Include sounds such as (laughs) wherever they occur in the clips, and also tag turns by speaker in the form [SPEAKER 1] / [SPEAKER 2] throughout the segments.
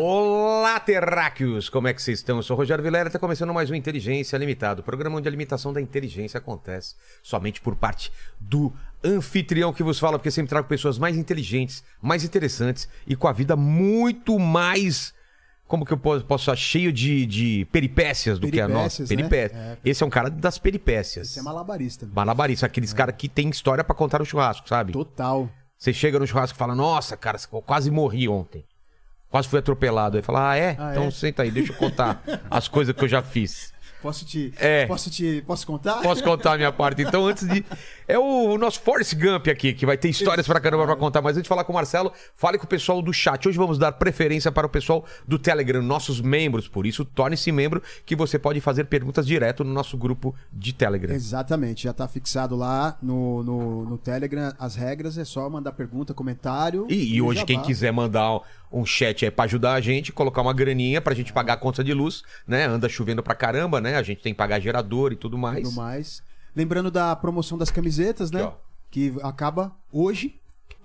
[SPEAKER 1] Olá, terráqueos! Como é que vocês estão? Eu sou o Rogério Vilela e está começando mais um Inteligência Limitado, programa onde a limitação da inteligência acontece somente por parte do anfitrião que vos fala, porque sempre trago pessoas mais inteligentes, mais interessantes e com a vida muito mais... Como que eu posso, posso achar? Cheio de, de peripécias do que a nossa.
[SPEAKER 2] Peripécias, né?
[SPEAKER 1] Peripécias.
[SPEAKER 2] É.
[SPEAKER 1] Esse é um cara das peripécias.
[SPEAKER 2] Você é malabarista. velho.
[SPEAKER 1] Malabarista,
[SPEAKER 2] É.
[SPEAKER 1] aqueles caras que tem história pra contar no churrasco, sabe?
[SPEAKER 2] Total.
[SPEAKER 1] Você chega no churrasco e fala, nossa, cara, eu quase morri ontem. Quase fui atropelado. Aí fala, ah, é?
[SPEAKER 2] Ah,
[SPEAKER 1] então
[SPEAKER 2] é?
[SPEAKER 1] senta aí, deixa eu contar as coisas que eu já fiz.
[SPEAKER 2] Posso te.
[SPEAKER 1] É.
[SPEAKER 2] Posso te. Posso contar?
[SPEAKER 1] Posso contar a minha parte. Então, antes de. É o, o nosso Forrest Gump aqui, que vai ter histórias pra caramba pra contar. Mas antes de falar com o Marcelo, fale com o pessoal do chat. Hoje vamos dar preferência para o pessoal do Telegram, nossos membros. Por isso, torne-se membro que você pode fazer perguntas direto no nosso grupo de Telegram.
[SPEAKER 2] Exatamente, já tá fixado lá no, no, no Telegram as regras, é só mandar pergunta, comentário.
[SPEAKER 1] E, e hoje,
[SPEAKER 2] já tá.
[SPEAKER 1] quem
[SPEAKER 2] vai.
[SPEAKER 1] quiser mandar um chat aí pra ajudar a gente, colocar uma graninha pra gente pagar a conta de luz, né? Anda chovendo pra caramba, né? A gente tem que pagar gerador e tudo mais.
[SPEAKER 2] Tudo mais. né? Lembrando da promoção das camisetas, né?
[SPEAKER 1] Aqui, ó.
[SPEAKER 2] que acaba hoje.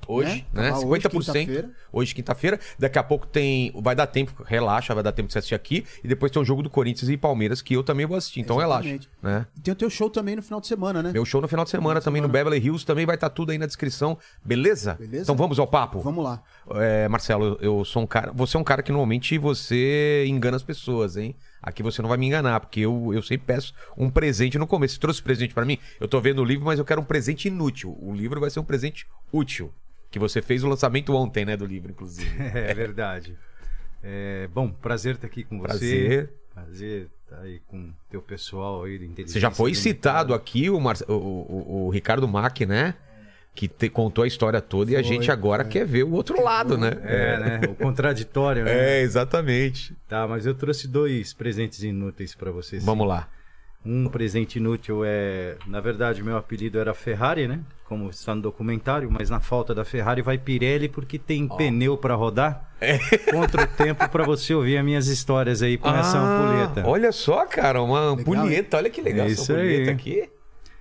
[SPEAKER 1] Hoje,
[SPEAKER 2] né?
[SPEAKER 1] né?
[SPEAKER 2] Acabar hoje,
[SPEAKER 1] 50%.
[SPEAKER 2] quinta-feira.
[SPEAKER 1] Hoje, quinta-feira. Daqui a pouco tem. Vai dar tempo, relaxa, vai dar tempo de você assistir aqui. E depois tem o jogo do Corinthians e Palmeiras, que eu também vou assistir. Então
[SPEAKER 2] Exatamente.
[SPEAKER 1] relaxa. Né?
[SPEAKER 2] E tem o teu show também no final de semana, né?
[SPEAKER 1] Meu show no final de semana também no Beverly Hills também vai estar tudo aí na descrição, beleza?
[SPEAKER 2] Beleza.
[SPEAKER 1] Então vamos ao papo.
[SPEAKER 2] Vamos lá.
[SPEAKER 1] É, Marcelo, eu eu sou um cara. Você é um cara que normalmente você engana as pessoas, hein? Aqui você não vai me enganar, porque eu, eu sempre peço um presente no começo. Você trouxe presente pra mim? Eu tô vendo o livro, mas eu quero um presente inútil. O livro vai ser um presente útil. Que você fez o lançamento ontem, né? Do livro, inclusive.
[SPEAKER 3] (laughs) É verdade. É, bom, prazer estar aqui com você.
[SPEAKER 1] Prazer.
[SPEAKER 3] Prazer estar aí com teu pessoal aí do Inteligência.
[SPEAKER 1] Você já foi
[SPEAKER 3] Limitada.
[SPEAKER 1] citado aqui, o, Mar- o, o- o Ricardo Mack, né? Que te- contou a história toda e a
[SPEAKER 2] Foi,
[SPEAKER 1] gente agora quer ver o outro lado, né?
[SPEAKER 3] É, né? O contraditório, né?
[SPEAKER 1] (laughs) É, exatamente.
[SPEAKER 3] Tá, mas eu trouxe dois presentes inúteis para vocês.
[SPEAKER 1] Vamos lá.
[SPEAKER 3] Um presente inútil é, na verdade, meu apelido era Ferrari, né? Como está no documentário, mas na falta da Ferrari vai Pirelli porque tem pneu para rodar.
[SPEAKER 1] É.
[SPEAKER 3] Contra o tempo para você ouvir as minhas histórias
[SPEAKER 1] (laughs)
[SPEAKER 3] aí com essa
[SPEAKER 1] Ah,
[SPEAKER 3] ampulheta.
[SPEAKER 1] Olha só, cara, uma ampulheta. Olha que legal
[SPEAKER 3] É
[SPEAKER 1] essa
[SPEAKER 3] isso
[SPEAKER 1] ampulheta
[SPEAKER 3] aí.
[SPEAKER 1] aqui.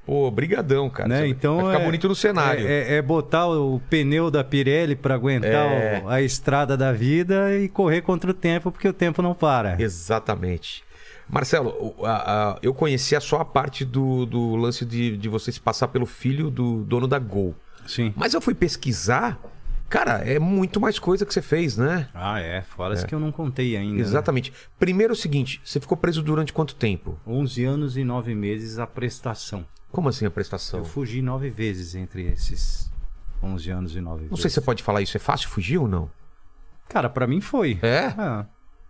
[SPEAKER 1] Pô, brigadão, cara.
[SPEAKER 3] Né,
[SPEAKER 1] Você vai-
[SPEAKER 3] então
[SPEAKER 1] vai ficar
[SPEAKER 3] é-
[SPEAKER 1] bonito no cenário.
[SPEAKER 3] É, é- é botar o pneu da Pirelli para aguentar
[SPEAKER 1] É.
[SPEAKER 3] o- a estrada da vida e correr contra o tempo, porque o tempo não para.
[SPEAKER 1] Exatamente. Marcelo, o- a- a- eu conhecia só a parte do, do lance de, de você se passar pelo filho do dono da Gol.
[SPEAKER 3] Sim.
[SPEAKER 1] Mas eu fui pesquisar, cara, é muito mais coisa que você fez, né?
[SPEAKER 3] Ah, é. Fora isso que eu não contei ainda. né?
[SPEAKER 1] Exatamente. Primeiro é o seguinte, você ficou preso durante quanto tempo?
[SPEAKER 3] 11 anos e 9 meses a prestação.
[SPEAKER 1] Como assim a prestação?
[SPEAKER 3] Eu fugi nove vezes entre esses 11 anos e 9
[SPEAKER 1] Não
[SPEAKER 3] vezes.
[SPEAKER 1] sei se você pode falar isso, é fácil fugir ou não?
[SPEAKER 3] Cara, para mim foi.
[SPEAKER 1] É?
[SPEAKER 3] Ah,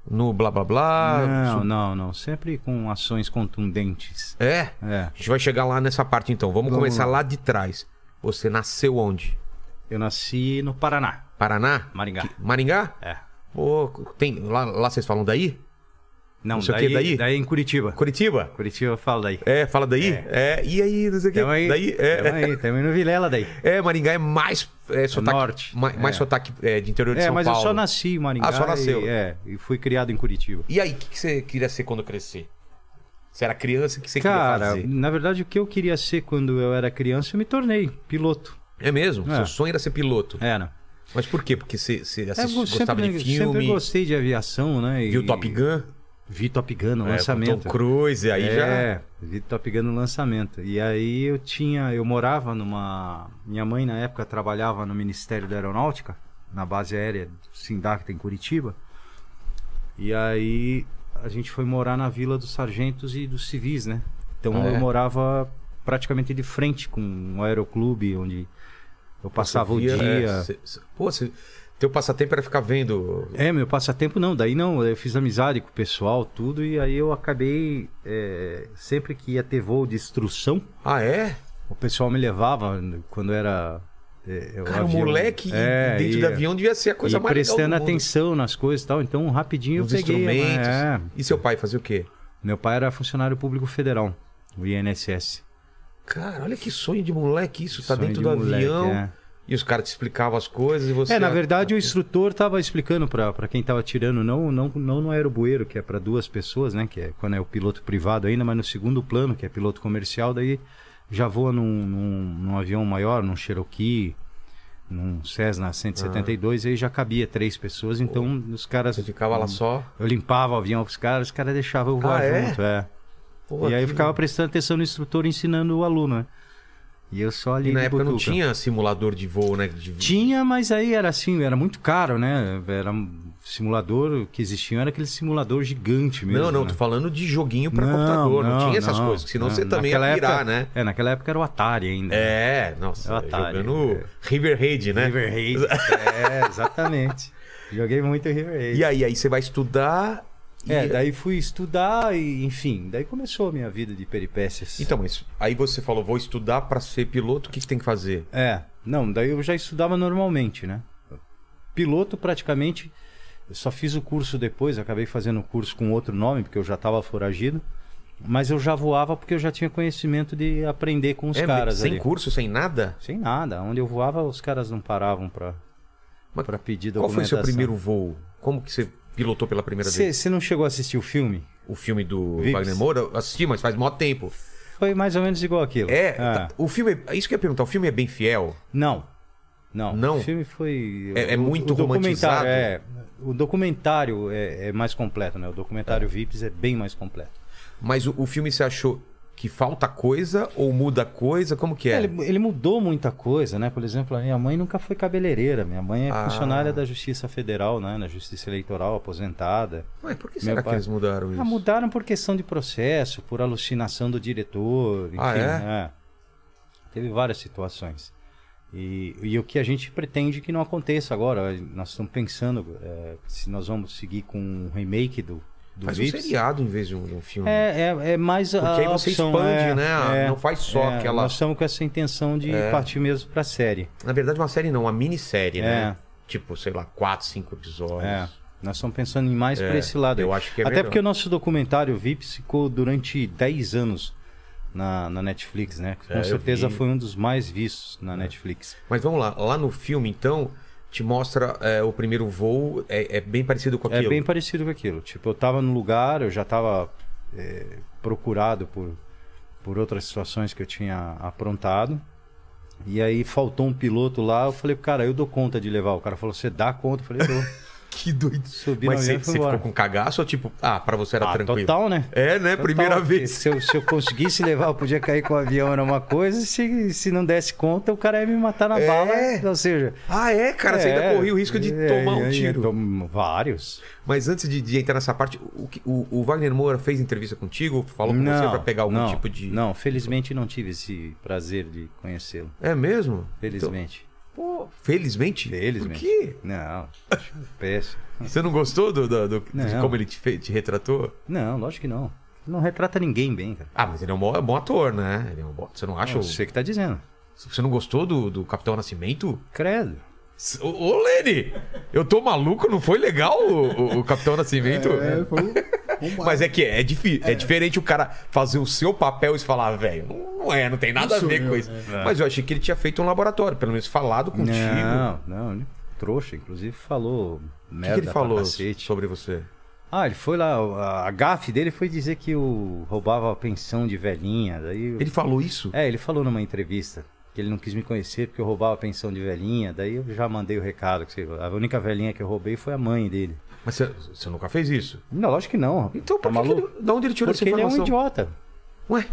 [SPEAKER 1] No blá blá blá.
[SPEAKER 3] não,
[SPEAKER 1] su-
[SPEAKER 3] não, não. Sempre com ações contundentes.
[SPEAKER 1] É?
[SPEAKER 3] É.
[SPEAKER 1] A gente vai chegar lá nessa parte então. Vamos,
[SPEAKER 2] Vamos
[SPEAKER 1] começar
[SPEAKER 2] lá.
[SPEAKER 1] lá. de trás. Você nasceu onde?
[SPEAKER 3] Eu nasci no Paraná,
[SPEAKER 1] Paraná?
[SPEAKER 3] Maringá.
[SPEAKER 1] Maringá?
[SPEAKER 3] É.
[SPEAKER 1] Pô, tem lá, lá vocês falam daí?
[SPEAKER 3] Não,
[SPEAKER 1] Não sei o
[SPEAKER 3] daí,
[SPEAKER 1] que, daí?
[SPEAKER 3] é daí em Curitiba.
[SPEAKER 1] Curitiba?
[SPEAKER 3] Curitiba, fala daí.
[SPEAKER 1] É, fala daí? É, e aí, não sei o que.
[SPEAKER 3] Tamo aí,
[SPEAKER 1] Daí, é,
[SPEAKER 3] tamo
[SPEAKER 1] é,
[SPEAKER 3] aí, tamo aí no Vilela daí.
[SPEAKER 1] É, Maringá é mais é, sotaque,
[SPEAKER 3] norte.
[SPEAKER 1] ma- mais
[SPEAKER 3] É.
[SPEAKER 1] sotaque é, de interior de
[SPEAKER 3] É,
[SPEAKER 1] São
[SPEAKER 3] mas
[SPEAKER 1] Paulo.
[SPEAKER 3] eu só nasci em Maringá.
[SPEAKER 1] Ah, só nasceu.
[SPEAKER 3] E, é, e fui criado em Curitiba.
[SPEAKER 1] E aí, o que, que você queria ser quando crescer? Você era criança, o que você queria
[SPEAKER 3] Cara,
[SPEAKER 1] fazer?
[SPEAKER 3] na verdade, o que eu queria ser quando eu era criança, eu me tornei piloto.
[SPEAKER 1] É mesmo?
[SPEAKER 3] É.
[SPEAKER 1] Seu sonho era ser piloto.
[SPEAKER 3] Era.
[SPEAKER 1] Mas por quê? Porque você, você
[SPEAKER 3] É, eu
[SPEAKER 1] assist- gostava de
[SPEAKER 3] sempre, sempre
[SPEAKER 1] filme,
[SPEAKER 3] gostei de aviação, né? e-
[SPEAKER 1] viu Top Gun?
[SPEAKER 3] Vi Top Gun no
[SPEAKER 1] É, com
[SPEAKER 3] lançamento.
[SPEAKER 1] Tom Cruise, aí
[SPEAKER 3] é,
[SPEAKER 1] já...
[SPEAKER 3] vi Top Gun no um lançamento. E aí eu tinha, eu morava numa, minha mãe na época trabalhava no Ministério da Aeronáutica, na base aérea do Sindacta em Curitiba. E aí a gente foi morar na Vila dos Sargentos e dos Civis, né? Então
[SPEAKER 1] Ah, é?
[SPEAKER 3] eu morava praticamente de frente com um aeroclube onde eu passava o
[SPEAKER 1] Você via, é,
[SPEAKER 3] dia.
[SPEAKER 1] cê- cê- pô, cê- teu passatempo era ficar vendo.
[SPEAKER 3] É, meu passatempo não, daí não, eu fiz amizade com o pessoal, tudo, e aí eu acabei, é, sempre que ia ter voo de instrução,
[SPEAKER 1] Ah, é?
[SPEAKER 3] o pessoal me levava quando era... é, o
[SPEAKER 1] Cara, o
[SPEAKER 3] avião.
[SPEAKER 1] moleque
[SPEAKER 3] É,
[SPEAKER 1] dentro
[SPEAKER 3] e-
[SPEAKER 1] do avião devia ser a coisa
[SPEAKER 3] e
[SPEAKER 1] mais legal
[SPEAKER 3] prestando
[SPEAKER 1] do mundo.
[SPEAKER 3] atenção nas coisas e tal, então rapidinho
[SPEAKER 1] Nos
[SPEAKER 3] eu peguei. né?
[SPEAKER 1] instrumentos.
[SPEAKER 3] É.
[SPEAKER 1] E seu pai fazia o quê?
[SPEAKER 3] meu pai era funcionário público federal, o INSS.
[SPEAKER 1] Cara, olha que sonho de moleque isso. Tá
[SPEAKER 3] Sonho
[SPEAKER 1] dentro
[SPEAKER 3] de
[SPEAKER 1] do
[SPEAKER 3] moleque,
[SPEAKER 1] avião,
[SPEAKER 3] é.
[SPEAKER 1] E os caras te explicavam as coisas e você.
[SPEAKER 3] É, na
[SPEAKER 1] tá
[SPEAKER 3] verdade, o instrutor estava explicando para quem estava tirando, não, não, não no aerobueiro, que é para duas pessoas, né? Que é quando é o piloto privado ainda, mas no segundo plano, que é piloto comercial, daí já voa num, num, num avião maior, num Cherokee, num Cessna 172, aí já cabia três pessoas, então os caras.
[SPEAKER 1] Ah. Você ficava lá só.
[SPEAKER 3] Eu limpava o avião pros caras, os caras deixavam eu voar
[SPEAKER 1] Ah, é?
[SPEAKER 3] junto, é.
[SPEAKER 1] Pô,
[SPEAKER 3] e aí eu
[SPEAKER 1] que-
[SPEAKER 3] ficava prestando atenção no instrutor ensinando o aluno, né? E eu só ali.
[SPEAKER 1] E na
[SPEAKER 3] de
[SPEAKER 1] época não
[SPEAKER 3] butuca.
[SPEAKER 1] tinha simulador de voo, né? De...
[SPEAKER 3] Tinha, mas aí era assim, era muito caro, né? Era um simulador o que existia, era aquele simulador gigante mesmo.
[SPEAKER 1] não, não,
[SPEAKER 3] né?
[SPEAKER 1] tô falando de joguinho pra
[SPEAKER 3] Não,
[SPEAKER 1] computador. Não, tinha essas
[SPEAKER 3] não,
[SPEAKER 1] coisas, senão
[SPEAKER 3] não.
[SPEAKER 1] você também
[SPEAKER 3] Naquela
[SPEAKER 1] ia pirar,
[SPEAKER 3] época-
[SPEAKER 1] né?
[SPEAKER 3] É, naquela época era o Atari ainda.
[SPEAKER 1] É, nossa,
[SPEAKER 3] É o Atari,
[SPEAKER 1] jogando
[SPEAKER 3] é.
[SPEAKER 1] River Raid, né?
[SPEAKER 3] River Raid. é, exatamente. Joguei muito River Raid.
[SPEAKER 1] E aí, aí você vai estudar. e-
[SPEAKER 3] É, daí fui estudar e, enfim, daí começou a minha vida de peripécias.
[SPEAKER 1] Então, mas aí você falou, vou estudar pra ser piloto, o que, que tem que fazer?
[SPEAKER 3] É, não, daí eu já estudava normalmente, né? Piloto praticamente, eu só fiz o curso depois, acabei fazendo o curso com outro nome, porque eu já estava foragido, mas eu já voava porque eu já tinha conhecimento de aprender com os
[SPEAKER 1] É,
[SPEAKER 3] caras
[SPEAKER 1] sem
[SPEAKER 3] ali.
[SPEAKER 1] curso, sem nada?
[SPEAKER 3] Sem nada, onde eu voava os caras não paravam pra,
[SPEAKER 1] Mas
[SPEAKER 3] pra pedir
[SPEAKER 1] Qual foi o
[SPEAKER 3] documentação.
[SPEAKER 1] seu primeiro voo? Como que você pilotou pela primeira vez?
[SPEAKER 3] Você não chegou a assistir o filme?
[SPEAKER 1] O filme do
[SPEAKER 3] Vips.
[SPEAKER 1] Wagner Moura? Eu Assisti, mas faz mó tempo.
[SPEAKER 3] Foi mais ou menos igual aquilo.
[SPEAKER 1] É,
[SPEAKER 3] Ah,
[SPEAKER 1] tá- o filme. é- Isso que eu ia perguntar, o filme é bem fiel?
[SPEAKER 3] Não. Não.
[SPEAKER 1] Não?
[SPEAKER 3] O filme foi.
[SPEAKER 1] É- é
[SPEAKER 3] o-
[SPEAKER 1] muito
[SPEAKER 3] o
[SPEAKER 1] romantizado?
[SPEAKER 3] documentário É, o documentário é, é mais completo, né? O documentário Vips é bem mais completo.
[SPEAKER 1] Mas o, o filme você achou que falta coisa ou muda coisa? Como que é?
[SPEAKER 3] Ele, ele mudou muita coisa, né? Por exemplo, a minha mãe nunca foi cabeleireira. Minha mãe é
[SPEAKER 1] Ah.
[SPEAKER 3] funcionária da Justiça Federal, né? Na Justiça Eleitoral, aposentada.
[SPEAKER 1] Ué, por que
[SPEAKER 3] Meu
[SPEAKER 1] será que
[SPEAKER 3] pai-
[SPEAKER 1] eles mudaram isso?
[SPEAKER 3] Ah, mudaram por questão de processo, por alucinação do diretor, enfim,
[SPEAKER 1] Ah, é?
[SPEAKER 3] né? Teve várias situações. E, e o que a gente pretende é que não aconteça agora. Nós estamos pensando é, se nós vamos seguir com um remake do, do
[SPEAKER 1] Faz um
[SPEAKER 3] Vips.
[SPEAKER 1] seriado em vez de um, de um filme.
[SPEAKER 3] É, é, é mais a
[SPEAKER 1] Porque aí você
[SPEAKER 3] opção,
[SPEAKER 1] expande,
[SPEAKER 3] é,
[SPEAKER 1] né?
[SPEAKER 3] é,
[SPEAKER 1] não faz só
[SPEAKER 3] é,
[SPEAKER 1] aquela. É.
[SPEAKER 3] Nós estamos com essa intenção de partir mesmo para série.
[SPEAKER 1] Na verdade, uma série não, uma minissérie, né?
[SPEAKER 3] É.
[SPEAKER 1] Tipo, sei lá, quatro, cinco episódios.
[SPEAKER 3] É, nós estamos pensando em mais para esse lado. aí.
[SPEAKER 1] eu acho que é
[SPEAKER 3] Até
[SPEAKER 1] melhor.
[SPEAKER 3] porque o nosso documentário Vips ficou durante 10 anos na, na Netflix, né? Com
[SPEAKER 1] É, eu
[SPEAKER 3] certeza
[SPEAKER 1] vi. É.
[SPEAKER 3] foi um dos mais vistos na Netflix.
[SPEAKER 1] Mas vamos lá, lá no filme, então, te mostra é, o primeiro voo, é, é bem parecido com aquilo.
[SPEAKER 3] É bem parecido com aquilo. Tipo, eu tava no lugar, eu já tava é, procurado por, por outras situações que eu tinha aprontado. E aí faltou um piloto lá, eu falei, cara, eu dou conta de levar. O cara falou, você dá conta? Eu falei, dou.
[SPEAKER 1] (laughs) Que doido.
[SPEAKER 3] Subi
[SPEAKER 1] Mas
[SPEAKER 3] no
[SPEAKER 1] você,
[SPEAKER 3] avião e fui
[SPEAKER 1] você ficou
[SPEAKER 3] embora.
[SPEAKER 1] com cagaço ou tipo, ah, pra você (laughs) era
[SPEAKER 3] Ah,
[SPEAKER 1] tranquilo?
[SPEAKER 3] total, né?
[SPEAKER 1] É, né?
[SPEAKER 3] Total,
[SPEAKER 1] Primeira
[SPEAKER 3] porque
[SPEAKER 1] vez.
[SPEAKER 3] Se eu, se eu conseguisse levar, eu podia cair com o avião, era uma coisa. e Se, se não desse conta, o cara ia me matar na
[SPEAKER 1] É.
[SPEAKER 3] bala. Ou seja.
[SPEAKER 1] Ah, é, cara, você ainda
[SPEAKER 3] é,
[SPEAKER 1] corria o risco de
[SPEAKER 3] é,
[SPEAKER 1] tomar um
[SPEAKER 3] é,
[SPEAKER 1] tiro.
[SPEAKER 3] tom- vários.
[SPEAKER 1] Mas antes de, de entrar nessa parte, o, que- o- o Wagner Moura fez entrevista contigo? Falou com você pra pegar algum
[SPEAKER 3] não,
[SPEAKER 1] tipo de.
[SPEAKER 3] Não, felizmente não tive esse prazer de conhecê-lo.
[SPEAKER 1] É mesmo?
[SPEAKER 3] Felizmente.
[SPEAKER 1] Então, pô, felizmente?
[SPEAKER 3] Felizmente.
[SPEAKER 1] Por quê?
[SPEAKER 3] Não, acho péssimo.
[SPEAKER 1] Você não gostou do, do- do- de
[SPEAKER 3] Não.
[SPEAKER 1] como ele te, fe- te retratou?
[SPEAKER 3] Não, lógico que não. Não retrata ninguém bem, cara.
[SPEAKER 1] Ah, mas ele é um bom, é um bom ator, né? Ele é um bom, você não acha.
[SPEAKER 3] Não,
[SPEAKER 1] o-
[SPEAKER 3] Você que tá dizendo.
[SPEAKER 1] Você não gostou do, do Capitão Nascimento?
[SPEAKER 3] Credo.
[SPEAKER 1] S- Ô, ô Lene! Eu tô maluco, não foi legal o, o- o Capitão Nascimento?
[SPEAKER 2] É, foi
[SPEAKER 1] (laughs)
[SPEAKER 2] um- um
[SPEAKER 1] né? Mas é que é, difi- é diferente o cara fazer o seu papel e falar, "Ah, velho, não não é, não tem nada a
[SPEAKER 2] sou
[SPEAKER 1] ver
[SPEAKER 2] eu,
[SPEAKER 1] com isso. Mas eu achei que ele tinha feito um laboratório, pelo menos falado contigo.
[SPEAKER 3] Não, não, ele é trouxa, inclusive falou
[SPEAKER 1] O que,
[SPEAKER 3] merda
[SPEAKER 1] que ele falou
[SPEAKER 3] pra cacete.
[SPEAKER 1] sobre você?
[SPEAKER 3] Ah, ele foi lá, a- a gafe dele foi dizer que o roubava a pensão de velhinha, daí...
[SPEAKER 1] Ele falou isso?
[SPEAKER 3] É, ele falou numa entrevista que ele não quis me conhecer porque eu roubava a pensão de velhinha, daí eu já mandei o recado, que sei lá, a única velhinha que eu roubei foi a mãe dele.
[SPEAKER 1] Mas você, você nunca fez isso?
[SPEAKER 3] Não, lógico que não.
[SPEAKER 1] Então,
[SPEAKER 3] tá
[SPEAKER 1] por que que
[SPEAKER 3] maluco?
[SPEAKER 1] ele, de onde ele tirou
[SPEAKER 3] Porque
[SPEAKER 1] essa
[SPEAKER 3] ele é um
[SPEAKER 1] informação?
[SPEAKER 3] idiota.
[SPEAKER 1] Ué,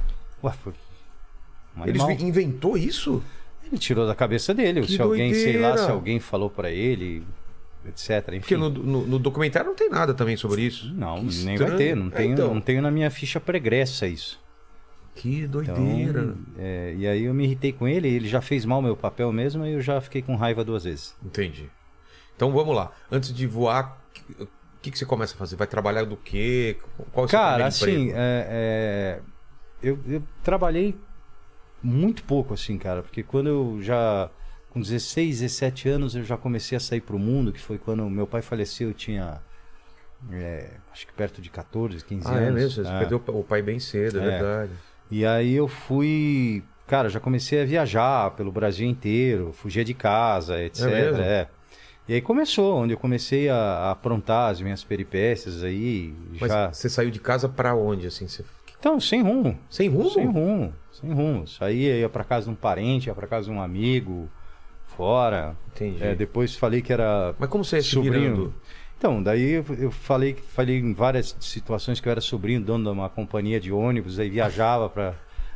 [SPEAKER 3] Ué, foi... um
[SPEAKER 1] ele
[SPEAKER 3] animal.
[SPEAKER 1] inventou isso?
[SPEAKER 3] Ele tirou da cabeça dele,
[SPEAKER 1] Que
[SPEAKER 3] se alguém, sei lá,
[SPEAKER 1] doideira.
[SPEAKER 3] se alguém falou pra ele, etc, enfim.
[SPEAKER 1] Porque no, no- no documentário não tem nada também sobre isso.
[SPEAKER 3] Não,
[SPEAKER 1] Que
[SPEAKER 3] nem
[SPEAKER 1] estranho.
[SPEAKER 3] vai ter. Não
[SPEAKER 1] É,
[SPEAKER 3] tenho,
[SPEAKER 1] então.
[SPEAKER 3] não tenho na minha ficha pregressa isso.
[SPEAKER 1] Que
[SPEAKER 3] Então,
[SPEAKER 1] doideira.
[SPEAKER 3] é, e aí eu me irritei com ele, ele já fez mal meu papel mesmo e eu já fiquei com raiva duas vezes.
[SPEAKER 1] Entendi. Então vamos lá. Antes de voar, o que, que você começa a fazer? Vai trabalhar do quê? Qual é o seu
[SPEAKER 3] Cara,
[SPEAKER 1] primeiro
[SPEAKER 3] assim,
[SPEAKER 1] emprego?
[SPEAKER 3] é, é, eu, eu trabalhei muito pouco, assim, cara, porque quando eu já. Com 16, 17 anos eu já comecei a sair pro mundo, que foi quando meu pai faleceu, eu tinha. é, acho que perto de 14, 15
[SPEAKER 1] Ah,
[SPEAKER 3] anos.
[SPEAKER 1] é mesmo? Você
[SPEAKER 3] É.
[SPEAKER 1] perdeu o pai bem cedo, é,
[SPEAKER 3] É.
[SPEAKER 1] verdade.
[SPEAKER 3] E aí eu fui Cara, eu já comecei a viajar pelo Brasil inteiro, fugia de casa, etc.
[SPEAKER 1] mesmo?
[SPEAKER 3] é. E aí começou, onde eu comecei a, a aprontar as minhas peripécias aí.
[SPEAKER 1] Mas
[SPEAKER 3] Já...
[SPEAKER 1] você saiu de casa pra onde, assim? Você-
[SPEAKER 3] Então, sem rumo.
[SPEAKER 1] Sem rumo?
[SPEAKER 3] Sem rumo, sem rumo. Saía, ia pra casa de um parente, ia pra casa de um amigo, fora.
[SPEAKER 1] Entendi.
[SPEAKER 3] É, depois falei que era
[SPEAKER 1] Mas como você ia se
[SPEAKER 3] sobrinho.
[SPEAKER 1] virando?
[SPEAKER 3] Então, daí eu eu falei, falei em várias situações que eu era sobrinho, dono de uma companhia de ônibus, aí viajava pra,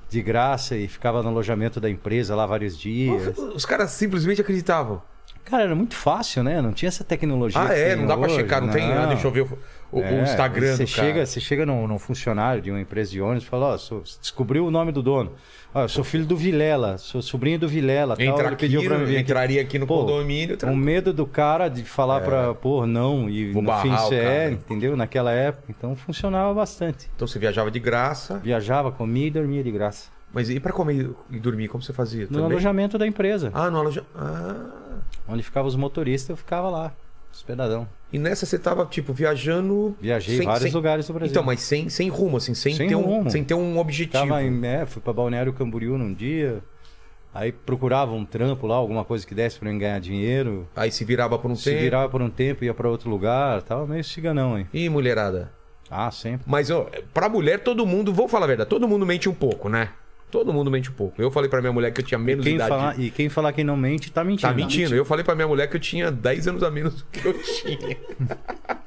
[SPEAKER 3] de graça e ficava no alojamento da empresa lá vários dias.
[SPEAKER 1] Os caras simplesmente acreditavam.
[SPEAKER 3] Cara, era muito fácil, né? Não tinha essa tecnologia.
[SPEAKER 1] Ah,
[SPEAKER 3] que
[SPEAKER 1] é?
[SPEAKER 3] tem
[SPEAKER 1] Não dá pra
[SPEAKER 3] hoje,
[SPEAKER 1] checar, não, tem. Ah, deixa eu ver o, o- o
[SPEAKER 3] É,
[SPEAKER 1] Instagram
[SPEAKER 3] Você
[SPEAKER 1] do cara.
[SPEAKER 3] chega, você chega num, num funcionário de uma empresa de ônibus e fala: Ó, sou- descobriu o nome do dono. Ó, eu sou filho do Vilela, sou sobrinho do Vilela.
[SPEAKER 1] Entra
[SPEAKER 3] tal, Então, ele
[SPEAKER 1] aqui,
[SPEAKER 3] pediu pra mim vir aqui.
[SPEAKER 1] entraria aqui no
[SPEAKER 3] Pô, um
[SPEAKER 1] condomínio. tra-
[SPEAKER 3] O medo do cara de falar pra, pô, não, e
[SPEAKER 1] Vou
[SPEAKER 3] no fim
[SPEAKER 1] barrar o
[SPEAKER 3] você
[SPEAKER 1] cara.
[SPEAKER 3] é, entendeu? Naquela época. Então funcionava bastante.
[SPEAKER 1] Então você viajava de graça.
[SPEAKER 3] Viajava, comia e dormia de graça.
[SPEAKER 1] Mas e pra comer e dormir, como você fazia?
[SPEAKER 3] No
[SPEAKER 1] também?
[SPEAKER 3] alojamento da empresa.
[SPEAKER 1] Ah, no alojamento. Ah.
[SPEAKER 3] Onde ficavam os motoristas, eu ficava lá, hospedadão.
[SPEAKER 1] E nessa você tava, tipo, viajando.
[SPEAKER 3] Viajei
[SPEAKER 1] sem-
[SPEAKER 3] em vários
[SPEAKER 1] sem-
[SPEAKER 3] lugares do Brasil.
[SPEAKER 1] Então, mas sem, sem rumo, assim, sem,
[SPEAKER 3] Sem
[SPEAKER 1] ter, Um,
[SPEAKER 3] rumo.
[SPEAKER 1] sem ter um objetivo.
[SPEAKER 3] Tava em, é, fui pra Balneário Camboriú num dia, aí procurava um trampo lá, alguma coisa que desse pra mim ganhar dinheiro.
[SPEAKER 1] Aí se virava por um
[SPEAKER 3] Se
[SPEAKER 1] tempo.
[SPEAKER 3] virava por um tempo, ia pra outro lugar, tava meio ciganão, hein?
[SPEAKER 1] Ih, mulherada.
[SPEAKER 3] Ah, sempre.
[SPEAKER 1] Mas ó, pra mulher, todo mundo, vou falar a verdade, todo mundo mente um pouco, né? Todo mundo mente um pouco. Eu falei pra minha mulher que eu tinha menos
[SPEAKER 3] Quem
[SPEAKER 1] idade.
[SPEAKER 3] falar, e quem falar que não mente, tá mentindo.
[SPEAKER 1] Tá mentindo. Eu falei pra minha mulher que eu tinha 10 anos a menos do que eu
[SPEAKER 3] (laughs)
[SPEAKER 1] tinha.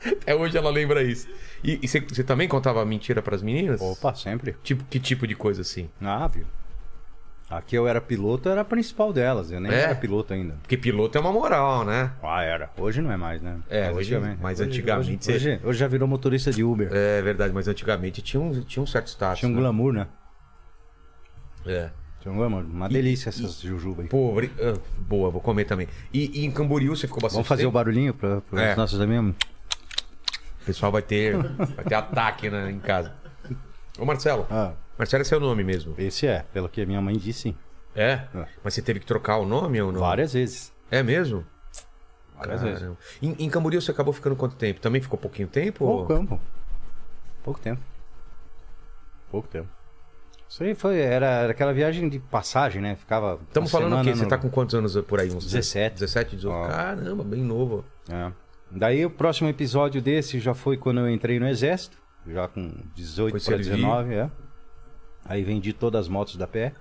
[SPEAKER 1] Até hoje ela lembra isso. E e você você também contava mentira pras meninas?
[SPEAKER 3] Opa, sempre.
[SPEAKER 1] Tipo, que tipo de coisa assim?
[SPEAKER 3] Ah, viu? Aqui eu era piloto, eu era a principal delas, eu nem
[SPEAKER 1] É?
[SPEAKER 3] era piloto ainda.
[SPEAKER 1] Porque piloto é uma moral, né?
[SPEAKER 3] Ah, era. Hoje não é mais, né?
[SPEAKER 1] É, hoje- mas antigamente
[SPEAKER 3] Hoje, hoje, hoje já virou motorista de Uber.
[SPEAKER 1] É verdade, mas antigamente tinha um, tinha um certo status.
[SPEAKER 3] Tinha um
[SPEAKER 1] né?
[SPEAKER 3] glamour, né?
[SPEAKER 1] É.
[SPEAKER 3] Tinha um glamour. Uma delícia essas jujuba aí.
[SPEAKER 1] Pô, bri- ah, boa, vou comer também. E, e em Camboriú você ficou bastante
[SPEAKER 3] Vamos fazer o
[SPEAKER 1] tempo?
[SPEAKER 3] barulhinho para os
[SPEAKER 1] É.
[SPEAKER 3] nossos amigos?
[SPEAKER 1] O pessoal vai ter, vai ter ataque né, em casa. Ô, Marcelo.
[SPEAKER 3] Ah,
[SPEAKER 1] Marcelo é seu nome mesmo.
[SPEAKER 3] esse é, pelo que a minha mãe disse, sim.
[SPEAKER 1] É? Mas você teve que trocar o nome ou não?
[SPEAKER 3] Várias vezes.
[SPEAKER 1] É mesmo?
[SPEAKER 3] Várias vezes.
[SPEAKER 1] Caramba. Em, em Camboriú você acabou ficando quanto tempo? Também ficou pouquinho tempo?
[SPEAKER 3] Pouco campo. Pouco tempo. Pouco tempo. Isso aí foi, era, era aquela viagem de passagem, né? Ficava.
[SPEAKER 1] Estamos
[SPEAKER 3] uma
[SPEAKER 1] falando o quê?
[SPEAKER 3] semana
[SPEAKER 1] Você
[SPEAKER 3] no-
[SPEAKER 1] tá com quantos anos por aí? Uns
[SPEAKER 3] 17.
[SPEAKER 1] 17, 18?
[SPEAKER 3] Ó.
[SPEAKER 1] Caramba, bem novo.
[SPEAKER 3] É. Daí o próximo episódio desse já foi quando eu entrei no exército, já com 18
[SPEAKER 1] Foi
[SPEAKER 3] para
[SPEAKER 1] servir.
[SPEAKER 3] 19, é. Aí vendi todas as motos da pé,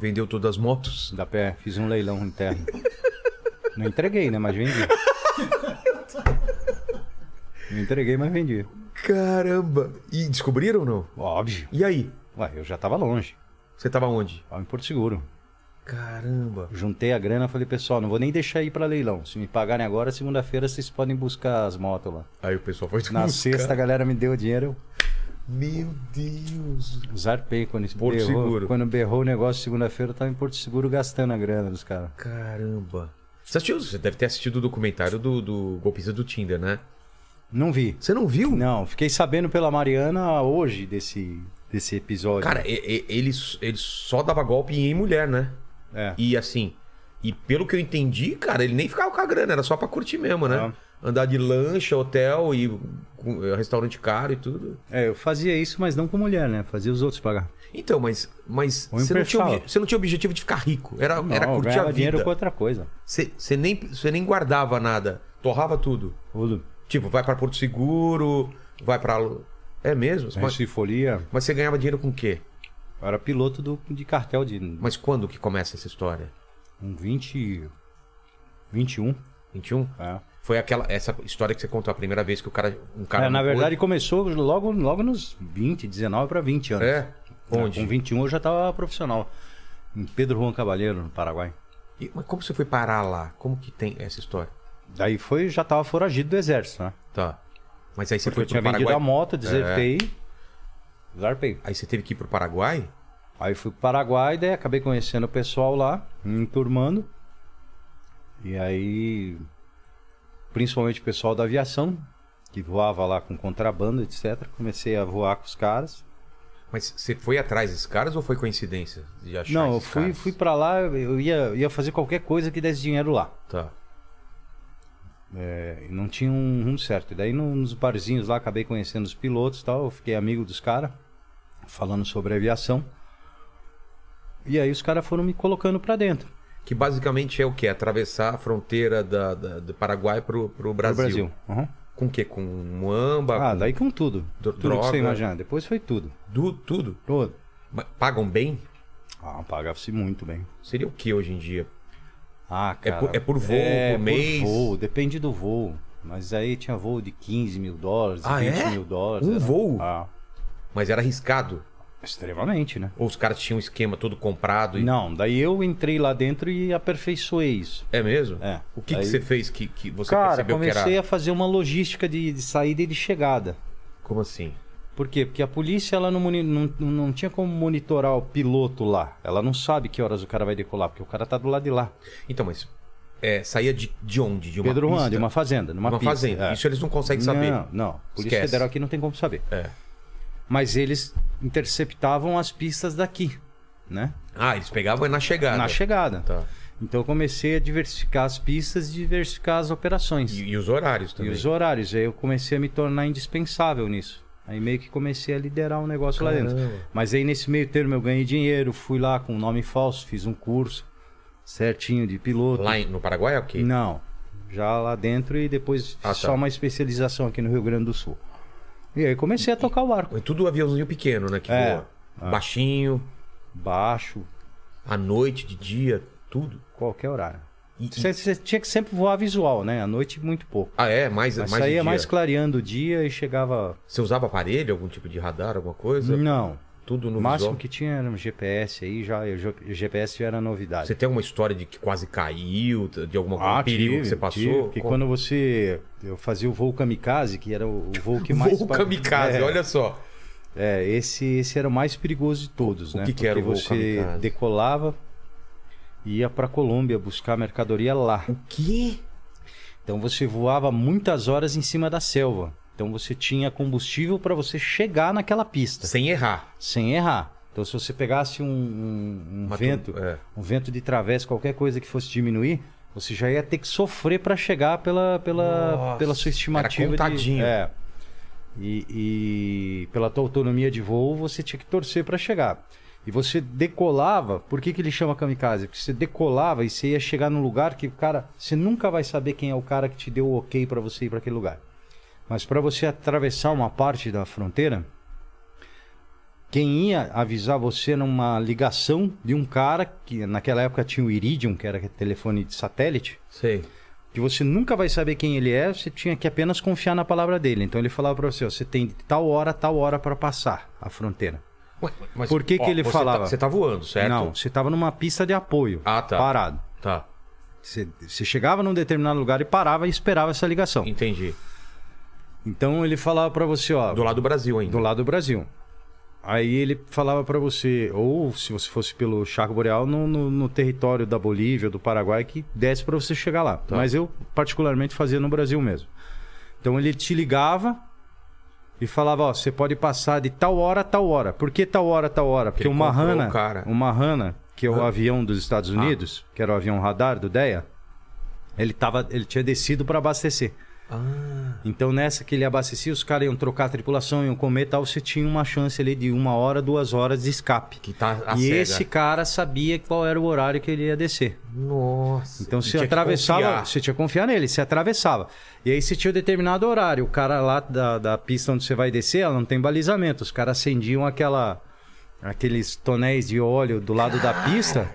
[SPEAKER 1] Vendeu todas as motos.
[SPEAKER 3] da pé, fiz um
[SPEAKER 1] (laughs)
[SPEAKER 3] leilão interno. Não entreguei, né, mas vendi. Não entreguei, mas vendi.
[SPEAKER 1] Caramba! E descobriram ou não?
[SPEAKER 3] Óbvio.
[SPEAKER 1] E aí?
[SPEAKER 3] Ué, eu já tava longe,
[SPEAKER 1] Você tava onde?
[SPEAKER 3] tava em Porto Seguro.
[SPEAKER 1] Caramba!
[SPEAKER 3] Juntei a grana, falei, pessoal, não vou nem deixar ir para leilão. Se me pagarem agora, segunda-feira vocês podem buscar as motos lá.
[SPEAKER 1] Aí o pessoal foi
[SPEAKER 3] Na
[SPEAKER 1] buscar.
[SPEAKER 3] sexta a galera me deu o dinheiro, eu
[SPEAKER 1] Meu Deus!
[SPEAKER 3] Zarpei quando esse
[SPEAKER 1] Porto
[SPEAKER 3] berrou,
[SPEAKER 1] Seguro.
[SPEAKER 3] Quando berrou o negócio segunda-feira, eu tava em Porto Seguro gastando a grana dos caras.
[SPEAKER 1] Caramba! Você, assistiu- você deve ter assistido o documentário do, do golpista do Tinder, né?
[SPEAKER 3] Não vi.
[SPEAKER 1] Você não viu?
[SPEAKER 3] Não, fiquei sabendo pela Mariana hoje desse, desse episódio.
[SPEAKER 1] Cara, e- e- ele, ele só dava golpe em mulher, né?
[SPEAKER 3] é.
[SPEAKER 1] E assim, e pelo que eu entendi, cara, ele nem ficava com a grana, era só pra curtir mesmo,
[SPEAKER 3] É.
[SPEAKER 1] né? Andar de lancha, hotel e com- eh, restaurante caro e tudo.
[SPEAKER 3] É, eu fazia isso, mas não com mulher, né? Fazia os outros pagar.
[SPEAKER 1] Então, mas, mas
[SPEAKER 3] Ou
[SPEAKER 1] você, não tinha,
[SPEAKER 3] emprestava.
[SPEAKER 1] obje- você não tinha objetivo de ficar rico, era,
[SPEAKER 3] Não,
[SPEAKER 1] era
[SPEAKER 3] eu
[SPEAKER 1] curtir a
[SPEAKER 3] ganhava
[SPEAKER 1] vida.
[SPEAKER 3] dinheiro com outra coisa.
[SPEAKER 1] Você, você nem, você nem guardava nada, torrava tudo.
[SPEAKER 3] Tudo.
[SPEAKER 1] Tipo, vai pra Porto Seguro, vai pra. É mesmo? Mas,
[SPEAKER 3] Mas... folia.
[SPEAKER 1] mas você ganhava dinheiro com o quê?
[SPEAKER 3] Eu era piloto do, de cartel de
[SPEAKER 1] Mas quando que começa essa história?
[SPEAKER 3] um 20... 21.
[SPEAKER 1] 21?
[SPEAKER 3] É.
[SPEAKER 1] Foi aquela essa história que você contou a primeira vez que o cara. Um cara
[SPEAKER 3] É, na
[SPEAKER 1] não foi?
[SPEAKER 3] verdade, começou logo, logo nos 20, 19 para 20 anos.
[SPEAKER 1] É? Onde?
[SPEAKER 3] Com 21 eu já tava profissional. Em Pedro Juan Cavalheiro, no Paraguai.
[SPEAKER 1] E- mas como você foi parar lá? Como que tem essa história?
[SPEAKER 3] Daí foi, já tava foragido do exército, né?
[SPEAKER 1] Tá. Mas aí você
[SPEAKER 3] Porque eu
[SPEAKER 1] foi
[SPEAKER 3] tinha
[SPEAKER 1] pro
[SPEAKER 3] vendido a
[SPEAKER 1] Paraguai. É.
[SPEAKER 3] moto, desertei, zarpei.
[SPEAKER 1] Aí você teve que ir pro Paraguai?
[SPEAKER 3] Aí fui pro Paraguai, daí acabei conhecendo o pessoal lá, me enturmando. E aí, principalmente o pessoal da aviação, que voava lá com contrabando, etc. Comecei a voar com os caras.
[SPEAKER 1] Mas você foi atrás desses caras ou foi coincidência de achar
[SPEAKER 3] Não, eu
[SPEAKER 1] esses
[SPEAKER 3] fui,
[SPEAKER 1] caras?
[SPEAKER 3] fui pra lá, eu ia, ia fazer qualquer coisa que desse dinheiro lá.
[SPEAKER 1] Tá.
[SPEAKER 3] É, e não tinha um rumo certo. E daí no- nos barzinhos lá acabei conhecendo os pilotos e tal, eu fiquei amigo dos caras, falando sobre aviação. E aí os caras foram me colocando pra dentro.
[SPEAKER 1] Que basicamente é o quê? Atravessar a fronteira da, da- do Paraguai pro, pro
[SPEAKER 3] pro
[SPEAKER 1] Brasil.
[SPEAKER 3] Brasil. Aham.
[SPEAKER 1] Com o quê? Com muamba?
[SPEAKER 3] Ah,
[SPEAKER 1] com
[SPEAKER 3] daí com tudo.
[SPEAKER 1] Dro-
[SPEAKER 3] tudo que
[SPEAKER 1] droga.
[SPEAKER 3] você imaginar. Depois foi tudo.
[SPEAKER 1] du- tudo?
[SPEAKER 3] Tudo.
[SPEAKER 1] Mas Pagam bem?
[SPEAKER 3] Ah, pagava-se muito bem.
[SPEAKER 1] Seria o que hoje em dia?
[SPEAKER 3] Ah,
[SPEAKER 1] É
[SPEAKER 3] cara.
[SPEAKER 1] por- é por voo, por mês?
[SPEAKER 3] voo, depende do voo. Mas aí tinha voo de 15 mil dólares,
[SPEAKER 1] Ah,
[SPEAKER 3] 20
[SPEAKER 1] é?
[SPEAKER 3] mil dólares.
[SPEAKER 1] Um voo?
[SPEAKER 3] Ah,
[SPEAKER 1] Mas era arriscado?
[SPEAKER 3] extremamente, né?
[SPEAKER 1] Ou os caras tinham um esquema todo comprado? E...
[SPEAKER 3] Não, daí eu entrei lá dentro e aperfeiçoei isso.
[SPEAKER 1] É mesmo?
[SPEAKER 3] É.
[SPEAKER 1] O que, que
[SPEAKER 3] Aí-
[SPEAKER 1] você fez que, que você
[SPEAKER 3] cara,
[SPEAKER 1] percebeu
[SPEAKER 3] comecei
[SPEAKER 1] que era...
[SPEAKER 3] a fazer uma logística de, de saída e de chegada.
[SPEAKER 1] Como assim?
[SPEAKER 3] Por quê? Porque a polícia ela não, moni- não, não tinha como monitorar o piloto lá. Ela não sabe que horas o cara vai decolar, porque o cara tá do lado de lá.
[SPEAKER 1] Então, mas é, saía de, de onde? De uma
[SPEAKER 3] Pedro
[SPEAKER 1] pista?
[SPEAKER 3] Juan, de uma fazenda, numa
[SPEAKER 1] Uma,
[SPEAKER 3] pista.
[SPEAKER 1] fazenda.
[SPEAKER 3] é.
[SPEAKER 1] Isso eles não conseguem saber.
[SPEAKER 3] Não, não. Polícia
[SPEAKER 1] Esquece.
[SPEAKER 3] Federal aqui não tem como saber.
[SPEAKER 1] É.
[SPEAKER 3] Mas eles interceptavam as pistas daqui, né?
[SPEAKER 1] Ah, eles pegavam na chegada.
[SPEAKER 3] Na chegada.
[SPEAKER 1] Tá.
[SPEAKER 3] Então eu comecei a diversificar as pistas e diversificar as operações.
[SPEAKER 1] E, e os horários
[SPEAKER 3] E
[SPEAKER 1] também.
[SPEAKER 3] os horários, aí eu comecei a me tornar indispensável nisso. Aí meio que comecei a liderar um negócio lá dentro.
[SPEAKER 1] Caramba.
[SPEAKER 3] Mas aí nesse meio termo eu ganhei dinheiro, fui lá com nome falso, fiz um curso certinho de piloto.
[SPEAKER 1] Lá em- no Paraguai é o quê?
[SPEAKER 3] Não, já lá dentro e depois fiz
[SPEAKER 1] Ah, tá.
[SPEAKER 3] só uma especialização aqui no Rio Grande do Sul. E aí comecei a tocar o arco.
[SPEAKER 1] É tudo aviãozinho pequeno, né? Que
[SPEAKER 3] É.
[SPEAKER 1] voa. Baixinho,
[SPEAKER 3] Baixo,
[SPEAKER 1] à noite, de dia, tudo.
[SPEAKER 3] qualquer horário.
[SPEAKER 1] E-
[SPEAKER 3] Você você tinha que sempre voar visual, né? À noite muito pouco.
[SPEAKER 1] Ah, é? Mais,
[SPEAKER 3] Mas
[SPEAKER 1] mais de
[SPEAKER 3] saía
[SPEAKER 1] dia.
[SPEAKER 3] mais clareando o dia e chegava.
[SPEAKER 1] Você usava aparelho, algum tipo de radar, alguma coisa?
[SPEAKER 3] Não.
[SPEAKER 1] Tudo no
[SPEAKER 3] O máximo
[SPEAKER 1] visual?
[SPEAKER 3] que tinha era um GPS aí, já, o G- GPS já era novidade.
[SPEAKER 1] Você tem alguma história de que quase caiu, de algum
[SPEAKER 3] Ah,
[SPEAKER 1] perigo
[SPEAKER 3] tive,
[SPEAKER 1] que você passou?
[SPEAKER 3] tive, Porque
[SPEAKER 1] Com-
[SPEAKER 3] quando você. Eu fazia o voo kamikaze, que era o o
[SPEAKER 1] (laughs)
[SPEAKER 3] voo que mais.
[SPEAKER 1] Voo kamikaze,
[SPEAKER 3] é,
[SPEAKER 1] olha só.
[SPEAKER 3] É, esse, esse era o mais perigoso de todos,
[SPEAKER 1] O
[SPEAKER 3] né?
[SPEAKER 1] que que era o
[SPEAKER 3] Porque
[SPEAKER 1] voo
[SPEAKER 3] você
[SPEAKER 1] kamikaze?
[SPEAKER 3] decolava e ia pra Colômbia buscar mercadoria lá.
[SPEAKER 1] O quê?
[SPEAKER 3] Então você voava muitas horas em cima da selva. Então você tinha combustível para você chegar naquela pista,
[SPEAKER 1] Sem errar.
[SPEAKER 3] sem errar. Então se você pegasse um, um- um
[SPEAKER 1] Mas tu-
[SPEAKER 3] vento,
[SPEAKER 1] é.
[SPEAKER 3] um vento de travessa, qualquer coisa que fosse diminuir, você já ia ter que sofrer para chegar pela, pela,
[SPEAKER 1] Nossa,
[SPEAKER 3] pela sua
[SPEAKER 1] era
[SPEAKER 3] estimativa.
[SPEAKER 1] contadinho.
[SPEAKER 3] De, é. E, e pela tua autonomia de voo, você tinha que torcer para chegar. E você decolava, por que, que ele chama kamikaze? Porque você decolava e você ia chegar num lugar que o cara. Você nunca vai saber quem é o cara que te deu o ok para você ir para aquele lugar. Mas para você atravessar uma parte da fronteira, quem ia avisar você era uma ligação de um cara que naquela época tinha o Iridium, que era aquele telefone de satélite,
[SPEAKER 1] Sei.
[SPEAKER 3] que você nunca vai saber quem ele é, você tinha que apenas confiar na palavra dele. Então ele falava para você, ó, você tem de tal hora, a tal hora para passar a fronteira.
[SPEAKER 1] Ué, mas-
[SPEAKER 3] Por que que ele
[SPEAKER 1] você
[SPEAKER 3] falava?
[SPEAKER 1] tá- você tá voando, certo?
[SPEAKER 3] Não, você estava numa pista de apoio,
[SPEAKER 1] Ah, tá.
[SPEAKER 3] parado.
[SPEAKER 1] Tá,
[SPEAKER 3] Você, você chegava num determinado lugar e parava e esperava essa ligação.
[SPEAKER 1] entendi.
[SPEAKER 3] Então ele falava para você, ó,
[SPEAKER 1] Do lado do Brasil ainda.
[SPEAKER 3] do lado do Brasil. Aí ele falava pra você, ou se você fosse pelo Chaco Boreal, no, no- no território da Bolívia, do Paraguai, que desse pra você chegar lá.
[SPEAKER 1] Tá.
[SPEAKER 3] Mas eu, particularmente, fazia no Brasil mesmo. Então ele te ligava e falava: Ó, você pode passar de tal hora a tal hora. Por que tal hora a tal hora? Porque
[SPEAKER 1] Ele
[SPEAKER 3] o
[SPEAKER 1] comprou
[SPEAKER 3] Mahana,
[SPEAKER 1] o cara. Ah.
[SPEAKER 3] o Mahana, que é o avião dos Estados Unidos, que era o avião radar do DEA, ele, tava, ele tinha descido pra abastecer.
[SPEAKER 1] Ah,
[SPEAKER 3] Então, nessa que ele abastecia, os caras iam trocar a tripulação, iam comer e tal, você tinha uma chance ali de uma hora, duas horas de escape.
[SPEAKER 1] Que tá a
[SPEAKER 3] e
[SPEAKER 1] cega.
[SPEAKER 3] esse cara sabia qual era o horário que ele ia descer.
[SPEAKER 1] Nossa.
[SPEAKER 3] Então
[SPEAKER 1] E
[SPEAKER 3] você
[SPEAKER 1] tinha que
[SPEAKER 3] atravessava,
[SPEAKER 1] confiar.
[SPEAKER 3] você tinha que confiar nele, você atravessava. E aí você tinha um determinado horário. O cara lá da, da pista onde você vai descer, ela não tem balizamento. Os caras acendiam aquela, aqueles tonéis de óleo do lado da pista.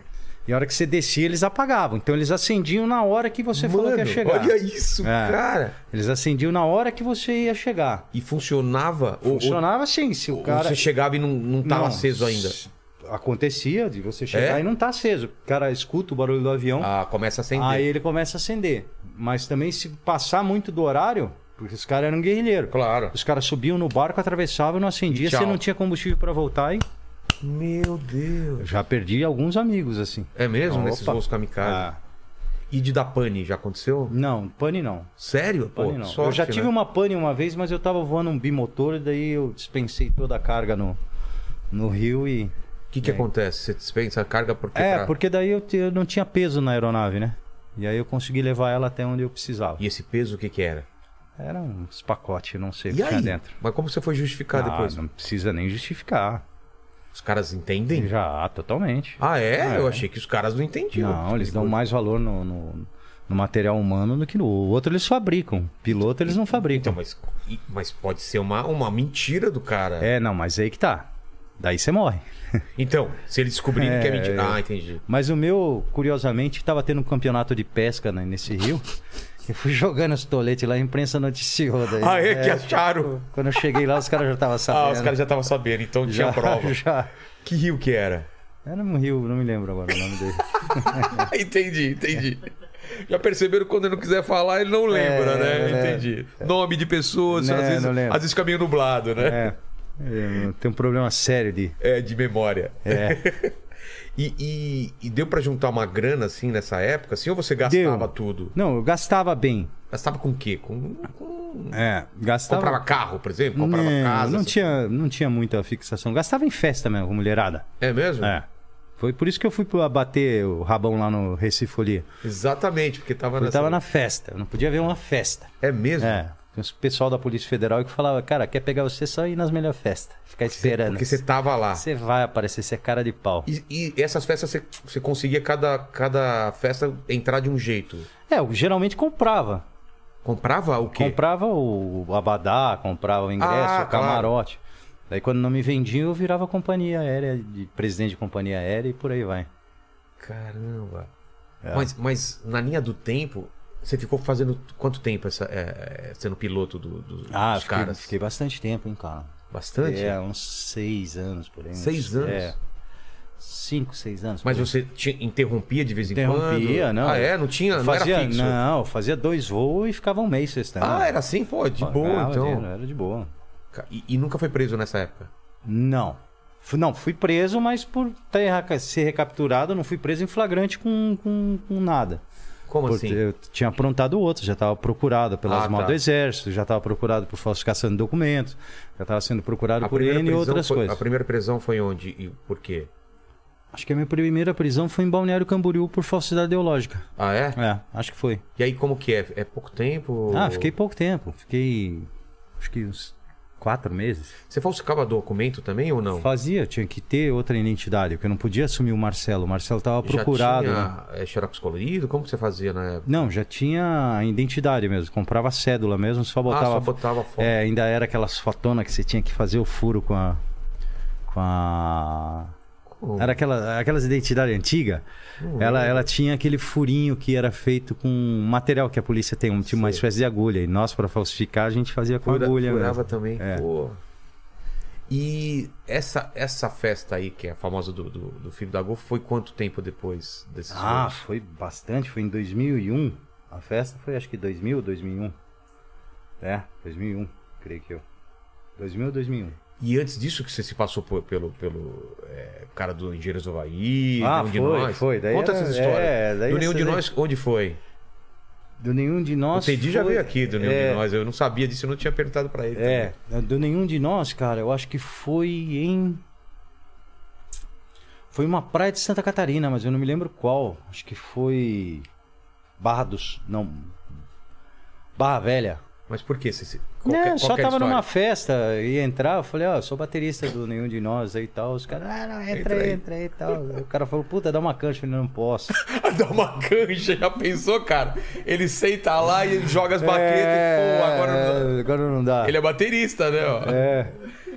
[SPEAKER 3] E a hora que você descia, eles apagavam. Então eles acendiam na hora que você falou
[SPEAKER 1] Mano,
[SPEAKER 3] que ia chegar.
[SPEAKER 1] olha isso,
[SPEAKER 3] É.
[SPEAKER 1] cara.
[SPEAKER 3] Eles acendiam na hora que você ia chegar.
[SPEAKER 1] E funcionava? Ou-
[SPEAKER 3] Funcionava assim, se o
[SPEAKER 1] Ou,
[SPEAKER 3] cara.
[SPEAKER 1] ou você chegava e não, não tava
[SPEAKER 3] Não,
[SPEAKER 1] aceso ainda?
[SPEAKER 3] Acontecia de você chegar
[SPEAKER 1] É?
[SPEAKER 3] e não tá aceso. O cara escuta o barulho do avião,
[SPEAKER 1] Ah, começa a acender.
[SPEAKER 3] aí ele começa a acender. Mas também se passar muito do horário, porque os caras eram guerrilheiros.
[SPEAKER 1] Claro.
[SPEAKER 3] um Os caras subiam no barco, atravessavam, não acendia,
[SPEAKER 1] E tchau.
[SPEAKER 3] você não tinha combustível pra voltar e
[SPEAKER 1] Meu Deus.
[SPEAKER 3] eu já perdi alguns amigos assim.
[SPEAKER 1] É mesmo?
[SPEAKER 3] Opa.
[SPEAKER 1] Nesses voos kamikaze.
[SPEAKER 3] Ah,
[SPEAKER 1] E de dar pane, já aconteceu?
[SPEAKER 3] não, pane não.
[SPEAKER 1] Sério? Pô,
[SPEAKER 3] Pane não.
[SPEAKER 1] sorte,
[SPEAKER 3] eu já tive um
[SPEAKER 1] né?
[SPEAKER 3] uma pane uma vez, mas eu tava voando um bimotor, daí eu dispensei toda a carga no, no rio e
[SPEAKER 1] O que, que acontece? Você dispensa a carga porque.
[SPEAKER 3] É,
[SPEAKER 1] pra-
[SPEAKER 3] porque daí eu, te- eu não tinha peso na aeronave, né? E aí eu consegui levar ela até onde eu precisava.
[SPEAKER 1] E esse peso, o que, que era?
[SPEAKER 3] Era uns pacotes, não sei o
[SPEAKER 1] E
[SPEAKER 3] que
[SPEAKER 1] aí?
[SPEAKER 3] tinha dentro.
[SPEAKER 1] Mas como você foi justificar
[SPEAKER 3] Ah,
[SPEAKER 1] depois?
[SPEAKER 3] Não precisa nem justificar.
[SPEAKER 1] Os caras entendem?
[SPEAKER 3] Já, totalmente.
[SPEAKER 1] Ah, é?
[SPEAKER 3] Ah,
[SPEAKER 1] Eu
[SPEAKER 3] é.
[SPEAKER 1] achei que os caras não entendiam.
[SPEAKER 3] Não, eles dão mais valor no, no- no material humano do que no o outro. Eles fabricam. Piloto eles não
[SPEAKER 1] Então,
[SPEAKER 3] fabricam.
[SPEAKER 1] mas, e- mas pode ser uma, uma mentira do cara.
[SPEAKER 3] É, não, mas aí que tá. Daí você morre.
[SPEAKER 1] Então, se ele descobrirem que é
[SPEAKER 3] É,
[SPEAKER 1] mentira. Ah, entendi.
[SPEAKER 3] Mas o meu, curiosamente, tava tendo um campeonato de pesca né, nesse rio. (laughs) Eu fui jogando os toletes lá, a imprensa noticiou. Daí,
[SPEAKER 1] Ah, é? Que
[SPEAKER 3] É,
[SPEAKER 1] acharam?
[SPEAKER 3] Quando eu cheguei lá, os caras já estavam sabendo.
[SPEAKER 1] Ah, os caras já estavam sabendo, então tinha
[SPEAKER 3] já, (laughs)
[SPEAKER 1] prova.
[SPEAKER 3] já.
[SPEAKER 1] Que rio que era?
[SPEAKER 3] Era um rio, não me lembro agora o
[SPEAKER 1] (laughs)
[SPEAKER 3] nome dele.
[SPEAKER 1] Ah, entendi, entendi. Já perceberam que quando ele não quiser falar, ele não lembra,
[SPEAKER 3] É,
[SPEAKER 1] né?
[SPEAKER 3] é.
[SPEAKER 1] Entendi. Nome de pessoas,
[SPEAKER 3] Né,
[SPEAKER 1] às, vezes,
[SPEAKER 3] não lembro.
[SPEAKER 1] às vezes caminho nublado, né?
[SPEAKER 3] É, é, tem um problema sério de...
[SPEAKER 1] É, de memória.
[SPEAKER 3] É.
[SPEAKER 1] (laughs) E, e- e deu pra juntar uma grana assim nessa época? Assim, ou você gastava
[SPEAKER 3] Deu.
[SPEAKER 1] tudo?
[SPEAKER 3] Não, eu gastava bem.
[SPEAKER 1] Gastava com o quê? Com, com-
[SPEAKER 3] É, gastava...
[SPEAKER 1] Comprava carro, por exemplo? Comprava
[SPEAKER 3] não,
[SPEAKER 1] casa?
[SPEAKER 3] Não
[SPEAKER 1] assim?
[SPEAKER 3] tinha, não tinha muita fixação. Gastava em festa mesmo, com mulherada.
[SPEAKER 1] É mesmo?
[SPEAKER 3] É. Foi por isso que eu fui pra bater o rabão lá no Recifolia.
[SPEAKER 1] Exatamente, porque tava
[SPEAKER 3] Eu
[SPEAKER 1] nessa...
[SPEAKER 3] tava na festa, eu não podia ver uma festa.
[SPEAKER 1] É mesmo?
[SPEAKER 3] É. Tem o pessoal da Polícia Federal que falava, cara, quer pegar você só ir nas melhores festas. Ficar esperando.
[SPEAKER 1] Porque você tá. tava lá.
[SPEAKER 3] Você vai aparecer, você é cara de pau.
[SPEAKER 1] E, e essas festas você, você conseguia cada, cada festa entrar de um jeito.
[SPEAKER 3] É, eu geralmente comprava.
[SPEAKER 1] Comprava o quê?
[SPEAKER 3] Comprava o abadá, comprava o ingresso,
[SPEAKER 1] Ah,
[SPEAKER 3] o camarote. Daí quando não me vendiam, eu virava companhia aérea, de presidente de companhia aérea e por aí vai.
[SPEAKER 1] Caramba.
[SPEAKER 3] É.
[SPEAKER 1] Mas, mas na linha do tempo, você ficou fazendo quanto tempo essa, é, é, sendo piloto do, do-
[SPEAKER 3] Ah,
[SPEAKER 1] dos
[SPEAKER 3] fiquei,
[SPEAKER 1] caras?
[SPEAKER 3] fiquei bastante tempo, hein, cara.
[SPEAKER 1] Bastante?
[SPEAKER 3] É, uns seis anos por aí. uns-
[SPEAKER 1] Seis anos?
[SPEAKER 3] É. Cinco, seis anos.
[SPEAKER 1] Mas
[SPEAKER 3] por aí.
[SPEAKER 1] você te- interrompia de vez em quando?
[SPEAKER 3] Interrompia, não.
[SPEAKER 1] Ah, é? Não tinha? Não
[SPEAKER 3] fazia,
[SPEAKER 1] era fixo?
[SPEAKER 3] Não, eu fazia dois voos e ficava um mês sextando.
[SPEAKER 1] Ah, era assim? Pô, de boa,
[SPEAKER 3] Pagava dinheiro,
[SPEAKER 1] então.
[SPEAKER 3] Era de boa.
[SPEAKER 1] Ca- E, e nunca foi preso nessa época?
[SPEAKER 3] Não. Fu- Não, fui preso, mas por ter reca- ser recapturado, não fui preso em flagrante com, com, com nada.
[SPEAKER 1] Como
[SPEAKER 3] Porque
[SPEAKER 1] assim?
[SPEAKER 3] eu tinha aprontado outro, já estava procurado pelas
[SPEAKER 1] Ah,
[SPEAKER 3] mãos
[SPEAKER 1] tá.
[SPEAKER 3] do Exército, já estava procurado por falsificação de documentos, já estava sendo procurado por
[SPEAKER 1] primeira
[SPEAKER 3] N e
[SPEAKER 1] prisão
[SPEAKER 3] outras
[SPEAKER 1] foi-
[SPEAKER 3] coisas.
[SPEAKER 1] A primeira prisão foi onde e por quê?
[SPEAKER 3] Acho que a minha primeira prisão foi em Balneário Camboriú por falsidade ideológica.
[SPEAKER 1] Ah, é?
[SPEAKER 3] É, acho que foi.
[SPEAKER 1] E aí como que é? É pouco tempo?
[SPEAKER 3] Ah, fiquei pouco tempo. Fiquei. Acho que uns quatro meses.
[SPEAKER 1] Você falsificava documento também ou não?
[SPEAKER 3] Fazia, tinha que ter outra identidade, porque eu não podia assumir o Marcelo. O Marcelo estava
[SPEAKER 1] Já
[SPEAKER 3] procurado. né?
[SPEAKER 1] tinha é, xerox colorido? Como que você fazia na época?
[SPEAKER 3] Não, já tinha a identidade mesmo. Comprava a cédula mesmo, só botava.
[SPEAKER 1] ah, só botava foto.
[SPEAKER 3] É, ainda era aquelas fotonas que você tinha que fazer o furo com a. Com a.
[SPEAKER 1] Como?
[SPEAKER 3] Era aquela, aquelas identidades antigas. Ela, ela tinha aquele furinho que era feito com material que a polícia tem, um, tipo uma espécie de agulha. E nós, para falsificar, a gente fazia com
[SPEAKER 1] Fura-
[SPEAKER 3] agulha.
[SPEAKER 1] furava
[SPEAKER 3] mesmo.
[SPEAKER 1] também. Pô. E essa, essa festa aí, que é a famosa do, do, do Filho da Gol, foi quanto tempo depois desses
[SPEAKER 3] Ah,
[SPEAKER 1] jogos?
[SPEAKER 3] foi bastante. Foi em 2001. A festa foi acho que 2000 ou 2001. É, 2001, creio que eu. 2000 ou 2001.
[SPEAKER 1] E antes disso que você se passou por- pelo, pelo é, cara do Engenheiros do Havaí,
[SPEAKER 3] Ah,
[SPEAKER 1] Nenhum de
[SPEAKER 3] foi,
[SPEAKER 1] Nós.
[SPEAKER 3] foi. Daí
[SPEAKER 1] Conta
[SPEAKER 3] era-
[SPEAKER 1] essas histórias.
[SPEAKER 3] é, daí
[SPEAKER 1] do Nenhum de
[SPEAKER 3] essas aí-
[SPEAKER 1] Nós, onde foi?
[SPEAKER 3] Do nenhum de nós.
[SPEAKER 1] o Teddy já
[SPEAKER 3] foi-
[SPEAKER 1] veio aqui do Nenhum
[SPEAKER 3] é,
[SPEAKER 1] de Nós, eu não sabia disso, eu não tinha perguntado pra ele.
[SPEAKER 3] É, do nenhum de nós, cara, eu acho que foi em. Foi uma praia de Santa Catarina, mas eu não me lembro qual. Acho que foi. Barra dos. Não. Barra Velha.
[SPEAKER 1] Mas por que? Você, se-
[SPEAKER 3] Não,
[SPEAKER 1] qualquer,
[SPEAKER 3] só
[SPEAKER 1] qualquer
[SPEAKER 3] tava
[SPEAKER 1] história?
[SPEAKER 3] numa festa, ia entrar, eu falei, ó, eu sou baterista do Nenhum de Nós aí e tal. Os caras, ah, não, entra,
[SPEAKER 1] Entra aí.
[SPEAKER 3] aí, entra aí e tal. O cara falou, puta, dá uma cancha, eu falei, não (laughs) posso.
[SPEAKER 1] (laughs) Dá uma cancha, já pensou, cara? Ele senta lá e ele joga as baquetas e, pô, agora não dá.
[SPEAKER 3] É, agora não dá.
[SPEAKER 1] Ele é baterista, né? ó?
[SPEAKER 3] É.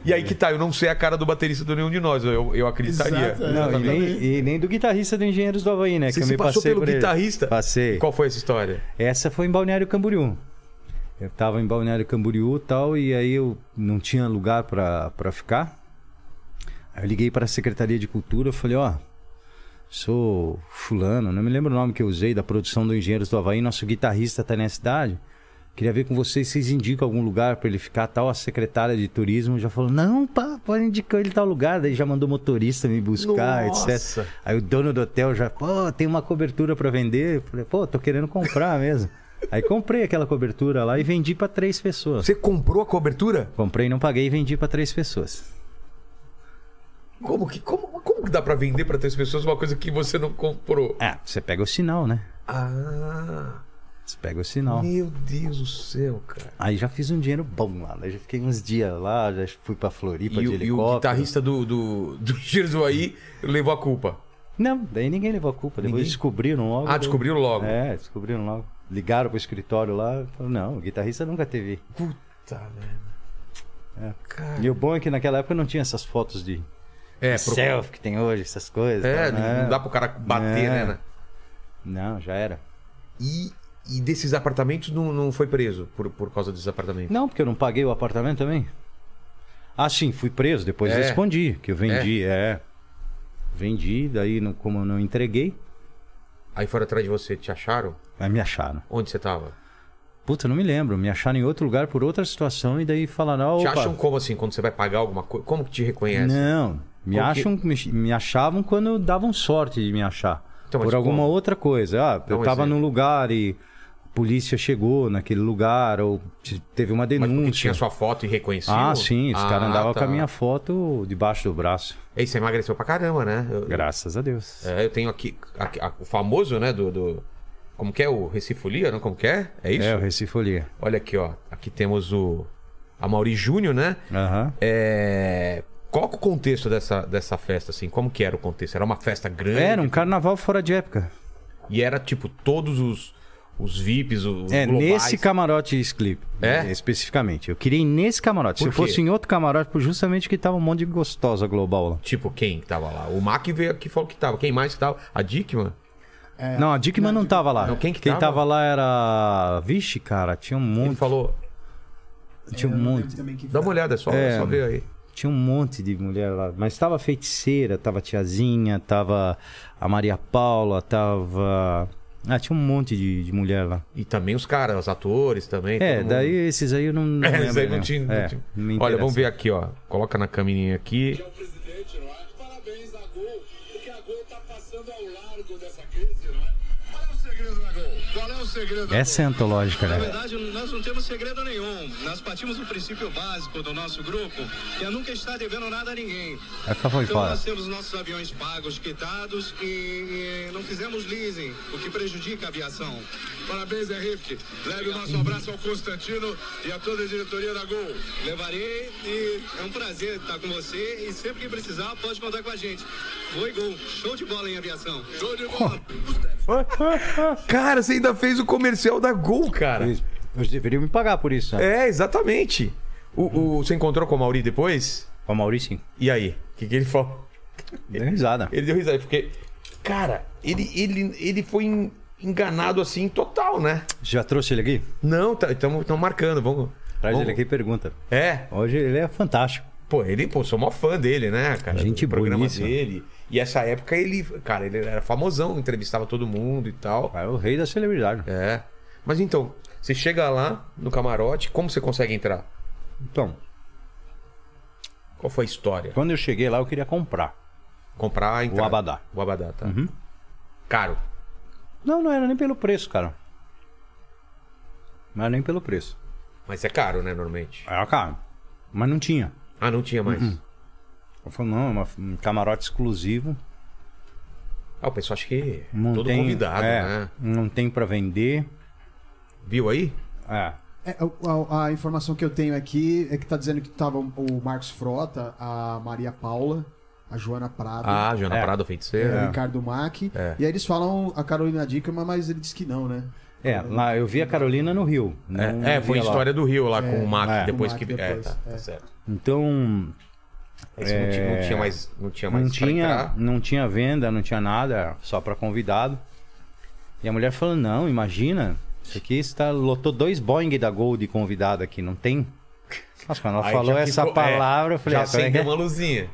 [SPEAKER 1] E aí que tá, eu não sei a cara do baterista do nenhum de nós, eu, eu acreditaria.
[SPEAKER 2] Exato, é.
[SPEAKER 3] Não, e nem,
[SPEAKER 2] Exatamente.
[SPEAKER 3] e nem do guitarrista do Engenheiros do Havaí, né?
[SPEAKER 1] Você
[SPEAKER 3] que eu
[SPEAKER 1] se
[SPEAKER 3] me
[SPEAKER 1] passou
[SPEAKER 3] passei
[SPEAKER 1] pelo
[SPEAKER 3] por ele.
[SPEAKER 1] guitarrista?
[SPEAKER 3] Passei.
[SPEAKER 1] Qual foi essa história?
[SPEAKER 3] Essa foi em Balneário Camboriú. Eu tava em Balneário Camboriú e tal, e aí eu não tinha lugar pra pra ficar. Aí eu liguei pra Secretaria de Cultura, eu falei, ó, sou fulano, não me lembro o nome que eu usei da produção do Engenheiros do Havaí, nosso guitarrista tá na cidade. Queria ver com vocês, vocês indicam algum lugar pra ele ficar tal. A secretária de turismo já falou: não, pá, pode indicar ele tal lugar. Daí já mandou motorista me buscar,
[SPEAKER 1] Nossa!
[SPEAKER 3] etc. Aí o dono do hotel já, pô, tem uma cobertura pra vender. Eu falei, pô, tô querendo comprar mesmo. Aí comprei aquela cobertura lá e vendi pra três pessoas.
[SPEAKER 1] Você comprou a cobertura?
[SPEAKER 3] Comprei, não paguei e vendi pra três pessoas.
[SPEAKER 1] Como que, como, como que dá pra vender
[SPEAKER 3] É,
[SPEAKER 1] pra três pessoas uma coisa que você não comprou?
[SPEAKER 3] Ah, você pega o sinal, né?
[SPEAKER 1] Ah.
[SPEAKER 3] Você pega o sinal.
[SPEAKER 1] Meu Deus do céu, cara.
[SPEAKER 3] Aí já fiz um dinheiro bom lá. Né? Já fiquei uns dias lá, já fui pra Floripa
[SPEAKER 1] E,
[SPEAKER 3] Tipo de
[SPEAKER 1] o- e o
[SPEAKER 3] helicóptero.
[SPEAKER 1] guitarrista do, do, do Jesuaí levou a culpa.
[SPEAKER 3] Não, daí ninguém levou a culpa. Depois
[SPEAKER 1] Ninguém?
[SPEAKER 3] descobriram logo.
[SPEAKER 1] Ah, descobriram logo.
[SPEAKER 3] É, descobriram logo. Ligaram pro escritório lá. Falaram, não, o guitarrista nunca teve.
[SPEAKER 1] Puta merda. Cara.
[SPEAKER 3] E o bom é que naquela época não tinha essas fotos de
[SPEAKER 1] É, pro-
[SPEAKER 3] selfie que tem hoje, essas coisas.
[SPEAKER 1] é,
[SPEAKER 3] tal,
[SPEAKER 1] não dá pro cara bater,
[SPEAKER 3] né?
[SPEAKER 1] né,
[SPEAKER 3] É.
[SPEAKER 1] né?
[SPEAKER 3] Não, já era.
[SPEAKER 1] E, e desses apartamentos não, não foi preso por, por causa desses apartamentos.
[SPEAKER 3] Não, porque eu não paguei o apartamento também. Ah, sim, fui preso, depois
[SPEAKER 1] É.
[SPEAKER 3] eu escondi, que eu vendi, é. Vendi, daí não- como eu não entreguei,
[SPEAKER 1] Aí foram atrás de você, te acharam?
[SPEAKER 3] aí me acharam.
[SPEAKER 1] Onde você tava?
[SPEAKER 3] Puta, não me lembro, me acharam em outro lugar por outra situação e daí falaram, ah,
[SPEAKER 1] Te
[SPEAKER 3] opa.
[SPEAKER 1] acham como assim, quando você vai pagar alguma coisa? Como que te reconhece?
[SPEAKER 3] Não, me
[SPEAKER 1] Como que-
[SPEAKER 3] acham, me, me achavam quando davam sorte de me achar.
[SPEAKER 1] Então, mas
[SPEAKER 3] por alguma
[SPEAKER 1] como?
[SPEAKER 3] outra coisa. Ah,
[SPEAKER 1] Dá
[SPEAKER 3] eu
[SPEAKER 1] um
[SPEAKER 3] tava
[SPEAKER 1] exemplo.
[SPEAKER 3] num lugar e a polícia chegou naquele lugar, ou te- teve uma
[SPEAKER 1] Mas porque
[SPEAKER 3] denúncia.
[SPEAKER 1] tinha sua foto e reconheceu?
[SPEAKER 3] Ah, sim, esse cara
[SPEAKER 1] Ah,
[SPEAKER 3] andava
[SPEAKER 1] tá.
[SPEAKER 3] com a minha foto debaixo do braço.
[SPEAKER 1] Ei, você emagreceu pra caramba, né? Eu,
[SPEAKER 3] Graças a Deus.
[SPEAKER 1] é, eu tenho aqui, aqui- a- o famoso, né, do... do- Como que é o Recifolia, não? Como que é? É isso?
[SPEAKER 3] É, o Recifolia.
[SPEAKER 1] Olha aqui, ó. Aqui temos o... A Mauri Júnior, né?
[SPEAKER 3] Aham.
[SPEAKER 1] É, Qual que é o contexto dessa, dessa festa, assim? Como que era o contexto? Era uma festa grande?
[SPEAKER 3] Era um carnaval fora de época.
[SPEAKER 1] E era, tipo, todos os, os VIPs, os
[SPEAKER 3] É,
[SPEAKER 1] globais?
[SPEAKER 3] nesse camarote Sclip.
[SPEAKER 1] É?
[SPEAKER 3] Especificamente. Eu queria ir nesse
[SPEAKER 1] Por
[SPEAKER 3] camarote. Se eu
[SPEAKER 1] quê?
[SPEAKER 3] fosse em outro camarote, por justamente que tava um monte de gostosa global lá.
[SPEAKER 1] Tipo, quem que tava lá? O Mac veio aqui e falou que tava. Quem mais que tava? A Dickman?
[SPEAKER 3] Não, a Dickman não, tava lá.
[SPEAKER 1] É. Não, quem que
[SPEAKER 3] quem
[SPEAKER 1] tava?
[SPEAKER 3] tava lá era. Vixe, cara, tinha um
[SPEAKER 1] Ele
[SPEAKER 3] monte.
[SPEAKER 1] falou...
[SPEAKER 3] Tinha um
[SPEAKER 2] Eu não lembro
[SPEAKER 3] monte.
[SPEAKER 2] É, também quem
[SPEAKER 1] Dá
[SPEAKER 2] foi.
[SPEAKER 1] uma olhada só,
[SPEAKER 3] É.
[SPEAKER 1] só ver aí.
[SPEAKER 3] Tinha um monte de mulher lá. Mas tava feiticeira, tava tiazinha, tava a Maria Paula, tava. Ah, tinha um monte de, de mulher lá.
[SPEAKER 1] E também os caras, os atores também. todo
[SPEAKER 3] É,
[SPEAKER 1] mundo. (laughs)
[SPEAKER 3] daí esses aí eu não. não
[SPEAKER 1] É,
[SPEAKER 3] lembro
[SPEAKER 1] isso aí não
[SPEAKER 3] mesmo.
[SPEAKER 1] tinha- não
[SPEAKER 3] É,
[SPEAKER 1] tinha.
[SPEAKER 3] não me
[SPEAKER 1] Olha,
[SPEAKER 3] interessa.
[SPEAKER 1] vamos ver aqui, ó. Coloca na caminha aqui.
[SPEAKER 4] é o presidente, não é? Parabéns à Gol, porque a Gol tá passando ao largo dessa crise, não é? Qual é o segredo da Gol? Qual é o segredo da
[SPEAKER 3] Essa é
[SPEAKER 4] Gol?
[SPEAKER 3] antológica,
[SPEAKER 4] Na
[SPEAKER 3] né?
[SPEAKER 4] verdade, nós não temos segredo nenhum. Nós partimos do princípio básico do nosso grupo, que é nunca estar devendo nada a ninguém.
[SPEAKER 3] Aí fica foi
[SPEAKER 4] Então
[SPEAKER 3] fora.
[SPEAKER 4] nós temos nossos aviões pagos, quitados e, e não fizemos leasing, o que prejudica a aviação. Parabéns, Henrique. Leve o nosso abraço ao Constantino e a toda a diretoria da Gol. Levarei e é um prazer estar com você e sempre que precisar pode contar com a gente. Foi Gol, show de bola em aviação. Show de bola.
[SPEAKER 1] Cara, você ainda fez o comercial da Gol, cara.
[SPEAKER 3] Eles eles deveriam me pagar por isso. Né?
[SPEAKER 1] É, exatamente. O, o- você encontrou com o Mauri depois?
[SPEAKER 3] Com a Maurício,
[SPEAKER 1] E aí? O que, que ele falou?
[SPEAKER 3] deu risada.
[SPEAKER 1] Ele deu risada, porque. Cara, ele, ele, ele foi en- enganado assim total, né?
[SPEAKER 3] Já trouxe ele aqui?
[SPEAKER 1] Não, estamos marcando, vamos.
[SPEAKER 3] Traz
[SPEAKER 1] vamos-
[SPEAKER 3] ele aqui e pergunta.
[SPEAKER 1] É,
[SPEAKER 3] Hoje ele é fantástico.
[SPEAKER 1] pô, ele, pô, sou mó fã dele, né, cara?
[SPEAKER 3] Gente
[SPEAKER 1] do programa
[SPEAKER 3] boníssima.
[SPEAKER 1] dele. E essa época ele, cara, ele era famosão, entrevistava todo mundo e tal.
[SPEAKER 3] É o rei da celebridade.
[SPEAKER 1] É. Mas então, você chega lá no camarote, como você consegue entrar?
[SPEAKER 3] Então,
[SPEAKER 1] Qual foi a história?
[SPEAKER 3] quando eu cheguei lá, eu queria comprar.
[SPEAKER 1] Comprar, entrar.
[SPEAKER 3] O Abadá. Uhum.
[SPEAKER 1] O Abadá, tá. Caro.
[SPEAKER 3] Não, não era nem pelo preço, cara. Não era nem pelo preço.
[SPEAKER 1] Mas é caro, né, normalmente.
[SPEAKER 3] Era caro. Mas não tinha.
[SPEAKER 1] Ah, não tinha mais.
[SPEAKER 3] Uhum. Eu falei, não, é uma- um camarote exclusivo.
[SPEAKER 1] Ah, o pessoal acha que é
[SPEAKER 3] Não
[SPEAKER 1] todo
[SPEAKER 3] tem,
[SPEAKER 1] convidado,
[SPEAKER 3] é,
[SPEAKER 1] né?
[SPEAKER 3] Não tem pra vender.
[SPEAKER 1] Viu aí?
[SPEAKER 3] É.
[SPEAKER 2] É, a, a- a informação que eu tenho aqui é que tá dizendo que tava o Marcos Frota, a Maria Paula, a Joana Prado.
[SPEAKER 1] Ah, Joana
[SPEAKER 3] É.
[SPEAKER 1] Prado,
[SPEAKER 2] o
[SPEAKER 1] feiticeira.
[SPEAKER 2] Ricardo Mack.
[SPEAKER 1] É.
[SPEAKER 2] E aí eles falam a Carolina Dickerman, mas ele disse que não, né?
[SPEAKER 3] É, lá eu vi a Carolina no Rio. não
[SPEAKER 1] É, foi a
[SPEAKER 3] via lá.
[SPEAKER 1] história do Rio lá com o Mac,
[SPEAKER 3] é.
[SPEAKER 1] depois
[SPEAKER 2] Com o
[SPEAKER 1] que.
[SPEAKER 2] Mac
[SPEAKER 1] é,
[SPEAKER 2] depois,
[SPEAKER 1] tá, tá
[SPEAKER 2] é.
[SPEAKER 1] certo.
[SPEAKER 3] Então,
[SPEAKER 1] Esse não, tinha, não tinha mais. Não tinha mais
[SPEAKER 3] É. não
[SPEAKER 1] pra
[SPEAKER 3] tinha,
[SPEAKER 1] entrar.
[SPEAKER 3] não tinha venda, não tinha nada, era só pra convidado. E a mulher falou: "Não, imagina, isso aqui está lotou dois Boeing da Gol de convidado aqui, não tem?" Nossa, quando ela
[SPEAKER 1] Aí
[SPEAKER 3] falou
[SPEAKER 1] já
[SPEAKER 3] essa
[SPEAKER 1] ficou- é,
[SPEAKER 3] palavra, eu falei:
[SPEAKER 1] Já
[SPEAKER 3] "Ah, como é que
[SPEAKER 1] acendeu
[SPEAKER 3] é?"
[SPEAKER 1] uma luzinha.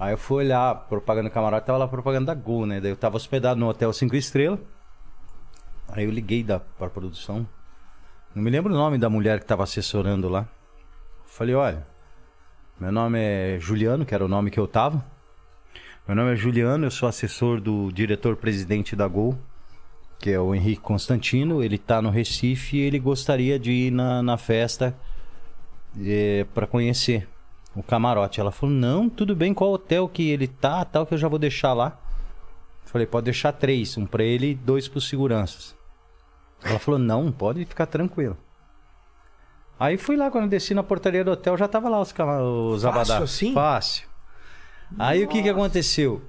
[SPEAKER 3] Aí eu fui olhar, propaganda do camarote, tava lá propaganda da Gol, né? Daí eu tava hospedado no hotel 5 estrelas. Aí eu liguei da pra produção. Não me lembro o nome da mulher que tava assessorando lá. Falei, olha, meu nome é Juliano, que era o nome que eu tava. Meu nome é Juliano, eu sou assessor do diretor-presidente da Gol, que é o Henrique Constantino. Ele tá no Recife e ele gostaria de ir na, na festa é, para conhecer o camarote. Ela falou: Não, tudo bem, qual hotel que ele tá, tal, que eu já vou deixar lá. Falei: Pode deixar três, um pra ele e dois pros seguranças. Ela falou: não, pode ficar tranquilo. Aí fui lá, quando eu desci na portaria do hotel, já tava lá os, cala- os
[SPEAKER 1] Fácil
[SPEAKER 3] abadá.
[SPEAKER 1] assim?
[SPEAKER 3] Fácil. Aí o que que aconteceu?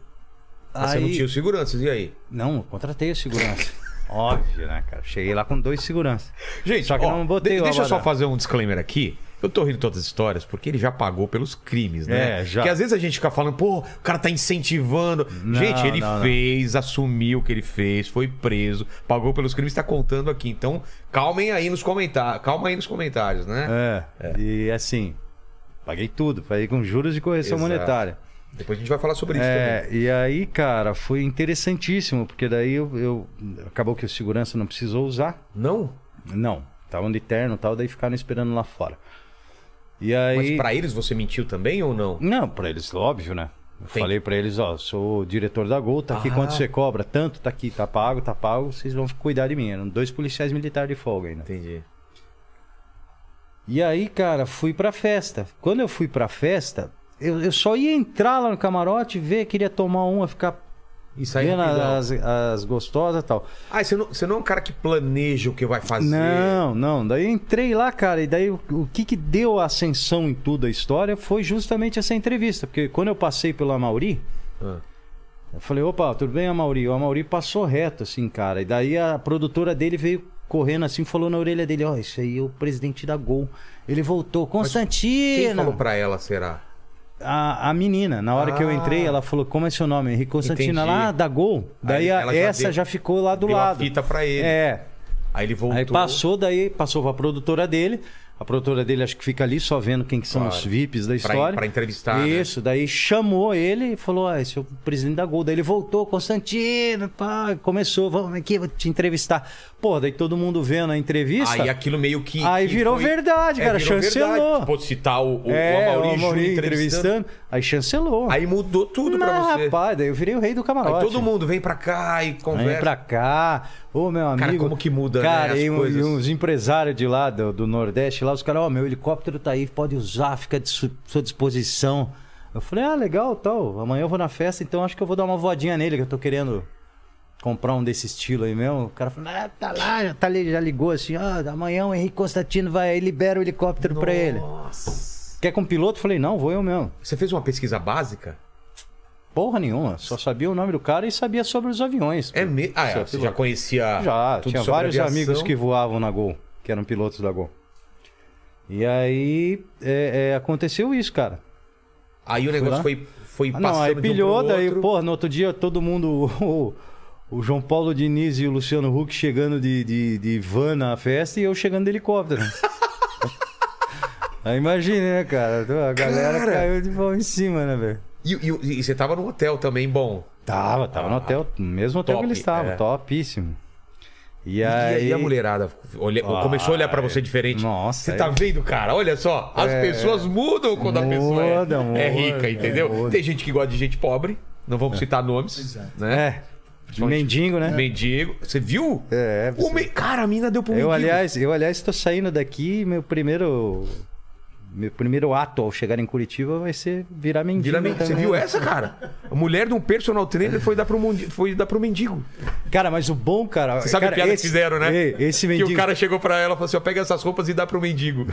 [SPEAKER 1] Mas Ah, Você não tinha os seguranças, e aí?
[SPEAKER 3] Não, eu contratei
[SPEAKER 1] (laughs)
[SPEAKER 3] o segurança. Óbvio, né, cara? Cheguei lá com dois seguranças.
[SPEAKER 1] Gente,
[SPEAKER 3] Só que
[SPEAKER 1] ó,
[SPEAKER 3] não botei
[SPEAKER 1] de-
[SPEAKER 3] o
[SPEAKER 1] deixa eu só
[SPEAKER 3] abadá.
[SPEAKER 1] fazer um disclaimer aqui. Eu tô rindo de todas as histórias porque ele já pagou pelos crimes, né?
[SPEAKER 3] É, já.
[SPEAKER 1] Porque às vezes a gente fica falando, pô, o cara tá incentivando.
[SPEAKER 3] Não,
[SPEAKER 1] gente, ele
[SPEAKER 3] não, não.
[SPEAKER 1] fez, assumiu o que ele fez, foi preso, pagou pelos crimes, tá contando aqui. Então, calmem aí nos comentários, calma aí nos comentários, né?
[SPEAKER 3] É, E assim, paguei tudo, paguei com juros de correção
[SPEAKER 1] Exato.
[SPEAKER 3] monetária.
[SPEAKER 1] Depois a gente vai falar sobre isso também.
[SPEAKER 3] É, e aí, cara, foi interessantíssimo, porque daí eu, eu- acabou que o segurança não precisou usar.
[SPEAKER 1] Não?
[SPEAKER 3] Não, estavam de terno e tal, daí ficaram esperando lá fora. E aí.
[SPEAKER 1] Mas pra eles você mentiu também ou não?
[SPEAKER 3] Não, pra eles, óbvio, né? Eu
[SPEAKER 1] Tem.
[SPEAKER 3] falei pra eles, ó, sou o diretor da Gol, tá aqui
[SPEAKER 1] Ah.
[SPEAKER 3] quanto você cobra, tanto, tá aqui, tá pago, tá pago, vocês vão cuidar de mim. Eram dois policiais militares de folga ainda.
[SPEAKER 1] Entendi.
[SPEAKER 3] E aí, cara, fui pra festa. Quando eu fui pra festa, eu, eu só ia entrar lá no camarote, ver, queria tomar uma, ficar
[SPEAKER 1] E saiu
[SPEAKER 3] vendo
[SPEAKER 1] rapidão.
[SPEAKER 3] as, as gostosas e tal.
[SPEAKER 1] Ah, e é você não, você não é um cara que planeja o que vai fazer.
[SPEAKER 3] Não, não. Daí eu entrei lá, cara, e daí o, o que que deu a ascensão em tudo a história foi justamente essa entrevista. Porque quando eu passei pela Mauri,
[SPEAKER 1] Ah.
[SPEAKER 3] eu falei, opa, tudo bem, Amauri? O Amauri passou reto, assim, cara. E daí a produtora dele veio correndo assim, falou na orelha dele, ó, isso aí é o presidente da Gol. Ele voltou,
[SPEAKER 1] Quem
[SPEAKER 3] Constantino!
[SPEAKER 1] falou pra ela, será?
[SPEAKER 3] a, a menina, na hora que eu
[SPEAKER 1] Ah.
[SPEAKER 3] entrei, ela falou: Como é seu nome? Henrique Constantino,
[SPEAKER 1] Entendi.
[SPEAKER 3] lá da Gol.
[SPEAKER 1] Aí
[SPEAKER 3] Daí a-
[SPEAKER 1] ela já
[SPEAKER 3] essa
[SPEAKER 1] deu-
[SPEAKER 3] já ficou lá do
[SPEAKER 1] deu a
[SPEAKER 3] lado.
[SPEAKER 1] fita pra ele.
[SPEAKER 3] É.
[SPEAKER 1] Aí ele voltou.
[SPEAKER 3] Aí passou, daí passou pra produtora dele. A produtora dele acho que fica ali só vendo quem que são
[SPEAKER 1] Claro.
[SPEAKER 3] os VIPs da
[SPEAKER 1] Pra-
[SPEAKER 3] história.
[SPEAKER 1] pra entrevistar, né?
[SPEAKER 3] Isso, daí chamou ele e falou: Ah, esse é o presidente da Gol. Daí ele voltou, Constantino, pá, começou, vamos aqui, vou te entrevistar. Pô, daí todo mundo vendo a entrevista.
[SPEAKER 1] Aí aquilo meio que.
[SPEAKER 3] Aí
[SPEAKER 1] que é,
[SPEAKER 3] virou verdade, cara,
[SPEAKER 1] virou
[SPEAKER 3] chancelou.
[SPEAKER 1] verdade. Pode citar o, o,
[SPEAKER 3] é,
[SPEAKER 1] o Amaury Júnior
[SPEAKER 3] Amaury
[SPEAKER 1] entrevistando.
[SPEAKER 3] Aí chancelou.
[SPEAKER 1] Aí mudou tudo pra
[SPEAKER 3] Mas,
[SPEAKER 1] você.
[SPEAKER 3] Rapaz, daí eu virei o rei do
[SPEAKER 1] Aí
[SPEAKER 3] camarote.
[SPEAKER 1] todo mundo vem pra cá e conversa.
[SPEAKER 3] Vem pra cá. Ô, meu amigo.
[SPEAKER 1] Cara, como que muda,
[SPEAKER 3] Cara,
[SPEAKER 1] né, as
[SPEAKER 3] e, um-
[SPEAKER 1] coisas?
[SPEAKER 3] e uns empresários de lá, do, do Nordeste, lá, os caras, ó, meu helicóptero tá aí, pode usar, fica à su- sua disposição. Eu falei, ah, legal, tal. Amanhã eu vou na festa, então acho que eu vou dar uma voadinha nele, que eu tô querendo comprar um desse estilo aí mesmo. O cara falou, ah, tá lá, já, tá ali, já ligou assim, ó, amanhã o Henrique Constantino vai aí, libera o helicóptero pra ele.
[SPEAKER 1] Nossa.
[SPEAKER 3] Quer com o piloto? Eu Falei, não, vou eu mesmo.
[SPEAKER 1] Você fez uma pesquisa básica?
[SPEAKER 3] Porra nenhuma, só sabia o nome do cara e sabia sobre os aviões.
[SPEAKER 1] É mesmo. Ah, é,
[SPEAKER 3] Seu
[SPEAKER 1] você já
[SPEAKER 3] piloto.
[SPEAKER 1] conhecia.
[SPEAKER 3] Já,
[SPEAKER 1] tudo
[SPEAKER 3] tinha
[SPEAKER 1] sobre
[SPEAKER 3] vários
[SPEAKER 1] aviação.
[SPEAKER 3] amigos que voavam na Gol, que eram pilotos da Gol. E aí é, é, aconteceu isso, cara.
[SPEAKER 1] Aí o negócio
[SPEAKER 3] lá.
[SPEAKER 1] foi, foi
[SPEAKER 3] Ah,
[SPEAKER 1] passando.
[SPEAKER 3] não, aí
[SPEAKER 1] de um
[SPEAKER 3] pilhou,
[SPEAKER 1] pro
[SPEAKER 3] daí,
[SPEAKER 1] outro.
[SPEAKER 3] pô, no outro dia todo mundo. (laughs) O, o João Paulo Diniz e o Luciano Huck chegando de, de, de van na festa e eu chegando de helicóptero. (laughs) aí imagina, né, cara? A galera
[SPEAKER 1] Cara!
[SPEAKER 3] caiu de pau em cima, né, velho?
[SPEAKER 1] E, e- e você tava no hotel também, bom.
[SPEAKER 3] Tava, tava no hotel, no mesmo hotel
[SPEAKER 1] Top,
[SPEAKER 3] que eles estavam,
[SPEAKER 1] é.
[SPEAKER 3] topíssimo. E,
[SPEAKER 1] E, a-
[SPEAKER 3] aí.
[SPEAKER 1] e a mulherada olha-
[SPEAKER 3] Ah,
[SPEAKER 1] começou a olhar pra você diferente.
[SPEAKER 3] nossa, é
[SPEAKER 1] Você
[SPEAKER 3] aí-
[SPEAKER 1] tá vendo, cara? Olha só. As pessoas mudam quando a
[SPEAKER 3] é. Muda,
[SPEAKER 1] pessoa é,
[SPEAKER 3] muda,
[SPEAKER 1] é rica, entendeu?
[SPEAKER 3] é, muda.
[SPEAKER 1] Tem gente que gosta de gente pobre. Não vamos citar nomes. Né?
[SPEAKER 3] É, de mendigo, né?
[SPEAKER 1] Mendigo. Você viu?
[SPEAKER 3] É,
[SPEAKER 1] O me- Cara, a mina deu pro
[SPEAKER 3] Eu,
[SPEAKER 1] mendigo.
[SPEAKER 3] aliás, eu, aliás, tô saindo daqui e meu primeiro. Meu primeiro ato ao chegar em Curitiba vai ser virar mendigo.
[SPEAKER 1] Vira men- Você
[SPEAKER 3] também.
[SPEAKER 1] viu essa, cara? A mulher de um personal trainer foi dar pro, mundi... foi dar pro mendigo.
[SPEAKER 3] Cara, mas o bom, cara.
[SPEAKER 1] Você sabe
[SPEAKER 3] cara,
[SPEAKER 1] a piada
[SPEAKER 3] esse-
[SPEAKER 1] que fizeram, né?
[SPEAKER 3] Ei, Esse mendigo.
[SPEAKER 1] Que o cara chegou pra ela e falou assim: ó, pega essas roupas e dá pro mendigo.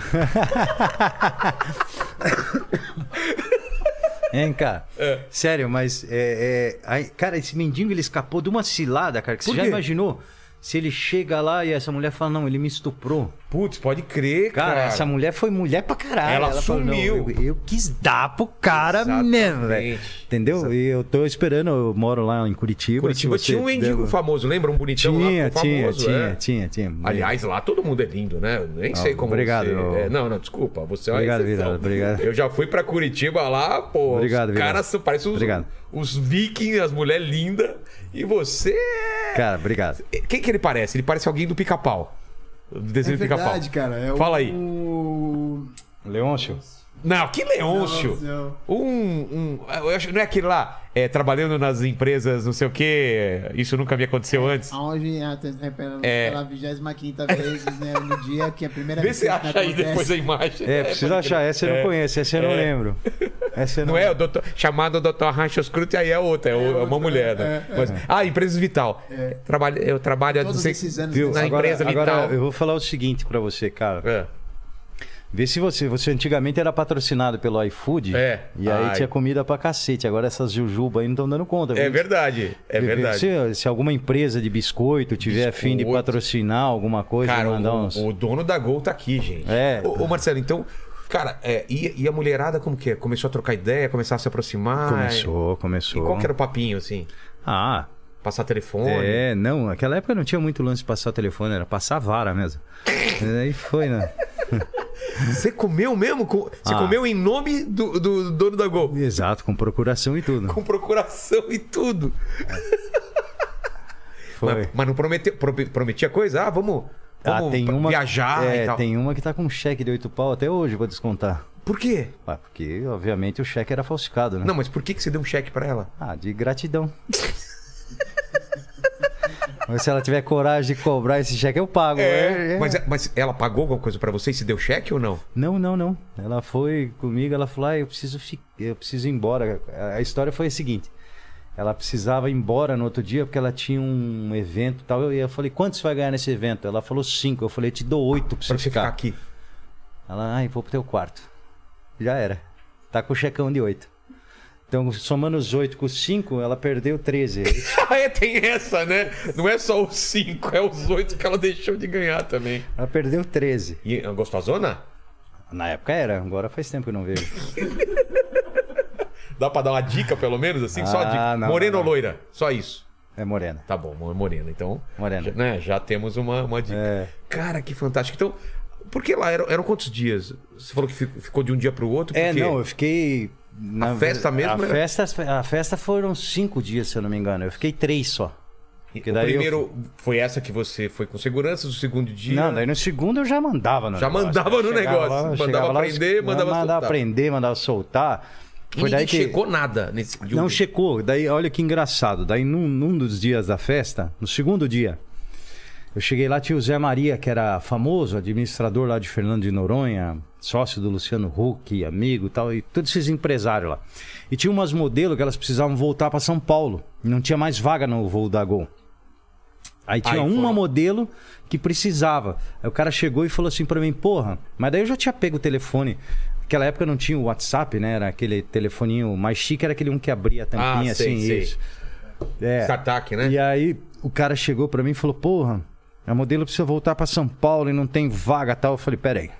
[SPEAKER 1] (laughs)
[SPEAKER 3] Hein, cara? Sério, mas. é, é, aí, cara, esse mendigo ele escapou de uma cilada, cara. Que
[SPEAKER 1] Por
[SPEAKER 3] você já
[SPEAKER 1] quê?
[SPEAKER 3] imaginou? Se ele chega lá e essa mulher fala, não, ele me estuprou.
[SPEAKER 1] Putz, pode crer, cara.
[SPEAKER 3] Cara, essa mulher foi mulher pra caralho.
[SPEAKER 1] Ela
[SPEAKER 3] falou, não,
[SPEAKER 1] sumiu.
[SPEAKER 3] eu, eu quis dar pro cara
[SPEAKER 1] Exatamente.
[SPEAKER 3] mesmo, velho. Entendeu? E eu tô esperando, eu moro lá em Curitiba.
[SPEAKER 1] Curitiba
[SPEAKER 3] se você
[SPEAKER 1] tinha um mendigo
[SPEAKER 3] der-
[SPEAKER 1] famoso, lembra? Um bonitão
[SPEAKER 3] Tinha,
[SPEAKER 1] lá ficou
[SPEAKER 3] tinha,
[SPEAKER 1] famoso.
[SPEAKER 3] tinha,
[SPEAKER 1] é.
[SPEAKER 3] tinha, tinha.
[SPEAKER 1] Aliás, lá todo mundo é lindo, né? Eu nem sei como
[SPEAKER 3] obrigado.
[SPEAKER 1] você... é, não, não, desculpa. Você é uma
[SPEAKER 3] Obrigado,
[SPEAKER 1] exceção.
[SPEAKER 3] Virada, obrigado.
[SPEAKER 1] Eu já fui pra Curitiba lá, pô.
[SPEAKER 3] Obrigado,
[SPEAKER 1] os
[SPEAKER 3] Virada.
[SPEAKER 1] caras são- parecem os,
[SPEAKER 3] Obrigado.
[SPEAKER 1] os vikings, as mulheres lindas. E você é...
[SPEAKER 3] Cara, obrigado.
[SPEAKER 1] Quem que ele parece? Ele parece alguém do pica-pau. Do
[SPEAKER 2] É
[SPEAKER 1] desenho do pica-pau.
[SPEAKER 2] verdade, cara. É
[SPEAKER 1] Fala
[SPEAKER 2] o...
[SPEAKER 1] aí.
[SPEAKER 3] Leôncio?
[SPEAKER 1] Não, que Leôncio.
[SPEAKER 2] Não,
[SPEAKER 1] Um, um, eu acho- não é aquele lá, é, trabalhando nas empresas, não sei o quê, isso nunca me aconteceu antes.
[SPEAKER 2] Hoje é pela,
[SPEAKER 1] É.
[SPEAKER 2] pela 25 vez, né? No dia que é a primeira
[SPEAKER 1] Vê
[SPEAKER 2] vez
[SPEAKER 1] se
[SPEAKER 2] que
[SPEAKER 1] acha aí
[SPEAKER 2] acontece.
[SPEAKER 1] depois a imagem.
[SPEAKER 3] É, preciso achar. Essa eu não conheço, essa eu não lembro. Essa
[SPEAKER 1] É. Não é o doutor, chamado Dr. Rancho Cruz, aí é outra, é, o- é uma
[SPEAKER 2] outra, é.
[SPEAKER 1] mulher, né? Mas- ah, Empresas Vital. Trabalho, eu trabalho
[SPEAKER 2] Todos
[SPEAKER 1] não sei-
[SPEAKER 2] esses anos
[SPEAKER 1] na
[SPEAKER 2] dessa-
[SPEAKER 3] Agora,
[SPEAKER 1] empresa
[SPEAKER 3] agora
[SPEAKER 1] Vital.
[SPEAKER 3] eu vou falar o seguinte pra você, cara.
[SPEAKER 1] É.
[SPEAKER 3] Vê se você. Você antigamente era patrocinado pelo iFood.
[SPEAKER 1] É.
[SPEAKER 3] E aí
[SPEAKER 1] Ai.
[SPEAKER 3] tinha comida pra cacete. Agora essas jujuba aí não estão dando conta.
[SPEAKER 1] É
[SPEAKER 3] viu?
[SPEAKER 1] verdade, é
[SPEAKER 3] Vê- vê
[SPEAKER 1] verdade.
[SPEAKER 3] Se, se alguma empresa de biscoito tiver a fim de
[SPEAKER 1] Biscoito.
[SPEAKER 3] patrocinar alguma coisa,
[SPEAKER 1] Cara,
[SPEAKER 3] mandar uns.
[SPEAKER 1] o, o dono da Gol tá aqui, gente.
[SPEAKER 3] É.
[SPEAKER 1] Ô, ô, Marcelo, então, cara, é, e, e a mulherada como que é? Começou a trocar ideia, começar a se aproximar?
[SPEAKER 3] Começou,
[SPEAKER 1] E
[SPEAKER 3] começou.
[SPEAKER 1] qual que era o papinho, assim?
[SPEAKER 3] Ah,
[SPEAKER 1] Passar telefone?
[SPEAKER 3] é, não, naquela época não tinha muito lance de passar telefone, era passar vara mesmo. E aí
[SPEAKER 1] (laughs)
[SPEAKER 3] foi, né?
[SPEAKER 1] Você comeu mesmo? Com- Você
[SPEAKER 3] Ah.
[SPEAKER 1] comeu em nome do, do dono da Gol?
[SPEAKER 3] Exato, com procuração e tudo.
[SPEAKER 1] Com procuração e tudo.
[SPEAKER 3] Foi.
[SPEAKER 1] Mas, mas não prometeu, pro- prometia coisa? Ah, vamos, vamos viajar
[SPEAKER 3] é,
[SPEAKER 1] e tal.
[SPEAKER 3] tem uma que tá com um cheque de oito pau até hoje, vou descontar.
[SPEAKER 1] Por quê?
[SPEAKER 3] Ah, porque, obviamente, o cheque era falsificado, né?
[SPEAKER 1] Não, mas por que, que você deu um cheque pra ela?
[SPEAKER 3] Ah, de gratidão. (laughs) Mas se ela tiver coragem de cobrar esse cheque, eu pago. É, é.
[SPEAKER 1] Mas, mas ela pagou alguma coisa pra você e se deu cheque ou não?
[SPEAKER 3] Não, não, não. Ela foi comigo, ela falou: ah, eu preciso, fi- eu preciso ir embora. A- A história foi a seguinte: ela precisava ir embora no outro dia porque ela tinha um evento e tal. E eu falei: quanto você vai ganhar nesse evento? Ela falou: cinco. Eu falei: te dou oito pra você
[SPEAKER 1] Pra você
[SPEAKER 3] ficar.
[SPEAKER 1] ficar aqui.
[SPEAKER 3] Ela, ai, vou pro teu quarto. Já era. Tá com o checão de oito. Então, somando os oito com os cinco, ela perdeu 13.
[SPEAKER 1] (laughs) Ah, é, tem essa, né? Não é só os 5, é os 8 que ela deixou de ganhar também.
[SPEAKER 3] Ela perdeu 13.
[SPEAKER 1] E a gostosona?
[SPEAKER 3] Na época era, agora faz tempo que eu não vejo.
[SPEAKER 1] Dá pra dar uma dica, pelo menos, assim? só a
[SPEAKER 3] Ah,
[SPEAKER 1] dica.
[SPEAKER 3] não,
[SPEAKER 1] morena
[SPEAKER 3] não,
[SPEAKER 1] ou
[SPEAKER 3] não.
[SPEAKER 1] loira? Só isso.
[SPEAKER 3] É morena.
[SPEAKER 1] Tá bom, mo- morena. Então,
[SPEAKER 3] Morena.
[SPEAKER 1] Já, né, já temos uma, uma dica.
[SPEAKER 3] É.
[SPEAKER 1] Cara, que fantástico. Então, por que lá? Eram, eram quantos dias? Você falou que fico- ficou de um dia pro outro?
[SPEAKER 3] É,
[SPEAKER 1] por quê?
[SPEAKER 3] não, eu fiquei. na-
[SPEAKER 1] festa mesmo é
[SPEAKER 3] A
[SPEAKER 1] era-
[SPEAKER 3] festa, a festa foram cinco dias, se eu não me engano. Eu fiquei três só.
[SPEAKER 1] E
[SPEAKER 3] porque
[SPEAKER 1] o
[SPEAKER 3] daí eu-
[SPEAKER 1] primeiro foi essa que você foi com segurança, o segundo dia.
[SPEAKER 3] Não, daí no segundo eu já mandava no
[SPEAKER 1] Já
[SPEAKER 3] negócio.
[SPEAKER 1] mandava no
[SPEAKER 3] Chegava
[SPEAKER 1] negócio.
[SPEAKER 3] lá,
[SPEAKER 1] Mandava
[SPEAKER 3] chegava lá,
[SPEAKER 1] prender, mandava soltar.
[SPEAKER 3] prender, mandava soltar.
[SPEAKER 1] E
[SPEAKER 3] Foi daí
[SPEAKER 1] ninguém
[SPEAKER 3] que.
[SPEAKER 1] checou nada nesse de um
[SPEAKER 3] Não
[SPEAKER 1] dia.
[SPEAKER 3] checou. Daí, olha que engraçado. Daí, num, num dos dias da festa, no segundo dia, eu cheguei lá, tinha o Zé Maria, que era famoso, administrador lá de Fernando de Noronha, sócio do Luciano Huck, amigo e tal, e todos esses empresários lá. E tinha umas modelos que elas precisavam voltar para São Paulo. Não tinha mais vaga no voo da Gol. Aí tinha
[SPEAKER 1] Aí
[SPEAKER 3] uma
[SPEAKER 1] foram.
[SPEAKER 3] modelo que precisava. Aí o cara chegou e falou assim pra mim, porra, mas daí eu já tinha pego o telefone. Naquela época não tinha o WhatsApp, né? Era aquele telefoninho mais chique, era aquele um que abria a tampinha
[SPEAKER 1] Ah, sei,
[SPEAKER 3] assim,
[SPEAKER 1] sei.
[SPEAKER 3] isso. É.
[SPEAKER 1] Esse ataque, né?
[SPEAKER 3] E aí o cara chegou pra mim e falou: "Porra, a modelo precisa voltar pra São Paulo e não tem vaga, tal". Eu falei: "Peraí".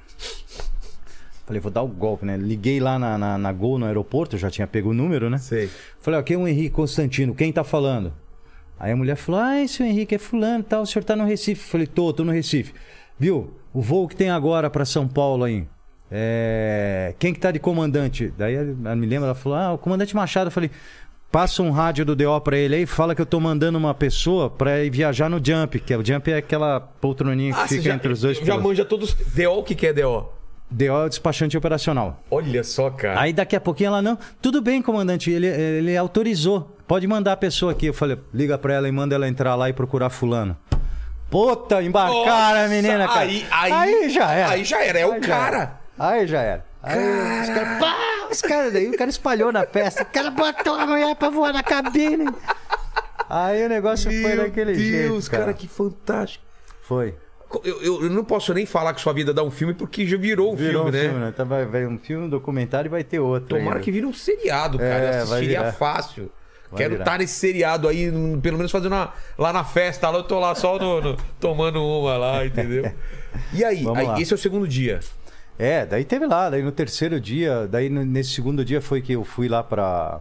[SPEAKER 3] Falei, vou dar o golpe, né? Liguei lá na, na, na Gol, no aeroporto, já tinha pego o número, né?
[SPEAKER 1] Sei.
[SPEAKER 3] Falei, ó, aqui é o Henrique Constantino, quem tá falando? Aí a mulher falou, ah, seu Henrique é fulano e tal, o senhor tá no Recife. Falei, tô, tô no Recife. Viu, o voo que tem agora pra São Paulo aí, é... quem que tá de comandante? Daí ela ela me lembra, ela falou, ah, o comandante Machado. Eu falei, passa um rádio do DO pra ele aí, fala que eu tô mandando uma pessoa pra ir viajar no Jump, que é o Jump é aquela poltroninha que
[SPEAKER 1] Ah, você
[SPEAKER 3] fica
[SPEAKER 1] já-
[SPEAKER 3] entre os dois.
[SPEAKER 1] Já
[SPEAKER 3] pilotos.
[SPEAKER 1] manja todos. DO, o que que é DO?
[SPEAKER 3] DO é o despachante operacional.
[SPEAKER 1] Olha só, cara.
[SPEAKER 3] Aí daqui a pouquinho ela não. Tudo bem, comandante, ele, ele autorizou. Pode mandar a pessoa aqui. Eu falei, liga pra ela e manda ela entrar lá e procurar fulano. Puta, embarcaram a
[SPEAKER 1] Nossa,
[SPEAKER 3] menina, cara.
[SPEAKER 1] Aí, aí,
[SPEAKER 3] já era.
[SPEAKER 1] Aí já era, é o
[SPEAKER 3] Aí já
[SPEAKER 1] cara.
[SPEAKER 3] era. Aí já era. Aí os caras. pá, Os caras daí, o cara espalhou na festa. O cara botou a mulher pra voar na cabine. Aí o negócio foi daquele jeito.
[SPEAKER 1] cara. que fantástico.
[SPEAKER 3] Foi.
[SPEAKER 1] Eu, eu- eu não posso nem falar que sua vida dá um filme porque já virou um
[SPEAKER 3] Virou
[SPEAKER 1] filme,
[SPEAKER 3] um
[SPEAKER 1] né?
[SPEAKER 3] filme, né? Tá, vai, vai um filme, um documentário e vai ter outro.
[SPEAKER 1] Tomara
[SPEAKER 3] ainda.
[SPEAKER 1] que vire um seriado,
[SPEAKER 3] É,
[SPEAKER 1] cara. eu
[SPEAKER 3] vai
[SPEAKER 1] assistiria
[SPEAKER 3] virar.
[SPEAKER 1] fácil. Quero
[SPEAKER 3] virar.
[SPEAKER 1] estar nesse seriado aí, num- pelo menos fazendo uma, lá na festa. Lá eu tô lá só no- no- tomando uma lá, entendeu? E aí,
[SPEAKER 3] Vamos
[SPEAKER 1] aí,
[SPEAKER 3] lá.
[SPEAKER 1] esse é o segundo dia.
[SPEAKER 3] É, daí teve lá, daí no terceiro dia, daí no- nesse segundo dia foi que eu fui lá pra.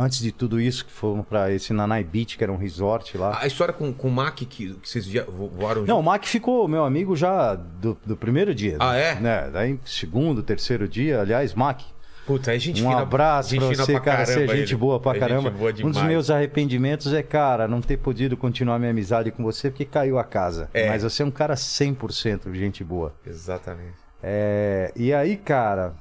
[SPEAKER 3] Antes de tudo isso, que fomos pra esse Nanai Beach, que era um resort lá.
[SPEAKER 1] A história com, com o Mac que, que vocês via- vo- voaram
[SPEAKER 3] Não, o
[SPEAKER 1] junto.
[SPEAKER 3] Mac ficou meu amigo já do, do primeiro dia.
[SPEAKER 1] Ah, é?
[SPEAKER 3] Né? Daí segundo, terceiro dia, aliás, Mac.
[SPEAKER 1] Puta, é gente
[SPEAKER 3] Um
[SPEAKER 1] fina-
[SPEAKER 3] abraço
[SPEAKER 1] gente
[SPEAKER 3] pra
[SPEAKER 1] fina
[SPEAKER 3] você,
[SPEAKER 1] pra
[SPEAKER 3] cara. Você é
[SPEAKER 1] caramba,
[SPEAKER 3] gente
[SPEAKER 1] ele.
[SPEAKER 3] boa pra
[SPEAKER 1] É gente
[SPEAKER 3] caramba.
[SPEAKER 1] boa
[SPEAKER 3] um dos
[SPEAKER 1] demais.
[SPEAKER 3] meus arrependimentos é, cara, não ter podido continuar minha amizade com você porque caiu a casa.
[SPEAKER 1] É.
[SPEAKER 3] Mas você é um cara 100% gente boa.
[SPEAKER 1] Exatamente.
[SPEAKER 3] É, e aí, cara.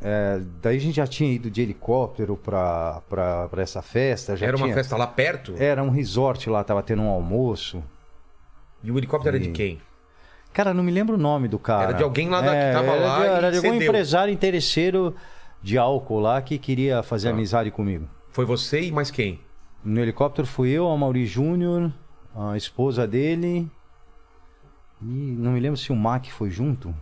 [SPEAKER 3] é, daí a gente já tinha ido de helicóptero pra, pra, pra essa festa. Já
[SPEAKER 1] Era uma
[SPEAKER 3] tinha-
[SPEAKER 1] festa lá perto?
[SPEAKER 3] Era um resort lá, tava tendo um almoço.
[SPEAKER 1] E o helicóptero era de
[SPEAKER 3] E-
[SPEAKER 1] quem?
[SPEAKER 3] Cara, não me lembro o nome do cara.
[SPEAKER 1] Era de alguém lá da- que tava
[SPEAKER 3] era
[SPEAKER 1] lá
[SPEAKER 3] De,
[SPEAKER 1] e
[SPEAKER 3] era de algum
[SPEAKER 1] cedeu.
[SPEAKER 3] empresário interesseiro de álcool lá que queria
[SPEAKER 1] Tá.
[SPEAKER 3] fazer amizade comigo.
[SPEAKER 1] Foi você e mais quem?
[SPEAKER 3] No helicóptero fui eu, a Mauri Júnior, a esposa dele. E não me lembro se o Mac foi junto.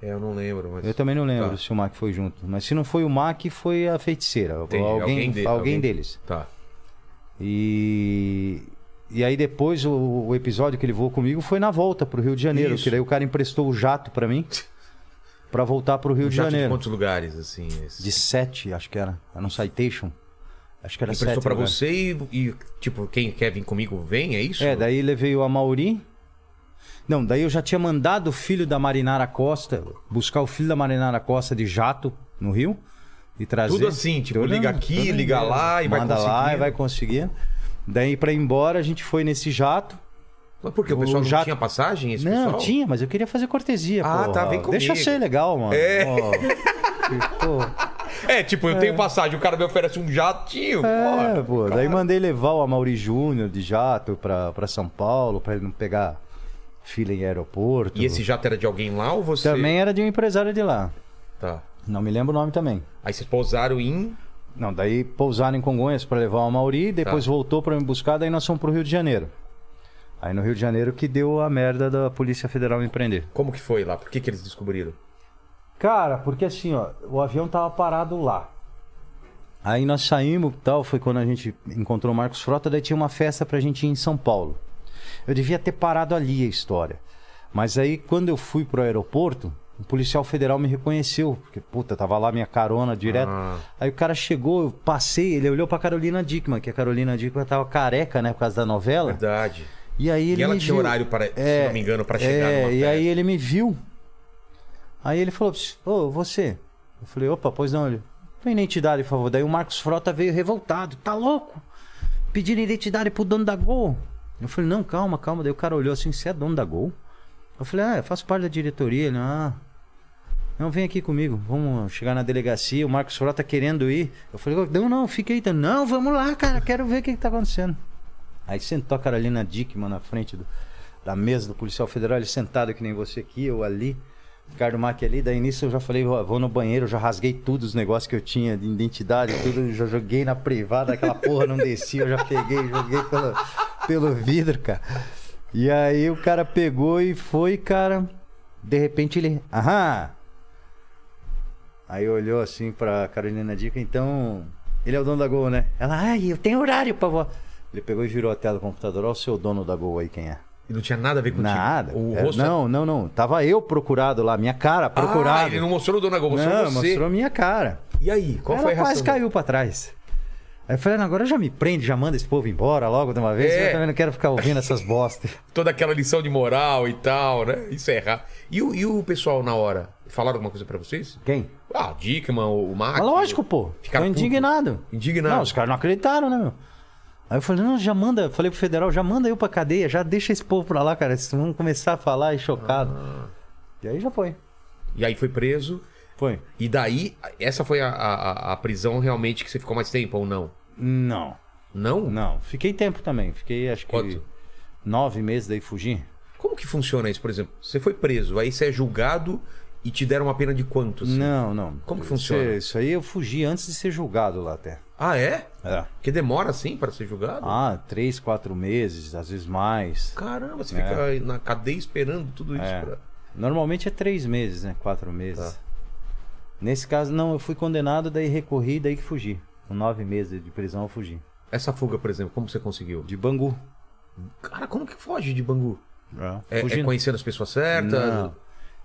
[SPEAKER 1] É, eu não lembro, mas.
[SPEAKER 3] Eu também não lembro
[SPEAKER 1] Tá.
[SPEAKER 3] se o Mac foi junto. Mas se não foi o Mac, foi a feiticeira.
[SPEAKER 1] Entendi.
[SPEAKER 3] Alguém, alguém,
[SPEAKER 1] de-
[SPEAKER 3] deles.
[SPEAKER 1] Tá.
[SPEAKER 3] E. E aí depois o, o episódio que ele voou comigo foi na volta pro Rio de Janeiro,
[SPEAKER 1] Isso.
[SPEAKER 3] que daí o cara emprestou o jato
[SPEAKER 1] (laughs)
[SPEAKER 3] pra mim pra voltar pro Rio
[SPEAKER 1] Um
[SPEAKER 3] de
[SPEAKER 1] jato de
[SPEAKER 3] Janeiro.
[SPEAKER 1] quantos lugares, assim? esses?
[SPEAKER 3] De sete, acho que era. Era um citation. Acho que era
[SPEAKER 1] Emprestou
[SPEAKER 3] sete. né,
[SPEAKER 1] pra
[SPEAKER 3] lugares.
[SPEAKER 1] você e, e, tipo, quem quer vir comigo vem, é isso?
[SPEAKER 3] É, daí levei o Amauri. Não, daí eu já tinha mandado o filho da Marinara Costa buscar o filho da Marinara Costa de jato no Rio e trazer.
[SPEAKER 1] Tudo assim, tipo,
[SPEAKER 3] Tudo-
[SPEAKER 1] liga aqui,
[SPEAKER 3] tudo
[SPEAKER 1] liga lá e vai
[SPEAKER 3] Manda lá e
[SPEAKER 1] conseguindo.
[SPEAKER 3] vai conseguir. Daí pra ir embora a gente foi nesse jato.
[SPEAKER 1] Mas por quê? O
[SPEAKER 3] O
[SPEAKER 1] pessoal não
[SPEAKER 3] jato-
[SPEAKER 1] tinha passagem? Esse
[SPEAKER 3] não,
[SPEAKER 1] pessoal?
[SPEAKER 3] tinha, mas eu queria fazer cortesia.
[SPEAKER 1] Ah,
[SPEAKER 3] porra.
[SPEAKER 1] tá, vem
[SPEAKER 3] Deixa eu
[SPEAKER 1] comigo.
[SPEAKER 3] ser legal, mano.
[SPEAKER 1] É. (laughs)
[SPEAKER 3] Ó, que- pô.
[SPEAKER 1] É, tipo, eu tenho passagem, o cara me oferece um jatinho.
[SPEAKER 3] É,
[SPEAKER 1] pô.
[SPEAKER 3] pô. Daí mandei levar o Amauri Júnior de jato pra, pra São Paulo, pra ele não pegar fila em aeroporto.
[SPEAKER 1] E esse jato era de alguém lá ou você?
[SPEAKER 3] Também era de um empresário de lá.
[SPEAKER 1] Tá.
[SPEAKER 3] Não me lembro o nome também.
[SPEAKER 1] Aí vocês pousaram em.
[SPEAKER 3] Não, daí pousaram em Congonhas para levar o Mauri, depois
[SPEAKER 1] Tá.
[SPEAKER 3] voltou para me buscar, daí nós fomos pro Rio de Janeiro. Aí no Rio de Janeiro que deu a merda da Polícia Federal me prender.
[SPEAKER 1] Como que foi lá? Por que, que eles descobriram?
[SPEAKER 3] Cara, porque assim, ó, o avião tava parado lá. Aí nós saímos e tal, foi quando a gente encontrou o Marcos Frota, daí tinha uma festa pra gente ir em São Paulo. Eu devia ter parado ali a história. Mas aí quando eu fui pro aeroporto, o policial federal me reconheceu, porque puta, tava lá minha carona direto.
[SPEAKER 1] Ah.
[SPEAKER 3] Aí o cara chegou, eu passei, ele olhou pra Carolina Dickman, que a Carolina Dickman tava careca, né, por causa da novela.
[SPEAKER 1] Verdade.
[SPEAKER 3] E aí ele
[SPEAKER 1] e ela
[SPEAKER 3] me
[SPEAKER 1] tinha
[SPEAKER 3] viu.
[SPEAKER 1] horário, para, se
[SPEAKER 3] É,
[SPEAKER 1] não me engano, pra chegar
[SPEAKER 3] é,
[SPEAKER 1] numa
[SPEAKER 3] E
[SPEAKER 1] festa.
[SPEAKER 3] aí ele me viu. Aí ele falou: "Ps, Ô, você. Eu falei: opa, pois não. Ele: Tua identidade, por favor. Daí o Marcos Frota veio revoltado: Tá louco? Pedindo identidade pro dono da Gol. Eu falei: Não, calma, calma. Daí o cara olhou assim: Você é dono da Gol? Eu falei: Ah, eu faço parte da diretoria. Ele: Ah. Não, vem aqui comigo, vamos chegar na delegacia. O Marcos Frota querendo ir. Eu falei, "Ô, não, não, fica aí. Então, não, vamos lá, cara, quero ver o que, que tá acontecendo. Aí sentou a Carolina Dickman na frente do- da mesa do policial federal, ele sentado que nem você aqui, eu ali, Ricardo Mac ali. Daí nisso eu já falei, "Ó, vou no banheiro, eu já rasguei tudo os negócios que eu tinha de identidade, tudo, eu já joguei na privada, aquela porra não descia, eu já peguei, joguei pelo, pelo vidro, cara. E aí o cara pegou e foi, cara. De repente ele. Aham! Aí olhou assim pra Carolina Dica, então. Ele é o dono da Gol, né? Ela, ai, eu tenho horário pra voar. Ele pegou e virou a tela do computador. Olha o seu dono da Gol aí, quem é?
[SPEAKER 1] E não tinha nada a ver contigo.
[SPEAKER 3] Nada.
[SPEAKER 1] O
[SPEAKER 3] É,
[SPEAKER 1] rosto.
[SPEAKER 3] Não, não, não. Tava eu procurado lá, minha cara procurado.
[SPEAKER 1] Ah, ele não mostrou o Dona Gol, mostrou
[SPEAKER 3] Não,
[SPEAKER 1] você.
[SPEAKER 3] mostrou minha cara.
[SPEAKER 1] E aí, qual
[SPEAKER 3] Ela
[SPEAKER 1] foi a
[SPEAKER 3] quase
[SPEAKER 1] reação?
[SPEAKER 3] caiu pra trás. Aí eu falei, "Não, agora já me prende, já manda esse povo embora logo de uma vez.
[SPEAKER 1] É.
[SPEAKER 3] Eu também não quero ficar ouvindo essas bostas.
[SPEAKER 1] Toda aquela lição de moral e tal, né? Isso é errado. E o, e o pessoal na hora? Falaram alguma coisa pra vocês?
[SPEAKER 3] Quem?
[SPEAKER 1] Ah, o Dickman, o Max.
[SPEAKER 3] Mas lógico, pô.
[SPEAKER 1] Ficaram
[SPEAKER 3] Ficaram
[SPEAKER 1] puto.
[SPEAKER 3] indignado.
[SPEAKER 1] Indignado.
[SPEAKER 3] Não, os caras não acreditaram, né, meu? Aí eu falei, não, já manda, falei pro federal, já manda eu pra cadeia, já deixa esse povo pra lá, cara. Eles vão começar a falar e chocado. Ah. E aí já foi.
[SPEAKER 1] E aí foi preso.
[SPEAKER 3] Foi.
[SPEAKER 1] E daí, essa foi a, a, a- a prisão realmente que você ficou mais tempo ou não?
[SPEAKER 3] Não,
[SPEAKER 1] Não?
[SPEAKER 3] não. Fiquei tempo também. Fiquei acho que
[SPEAKER 1] Quanto?
[SPEAKER 3] nove meses daí fugi.
[SPEAKER 1] Como que funciona isso, por exemplo? Você foi preso, aí você é julgado e te deram uma pena de quanto? assim?
[SPEAKER 3] Não, não.
[SPEAKER 1] Como que
[SPEAKER 3] Isso-
[SPEAKER 1] funciona?
[SPEAKER 3] Isso aí eu fugi antes de ser julgado lá até.
[SPEAKER 1] Ah, é?
[SPEAKER 3] É.
[SPEAKER 1] Porque demora assim para ser julgado?
[SPEAKER 3] Ah, três, quatro meses, às vezes mais.
[SPEAKER 1] Caramba, você fica na cadeia esperando tudo isso.
[SPEAKER 3] É.
[SPEAKER 1] pra-
[SPEAKER 3] Normalmente é três meses, né? Quatro meses.
[SPEAKER 1] Tá.
[SPEAKER 3] Nesse caso, não, eu fui condenado, daí recorri, daí que fugi. Com nove meses de prisão, eu fugi.
[SPEAKER 1] Essa fuga, por exemplo, como você conseguiu?
[SPEAKER 3] De Bangu.
[SPEAKER 1] Cara, como que foge de Bangu? É, é
[SPEAKER 3] Fugindo.
[SPEAKER 1] conhecendo as pessoas certas?
[SPEAKER 3] Não.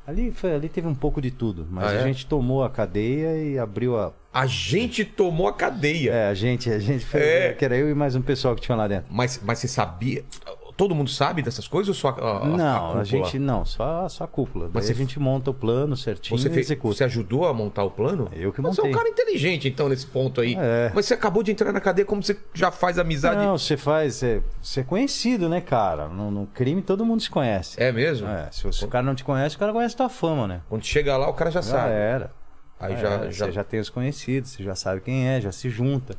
[SPEAKER 3] Ali, foi, ali teve um pouco de tudo, mas
[SPEAKER 1] Ah,
[SPEAKER 3] a
[SPEAKER 1] é?
[SPEAKER 3] gente tomou a cadeia e abriu a.
[SPEAKER 1] A gente tomou a cadeia.
[SPEAKER 3] É, a gente, a gente foi.
[SPEAKER 1] É.
[SPEAKER 3] Que era eu e mais um pessoal que tinha lá dentro.
[SPEAKER 1] Mas, mas você sabia? Todo mundo sabe dessas coisas ou só Ah, a, a,
[SPEAKER 3] não,
[SPEAKER 1] cúpula?
[SPEAKER 3] a, gente. Não, só, só a cúpula. Daí
[SPEAKER 1] você-
[SPEAKER 3] a gente monta o plano certinho
[SPEAKER 1] Você,
[SPEAKER 3] e
[SPEAKER 1] fez,
[SPEAKER 3] executa.
[SPEAKER 1] você é ajudou a montar o plano?
[SPEAKER 3] Eu que
[SPEAKER 1] Mas Você é um
[SPEAKER 3] montei.
[SPEAKER 1] cara inteligente, então, nesse ponto aí.
[SPEAKER 3] É.
[SPEAKER 1] Mas você acabou de entrar na cadeia, como você já faz amizade?
[SPEAKER 3] Não, você faz. Você, você é conhecido, né, cara? No, no crime todo mundo se conhece.
[SPEAKER 1] É mesmo?
[SPEAKER 3] É, se, o- se o cara não te conhece, o cara conhece tua fama, né?
[SPEAKER 1] Quando chega lá, o cara já
[SPEAKER 3] Já
[SPEAKER 1] sabe.
[SPEAKER 3] era.
[SPEAKER 1] Aí
[SPEAKER 3] É,
[SPEAKER 1] já, já...
[SPEAKER 3] Você já tem os conhecidos, você já sabe quem é, já se junta.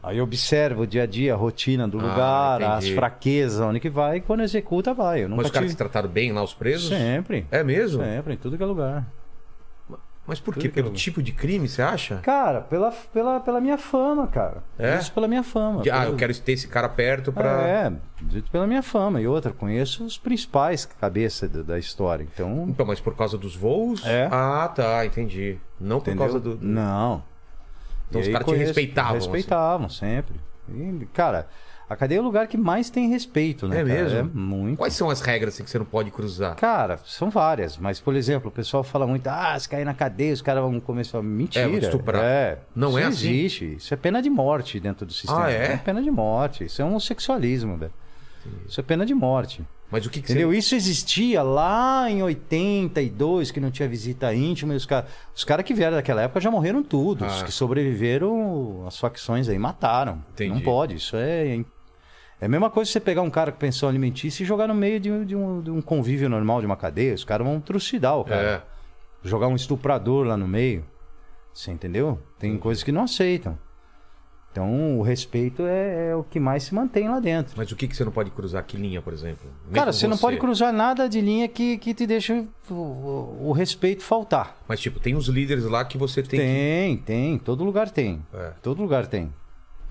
[SPEAKER 3] Aí observa o dia a dia, a rotina do
[SPEAKER 1] Ah,
[SPEAKER 3] lugar, as
[SPEAKER 1] entendi.
[SPEAKER 3] fraquezas, onde que vai, e quando executa, vai. Eu nunca
[SPEAKER 1] Mas os caras se
[SPEAKER 3] tive-
[SPEAKER 1] trataram bem lá, os presos?
[SPEAKER 3] Sempre.
[SPEAKER 1] É tá mesmo?
[SPEAKER 3] Sempre, em tudo que é lugar.
[SPEAKER 1] Mas por
[SPEAKER 3] Tudo
[SPEAKER 1] quê?
[SPEAKER 3] que eu
[SPEAKER 1] Pelo
[SPEAKER 3] vi.
[SPEAKER 1] tipo de crime, você acha?
[SPEAKER 3] Cara, pela, pela, pela minha fama, cara.
[SPEAKER 1] É?
[SPEAKER 3] Isso pela minha fama.
[SPEAKER 1] De, ah,
[SPEAKER 3] pelo-
[SPEAKER 1] eu quero ter esse cara perto pra.
[SPEAKER 3] É, dito pela minha fama. E outra, conheço os principais cabeça da, da história. Então,
[SPEAKER 1] Então, mas por causa dos voos?
[SPEAKER 3] É.
[SPEAKER 1] Ah, tá, entendi. Não por
[SPEAKER 3] entendeu?
[SPEAKER 1] causa do.
[SPEAKER 3] Não.
[SPEAKER 1] Então
[SPEAKER 3] E
[SPEAKER 1] os
[SPEAKER 3] aí
[SPEAKER 1] caras te
[SPEAKER 3] conheço-
[SPEAKER 1] respeitavam, assim.
[SPEAKER 3] Respeitavam, sempre. E, cara, a cadeia é o lugar que mais tem respeito, né?
[SPEAKER 1] É
[SPEAKER 3] cara?
[SPEAKER 1] mesmo?
[SPEAKER 3] É muito.
[SPEAKER 1] Quais são as regras assim, que você não pode cruzar?
[SPEAKER 3] Cara, são várias, mas, por exemplo, o pessoal fala muito, ah, se cair na cadeia, os caras vão começar. Mentira.
[SPEAKER 1] É, vão te estuprar.
[SPEAKER 3] É.
[SPEAKER 1] Não
[SPEAKER 3] isso
[SPEAKER 1] é assim?
[SPEAKER 3] existe. Isso é pena de morte dentro do sistema.
[SPEAKER 1] Ah, é?
[SPEAKER 3] pena de morte. Isso é homossexualismo, velho. Isso é pena de morte.
[SPEAKER 1] Mas o que, que
[SPEAKER 3] Entendeu?
[SPEAKER 1] você.
[SPEAKER 3] Isso existia lá em 82, que não tinha visita íntima. E os caras os cara que vieram daquela época já morreram tudo. Os
[SPEAKER 1] Ah.
[SPEAKER 3] que sobreviveram, as facções aí mataram.
[SPEAKER 1] Entendi.
[SPEAKER 3] Não pode. Isso é. É a mesma coisa que você pegar um cara com pensão alimentícia e jogar no meio de, um- de um, de um convívio normal, de uma cadeia. Os caras vão trucidar o cara.
[SPEAKER 1] É.
[SPEAKER 3] Jogar um estuprador lá no meio. Você entendeu? Tem coisas que não aceitam. Então, o respeito é- é o que mais se mantém lá dentro.
[SPEAKER 1] Mas o que, que você não pode cruzar? Que linha, por exemplo? Mesmo
[SPEAKER 3] Cara, você, não pode cruzar nada de linha que, que te deixa o, o- o respeito faltar.
[SPEAKER 1] Mas, tipo, tem uns líderes lá que você tem,
[SPEAKER 3] Tem,
[SPEAKER 1] que.
[SPEAKER 3] tem, todo lugar tem.
[SPEAKER 1] É.
[SPEAKER 3] Todo lugar tem.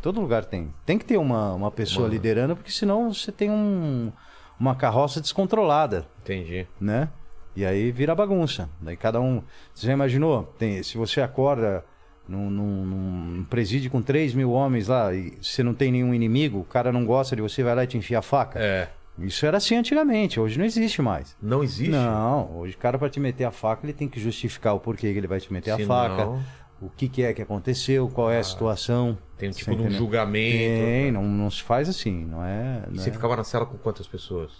[SPEAKER 3] Todo lugar tem. Tem que ter uma, uma pessoa
[SPEAKER 1] Uma-
[SPEAKER 3] liderando, porque senão você tem um, uma carroça descontrolada,
[SPEAKER 1] Entendi.
[SPEAKER 3] né? E aí vira bagunça. Daí cada um. Você já imaginou? Tem- se você acorda num, num- num presídio com 3 mil homens lá e você não tem nenhum inimigo, o cara não gosta de você, vai lá e te enfia a faca.
[SPEAKER 1] É.
[SPEAKER 3] Isso era assim antigamente, hoje não existe mais.
[SPEAKER 1] Não existe?
[SPEAKER 3] Não, hoje o cara para te meter a faca, ele tem que justificar o porquê que ele vai te meter
[SPEAKER 1] Se
[SPEAKER 3] a faca,
[SPEAKER 1] não, Ah.
[SPEAKER 3] o que, que é que aconteceu, qual é a situação.
[SPEAKER 1] Tem um
[SPEAKER 3] Você
[SPEAKER 1] tipo de um
[SPEAKER 3] entendeu?
[SPEAKER 1] julgamento.
[SPEAKER 3] Tem, não, não se faz assim, não é.
[SPEAKER 1] E
[SPEAKER 3] não
[SPEAKER 1] você
[SPEAKER 3] é.
[SPEAKER 1] ficava na cela com quantas pessoas?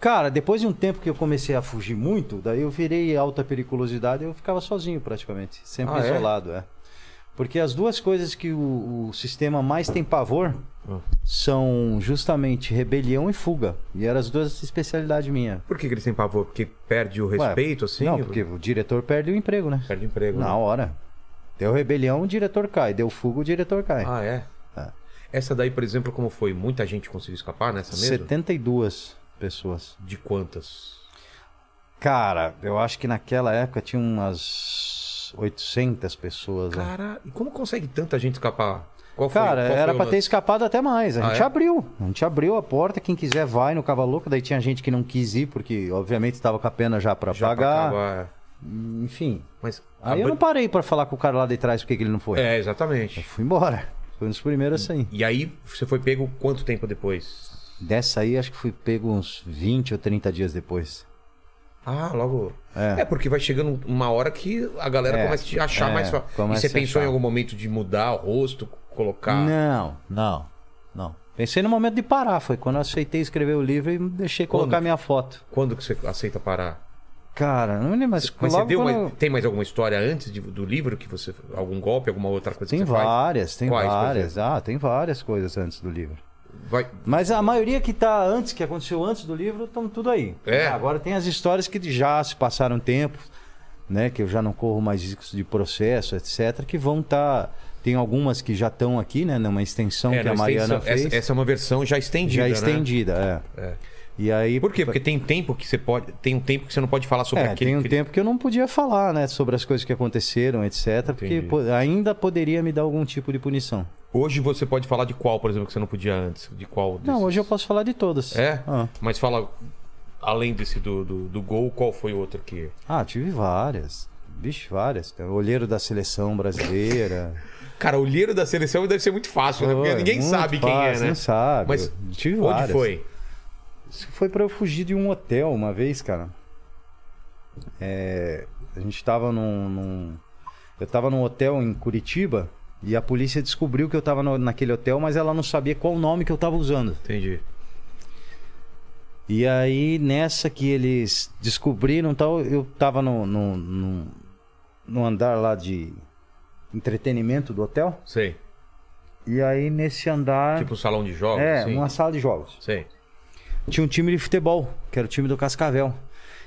[SPEAKER 3] Cara, depois de um tempo que eu comecei a fugir muito, daí eu virei alta periculosidade eu ficava sozinho praticamente, sempre
[SPEAKER 1] Ah, é?
[SPEAKER 3] isolado, é? Porque as duas coisas que o, o sistema mais tem pavor
[SPEAKER 1] Ah.
[SPEAKER 3] são justamente rebelião e fuga. E eram as duas especialidades minhas.
[SPEAKER 1] Por que, que eles têm pavor? Porque perde o
[SPEAKER 3] Ué,
[SPEAKER 1] respeito, assim?
[SPEAKER 3] Não, porque o diretor perde o emprego, né?
[SPEAKER 1] Perde o emprego.
[SPEAKER 3] Na
[SPEAKER 1] né?
[SPEAKER 3] hora. Deu rebelião, o diretor cai. Deu fuga, o diretor cai.
[SPEAKER 1] Ah, é?
[SPEAKER 3] É.
[SPEAKER 1] Essa daí, por exemplo, como foi? Muita gente conseguiu escapar nessa mesmo?
[SPEAKER 3] 72 pessoas.
[SPEAKER 1] De quantas?
[SPEAKER 3] Cara, eu acho que naquela época tinha umas 800 pessoas. né?
[SPEAKER 1] Cara, e como consegue tanta gente escapar? Qual foi,
[SPEAKER 3] Cara,
[SPEAKER 1] qual foi
[SPEAKER 3] era
[SPEAKER 1] o
[SPEAKER 3] pra ter
[SPEAKER 1] lance?
[SPEAKER 3] escapado até mais. A
[SPEAKER 1] Ah,
[SPEAKER 3] gente
[SPEAKER 1] é?
[SPEAKER 3] abriu. A gente abriu a porta. Quem quiser vai no Cavaloco. Daí tinha gente que não quis ir, porque obviamente tava com a pena já pra
[SPEAKER 1] Já pra
[SPEAKER 3] pagar.
[SPEAKER 1] acabar. é. Ah,
[SPEAKER 3] Enfim.
[SPEAKER 1] Mas. a
[SPEAKER 3] Aí eu não
[SPEAKER 1] ban-
[SPEAKER 3] parei pra falar com o cara lá de trás porque que ele não foi.
[SPEAKER 1] É,
[SPEAKER 3] Eu
[SPEAKER 1] exatamente.
[SPEAKER 3] fui embora. Foi um dos primeiros a sair.
[SPEAKER 1] E aí, você foi pego quanto tempo depois?
[SPEAKER 3] Dessa aí, acho que fui pego uns 20 ou 30 dias depois.
[SPEAKER 1] Ah, logo. É,
[SPEAKER 3] É.
[SPEAKER 1] porque vai chegando uma hora que a galera
[SPEAKER 3] É,
[SPEAKER 1] começa a te achar
[SPEAKER 3] é,
[SPEAKER 1] mais só. E
[SPEAKER 3] começa
[SPEAKER 1] você
[SPEAKER 3] a
[SPEAKER 1] pensou
[SPEAKER 3] achar.
[SPEAKER 1] em algum momento de mudar o rosto, colocar.
[SPEAKER 3] Não, não, não. Pensei no momento de parar, foi quando eu aceitei escrever o livro e deixei
[SPEAKER 1] Quando?
[SPEAKER 3] colocar minha foto.
[SPEAKER 1] Quando que você aceita parar?
[SPEAKER 3] Cara, não me lembro, mas,
[SPEAKER 1] Mas
[SPEAKER 3] logo
[SPEAKER 1] você deu
[SPEAKER 3] quando...
[SPEAKER 1] mais- tem mais alguma história antes de- do livro que você. Algum golpe, alguma outra coisa
[SPEAKER 3] Tem
[SPEAKER 1] que você faz?
[SPEAKER 3] várias, tem
[SPEAKER 1] Quais, por
[SPEAKER 3] várias. Ah, tem várias coisas antes do livro.
[SPEAKER 1] Vai...
[SPEAKER 3] Mas a maioria que tá antes, que aconteceu antes do livro, estão tudo aí.
[SPEAKER 1] É.
[SPEAKER 3] Agora tem as histórias que já se passaram tempo, né? Que eu já não corro mais riscos de processo, etc. Que vão estar... Tem algumas que já estão aqui, né? Numa extensão
[SPEAKER 1] É,
[SPEAKER 3] que
[SPEAKER 1] na
[SPEAKER 3] a Mariana
[SPEAKER 1] extensão-
[SPEAKER 3] fez.
[SPEAKER 1] essa, essa é uma versão já estendida.
[SPEAKER 3] já
[SPEAKER 1] né?
[SPEAKER 3] estendida, é. E aí...
[SPEAKER 1] Por quê? Porque tem tempo que você pode. Tem um tempo que você não pode falar sobre
[SPEAKER 3] É,
[SPEAKER 1] aquele.
[SPEAKER 3] tem um
[SPEAKER 1] que-
[SPEAKER 3] tempo que eu não podia falar, né, sobre as coisas que aconteceram, etc, porque
[SPEAKER 1] Entendi.
[SPEAKER 3] po- ainda poderia me dar algum tipo de punição.
[SPEAKER 1] Hoje você pode falar de qual, por exemplo, que você não podia antes? De qual?
[SPEAKER 3] Não,
[SPEAKER 1] desses?
[SPEAKER 3] hoje eu posso falar de todas.
[SPEAKER 1] É?
[SPEAKER 3] Ah,
[SPEAKER 1] Mas fala, além desse do, do, do gol, qual foi o outro que.
[SPEAKER 3] Ah, tive várias. Vixe, várias. Tem o Olheiro da seleção brasileira.
[SPEAKER 1] Cara, o olheiro da seleção deve ser muito fácil, né? (laughs) Porque
[SPEAKER 3] Pô,
[SPEAKER 1] ninguém
[SPEAKER 3] muito
[SPEAKER 1] sabe quem é,
[SPEAKER 3] fácil,
[SPEAKER 1] né?
[SPEAKER 3] Não sabe.
[SPEAKER 1] Mas
[SPEAKER 3] Eu tive
[SPEAKER 1] Onde
[SPEAKER 3] várias.
[SPEAKER 1] foi?
[SPEAKER 3] Isso foi pra eu fugir de um hotel uma vez, cara. É, a gente tava num, num- Eu tava num hotel em Curitiba e a polícia descobriu que eu tava no- naquele hotel, mas ela não sabia qual o nome que eu tava usando.
[SPEAKER 1] Entendi.
[SPEAKER 3] E aí, nessa que eles descobriram e tal, eu tava no, no, no, no andar lá de entretenimento do hotel.
[SPEAKER 1] Sei.
[SPEAKER 3] E aí, nesse andar.
[SPEAKER 1] Tipo um salão de jogos,
[SPEAKER 3] é,
[SPEAKER 1] assim.
[SPEAKER 3] uma sala de jogos.
[SPEAKER 1] Sei.
[SPEAKER 3] tinha um time de futebol, que era o time do Cascavel.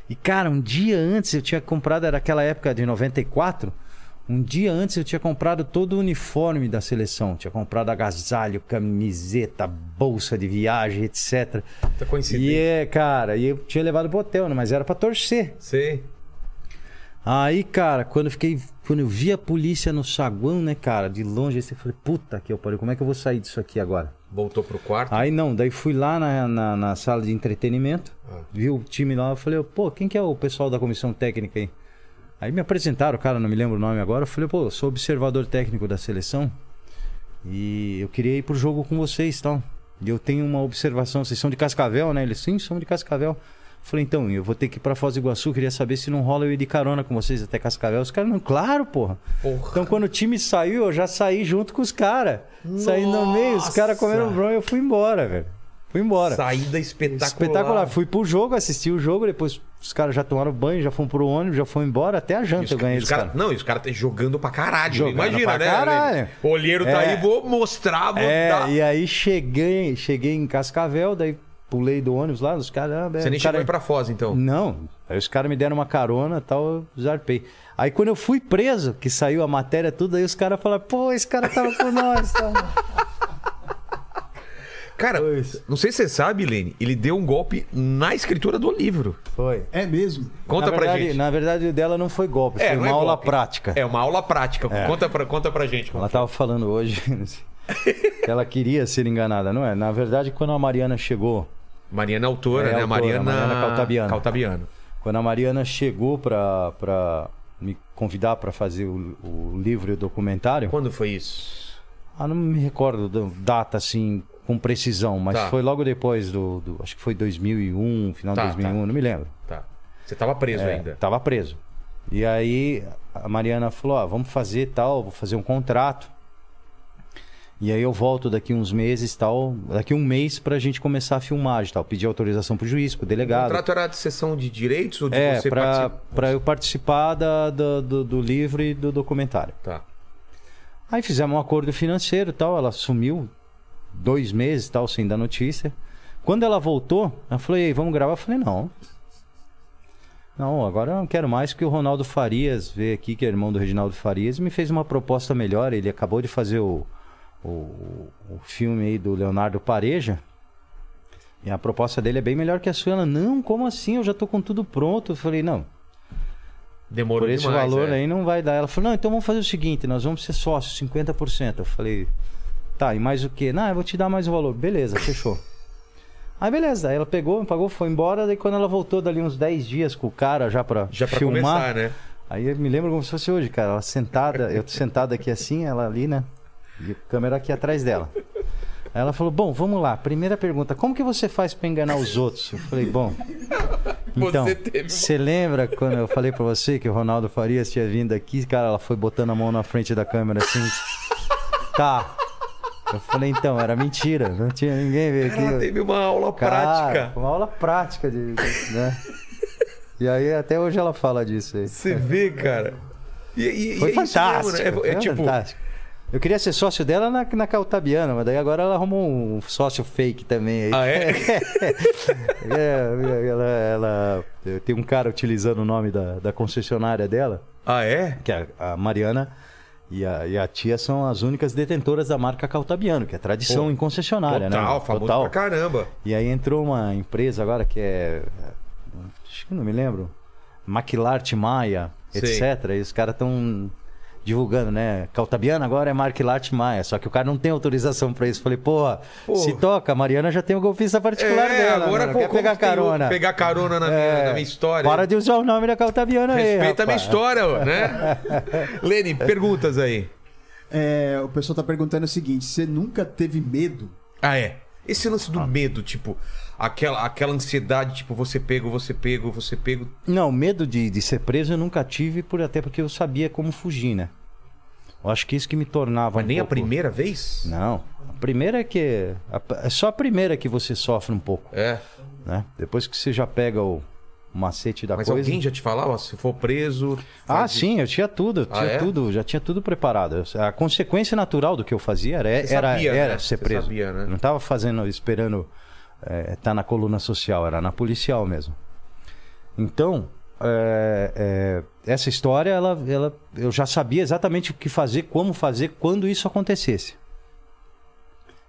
[SPEAKER 3] E, cara, um dia antes eu tinha comprado, era aquela época de 94. Um dia antes eu tinha comprado todo o uniforme da seleção. Tinha comprado agasalho, camiseta, bolsa de viagem, etc.
[SPEAKER 1] Tá
[SPEAKER 3] E
[SPEAKER 1] coincidência.
[SPEAKER 3] é, cara, e eu tinha levado pro hotel, né? mas era pra torcer.
[SPEAKER 1] Sei.
[SPEAKER 3] Aí, cara, quando eu fiquei. Quando eu vi a polícia no saguão, né, cara, de longe, aí você falei, puta que eu pariu, como é que eu vou sair disso aqui agora?
[SPEAKER 1] Voltou pro quarto.
[SPEAKER 3] Aí não, daí fui lá na, na, na sala de entretenimento,
[SPEAKER 1] Ah.
[SPEAKER 3] vi o time lá, eu falei, pô, quem que é o pessoal da comissão técnica aí? Aí me apresentaram, cara, não me lembro o nome agora, eu falei, pô, eu sou observador técnico da seleção e eu queria ir pro jogo com vocês e tal. E eu tenho uma observação, vocês são de Cascavel, né? Eles, sim, são de Cascavel. Eu Falei, então, eu vou ter que ir pra Foz do Iguaçu, queria saber se não rola eu ir de carona com vocês até Cascavel. Os caras, não, claro, porra.
[SPEAKER 1] Porra.
[SPEAKER 3] Então, quando o time saiu, eu já saí junto com os caras. Saí no meio, os caras comeram
[SPEAKER 1] Nossa.
[SPEAKER 3] bronha, eu fui embora, velho. Fui embora.
[SPEAKER 1] Saída espetacular.
[SPEAKER 3] Espetacular. Fui pro jogo, assisti o jogo, depois os caras já tomaram banho, já foram pro ônibus, já foram embora, até a
[SPEAKER 1] E
[SPEAKER 3] janta
[SPEAKER 1] os
[SPEAKER 3] eu
[SPEAKER 1] ca-
[SPEAKER 3] ganhei
[SPEAKER 1] os
[SPEAKER 3] dos
[SPEAKER 1] cara-
[SPEAKER 3] caras.
[SPEAKER 1] Não, e os caras estão jogando pra caralho.
[SPEAKER 3] Jogando
[SPEAKER 1] Imagina,
[SPEAKER 3] pra
[SPEAKER 1] né?
[SPEAKER 3] caralho.
[SPEAKER 1] Lene? O olheiro tá
[SPEAKER 3] É.
[SPEAKER 1] aí, vou mostrar, vou dar.
[SPEAKER 3] É, e aí cheguei, cheguei em Cascavel, daí pulei do ônibus lá, os caras... ah,
[SPEAKER 1] Você nem
[SPEAKER 3] o
[SPEAKER 1] chegou
[SPEAKER 3] cara- é-" Hum,
[SPEAKER 1] aí pra Foz, então.
[SPEAKER 3] Não, aí os caras me deram uma carona e tal, eu zarpei. Aí quando eu fui preso, que saiu a matéria tudo, aí os caras falaram, pô, esse cara tava com nós.
[SPEAKER 1] (laughs)
[SPEAKER 3] tal.
[SPEAKER 1] Cara, não sei se você sabe, Lene, ele deu um golpe na escritura do livro.
[SPEAKER 3] Foi.
[SPEAKER 2] É mesmo?
[SPEAKER 1] Conta
[SPEAKER 3] na verdade,
[SPEAKER 1] pra gente.
[SPEAKER 3] Na verdade, o dela não foi golpe, foi
[SPEAKER 1] não
[SPEAKER 3] uma
[SPEAKER 1] é
[SPEAKER 3] aula
[SPEAKER 1] golpe.
[SPEAKER 3] prática.
[SPEAKER 1] É uma aula prática. Conta, pra, conta pra gente.
[SPEAKER 3] Ela tava falando hoje que ela queria ser enganada, não é? Na verdade, quando a Mariana chegou,
[SPEAKER 1] Mariana é autora,
[SPEAKER 3] É
[SPEAKER 1] né?
[SPEAKER 3] autora,
[SPEAKER 1] Mariana,
[SPEAKER 3] Mariana Caltabiano.
[SPEAKER 1] Caltabiano.
[SPEAKER 3] quando a Mariana chegou pra, pra me convidar pra fazer o, o livro e o documentário,
[SPEAKER 1] Quando foi isso?
[SPEAKER 3] ah, não me recordo da data assim com precisão, mas
[SPEAKER 1] Tá.
[SPEAKER 3] foi logo depois do, do- acho que foi 2001, final de
[SPEAKER 1] Tá,
[SPEAKER 3] 2001,
[SPEAKER 1] tá.
[SPEAKER 3] não me lembro.
[SPEAKER 1] Tá. Você tava preso
[SPEAKER 3] É,
[SPEAKER 1] ainda.
[SPEAKER 3] Tava preso. E aí a Mariana falou: ó, vamos fazer tal, vou fazer um contrato. E aí eu volto daqui uns meses, tal, daqui um mês pra gente começar a filmagem, tal, pedir autorização pro juiz, pro
[SPEAKER 1] O
[SPEAKER 3] delegado.
[SPEAKER 1] contrato era de sessão de direitos ou de
[SPEAKER 3] é,
[SPEAKER 1] você
[SPEAKER 3] pra,
[SPEAKER 1] participar?
[SPEAKER 3] pra eu participar da, da- do, do livro e do documentário.
[SPEAKER 1] Tá.
[SPEAKER 3] Aí fizemos um acordo financeiro, tal, ela sumiu dois meses, tal, sem dar notícia. Quando ela voltou, ela falou: "E aí, vamos gravar?" Eu falei: "Não, não, agora eu não quero mais, porque o Ronaldo Farias veio aqui, que é irmão do Reginaldo Farias, e me fez uma proposta melhor. Ele acabou de fazer o, o, o filme aí do Leonardo Pareja. E a proposta dele é bem melhor que a sua. Ela, não, como assim? Eu já tô com tudo pronto. Eu falei, não,
[SPEAKER 1] Demorou
[SPEAKER 3] por esse
[SPEAKER 1] demais,
[SPEAKER 3] valor né,
[SPEAKER 1] é.
[SPEAKER 3] aí não vai dar. Ela falou, não, então vamos fazer o seguinte, nós vamos ser sócios, 50%. Eu falei, tá, e mais o quê? Não, eu vou te dar mais o valor. Beleza, fechou.
[SPEAKER 1] (laughs)
[SPEAKER 3] Aí beleza, daí ela pegou, me pagou, foi embora, daí quando ela voltou dali uns 10 dias com o cara já pra,
[SPEAKER 1] Já pra
[SPEAKER 3] filmar,
[SPEAKER 1] começar, né?
[SPEAKER 3] Aí eu me lembro como se fosse hoje, cara. Ela sentada, eu sentado aqui assim, ela ali, né? E a câmera aqui atrás dela. Aí ela falou: Bom, vamos lá. Primeira pergunta: Como que você faz pra enganar os outros? Eu falei: Bom. Então,
[SPEAKER 1] (laughs) Você teve um uma-
[SPEAKER 3] você lembra quando eu falei pra você que o Ronaldo Farias tinha vindo aqui? Cara, ela foi botando a mão na frente da câmera assim. Tá. Eu falei: Então, era mentira. Não tinha ninguém veio aqui.
[SPEAKER 1] Cara, ela Ah, teve uma aula
[SPEAKER 3] Cara,
[SPEAKER 1] prática.
[SPEAKER 3] Uma aula prática de. de- né? E aí, até hoje ela fala disso aí.
[SPEAKER 1] Você vê, cara. E, e- e
[SPEAKER 3] Foi
[SPEAKER 1] é isso
[SPEAKER 3] fantástico.
[SPEAKER 1] mesmo, né? É, é
[SPEAKER 3] foi
[SPEAKER 1] tipo,
[SPEAKER 3] fantástico. Eu queria ser sócio dela na, na Caltabiana, mas daí agora ela arrumou um sócio fake também. Aí.
[SPEAKER 1] Ah, é?
[SPEAKER 3] (laughs) É, ela, ela- tem um cara utilizando o nome da, da concessionária dela,
[SPEAKER 1] Ah, é?
[SPEAKER 3] que a, a Mariana e a, e a tia são as únicas detentoras da marca Caltabiano, que é tradição
[SPEAKER 1] Pô,
[SPEAKER 3] em concessionária, né?
[SPEAKER 1] Total, famoso pra caramba.
[SPEAKER 3] E aí entrou uma empresa agora que é. Acho que não me lembro. Maquilarte Maia,
[SPEAKER 1] Sei.
[SPEAKER 3] etc. E os caras estão divulgando, né? Caltabiana agora é Maquilarte Maia. Só que o cara não tem autorização pra isso. Falei, porra,
[SPEAKER 1] Pô.
[SPEAKER 3] se toca, a Mariana já tem o golpista particular dela. mano.
[SPEAKER 1] pô,
[SPEAKER 3] quer
[SPEAKER 1] É, como
[SPEAKER 3] pegar
[SPEAKER 1] que tem o-
[SPEAKER 3] carona. É.
[SPEAKER 1] Pegar carona na, minha, na minha história.
[SPEAKER 3] Para de usar o nome da Caltabiana aí.
[SPEAKER 1] Respeita a minha
[SPEAKER 3] rapaz.
[SPEAKER 1] história, ó,
[SPEAKER 3] (laughs)
[SPEAKER 1] né? Lene, perguntas aí.
[SPEAKER 2] É, o pessoal tá perguntando o seguinte: você nunca teve medo?
[SPEAKER 1] Ah, é. Esse lance do medo, tipo, aquela, aquela ansiedade, tipo, você pego, você pego, você pego.
[SPEAKER 3] Não, medo de, de ser preso eu nunca tive, por, até porque eu sabia como fugir, né? Eu acho que isso que me tornava.
[SPEAKER 1] Mas
[SPEAKER 3] um
[SPEAKER 1] nem a
[SPEAKER 3] pouco-
[SPEAKER 1] primeira vez?
[SPEAKER 3] Não. A primeira é que. a- é só a primeira que você sofre um pouco,
[SPEAKER 1] É.
[SPEAKER 3] né? Depois que você já pega o macete da
[SPEAKER 1] Mas
[SPEAKER 3] coisa.
[SPEAKER 1] alguém já te falava, ó, se for preso.
[SPEAKER 3] Ah,
[SPEAKER 1] faz isso.
[SPEAKER 3] sim, eu tinha tudo, eu
[SPEAKER 1] Ah,
[SPEAKER 3] tinha
[SPEAKER 1] é?
[SPEAKER 3] tudo, já tinha tudo preparado. Eu- A consequência natural do que eu fazia era, é, era,
[SPEAKER 1] Você sabia,
[SPEAKER 3] era
[SPEAKER 1] né?
[SPEAKER 3] ser
[SPEAKER 1] Você
[SPEAKER 3] preso.
[SPEAKER 1] sabia, né?
[SPEAKER 3] Não estava fazendo, esperando estar na coluna social, era na policial mesmo. Então, é, é, essa história, ela, ela, eu já sabia exatamente o que fazer, como fazer, quando isso acontecesse.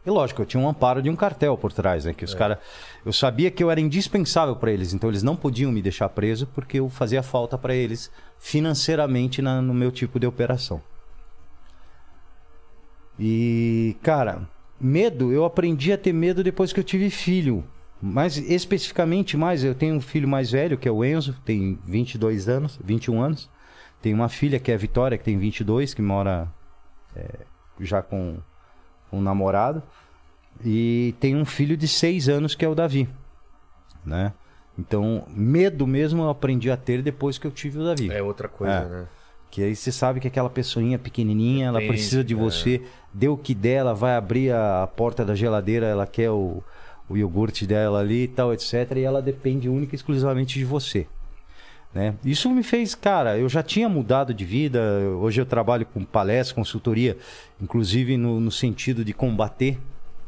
[SPEAKER 3] E lógico, eu tinha um amparo de um cartel por trás, né?
[SPEAKER 1] É.
[SPEAKER 3] Que os caras. Eu sabia que eu era indispensável para eles, então eles não podiam me deixar preso porque eu fazia falta para eles financeiramente na- no meu tipo de operação. E, cara, medo, eu aprendi a ter medo depois que eu tive filho. Mas especificamente mais, eu tenho um filho mais velho, que é o Enzo, tem 22 anos, 21 anos. Tenho uma filha, que é a Vitória, que tem 22, que mora é, já com um namorado. E tem um filho de 6 anos, que é o Davi, né? Então, medo mesmo eu aprendi a ter depois que eu tive o Davi.
[SPEAKER 1] É outra coisa,
[SPEAKER 3] É.
[SPEAKER 1] né?
[SPEAKER 3] Que aí você sabe que aquela pessoinha pequenininha, ela
[SPEAKER 1] Depende,
[SPEAKER 3] precisa de
[SPEAKER 1] é.
[SPEAKER 3] você, deu o que dela, vai abrir a a porta da geladeira, ela quer o, o iogurte dela ali e tal, etc. E ela depende única e exclusivamente de você. Né? Isso me fez, cara, eu já tinha mudado de vida, eu- hoje eu trabalho com palestra, consultoria, inclusive no, no sentido de combater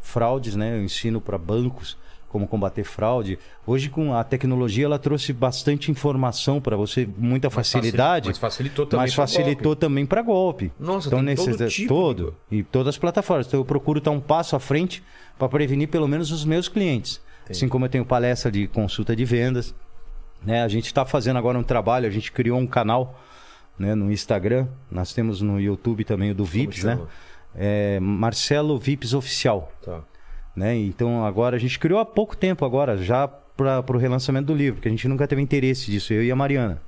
[SPEAKER 3] fraudes, né? Eu ensino para bancos como combater fraude. Hoje com a tecnologia ela trouxe bastante informação para você, muita facilidade.
[SPEAKER 1] Mas facilitou também.
[SPEAKER 3] Mas
[SPEAKER 1] pro
[SPEAKER 3] facilitou também para golpe.
[SPEAKER 1] Nossa,
[SPEAKER 3] então,
[SPEAKER 1] tem todo
[SPEAKER 3] nesses,
[SPEAKER 1] tipo,
[SPEAKER 3] todo
[SPEAKER 1] Igor.
[SPEAKER 3] e todas as plataformas. Então eu procuro estar um passo à frente para prevenir pelo menos os meus clientes. Assim como eu tenho palestra de consulta de vendas, né? A gente está fazendo agora um trabalho, a gente criou um canal, né, no Instagram. Nós temos no YouTube também o do Vips, né?
[SPEAKER 1] chama?
[SPEAKER 3] É, Marcelo Vips Oficial
[SPEAKER 1] golpe. Tá.
[SPEAKER 3] né? Então agora a gente criou há pouco tempo agora, já para o relançamento do livro, porque a gente nunca teve interesse disso, eu e a Mariana.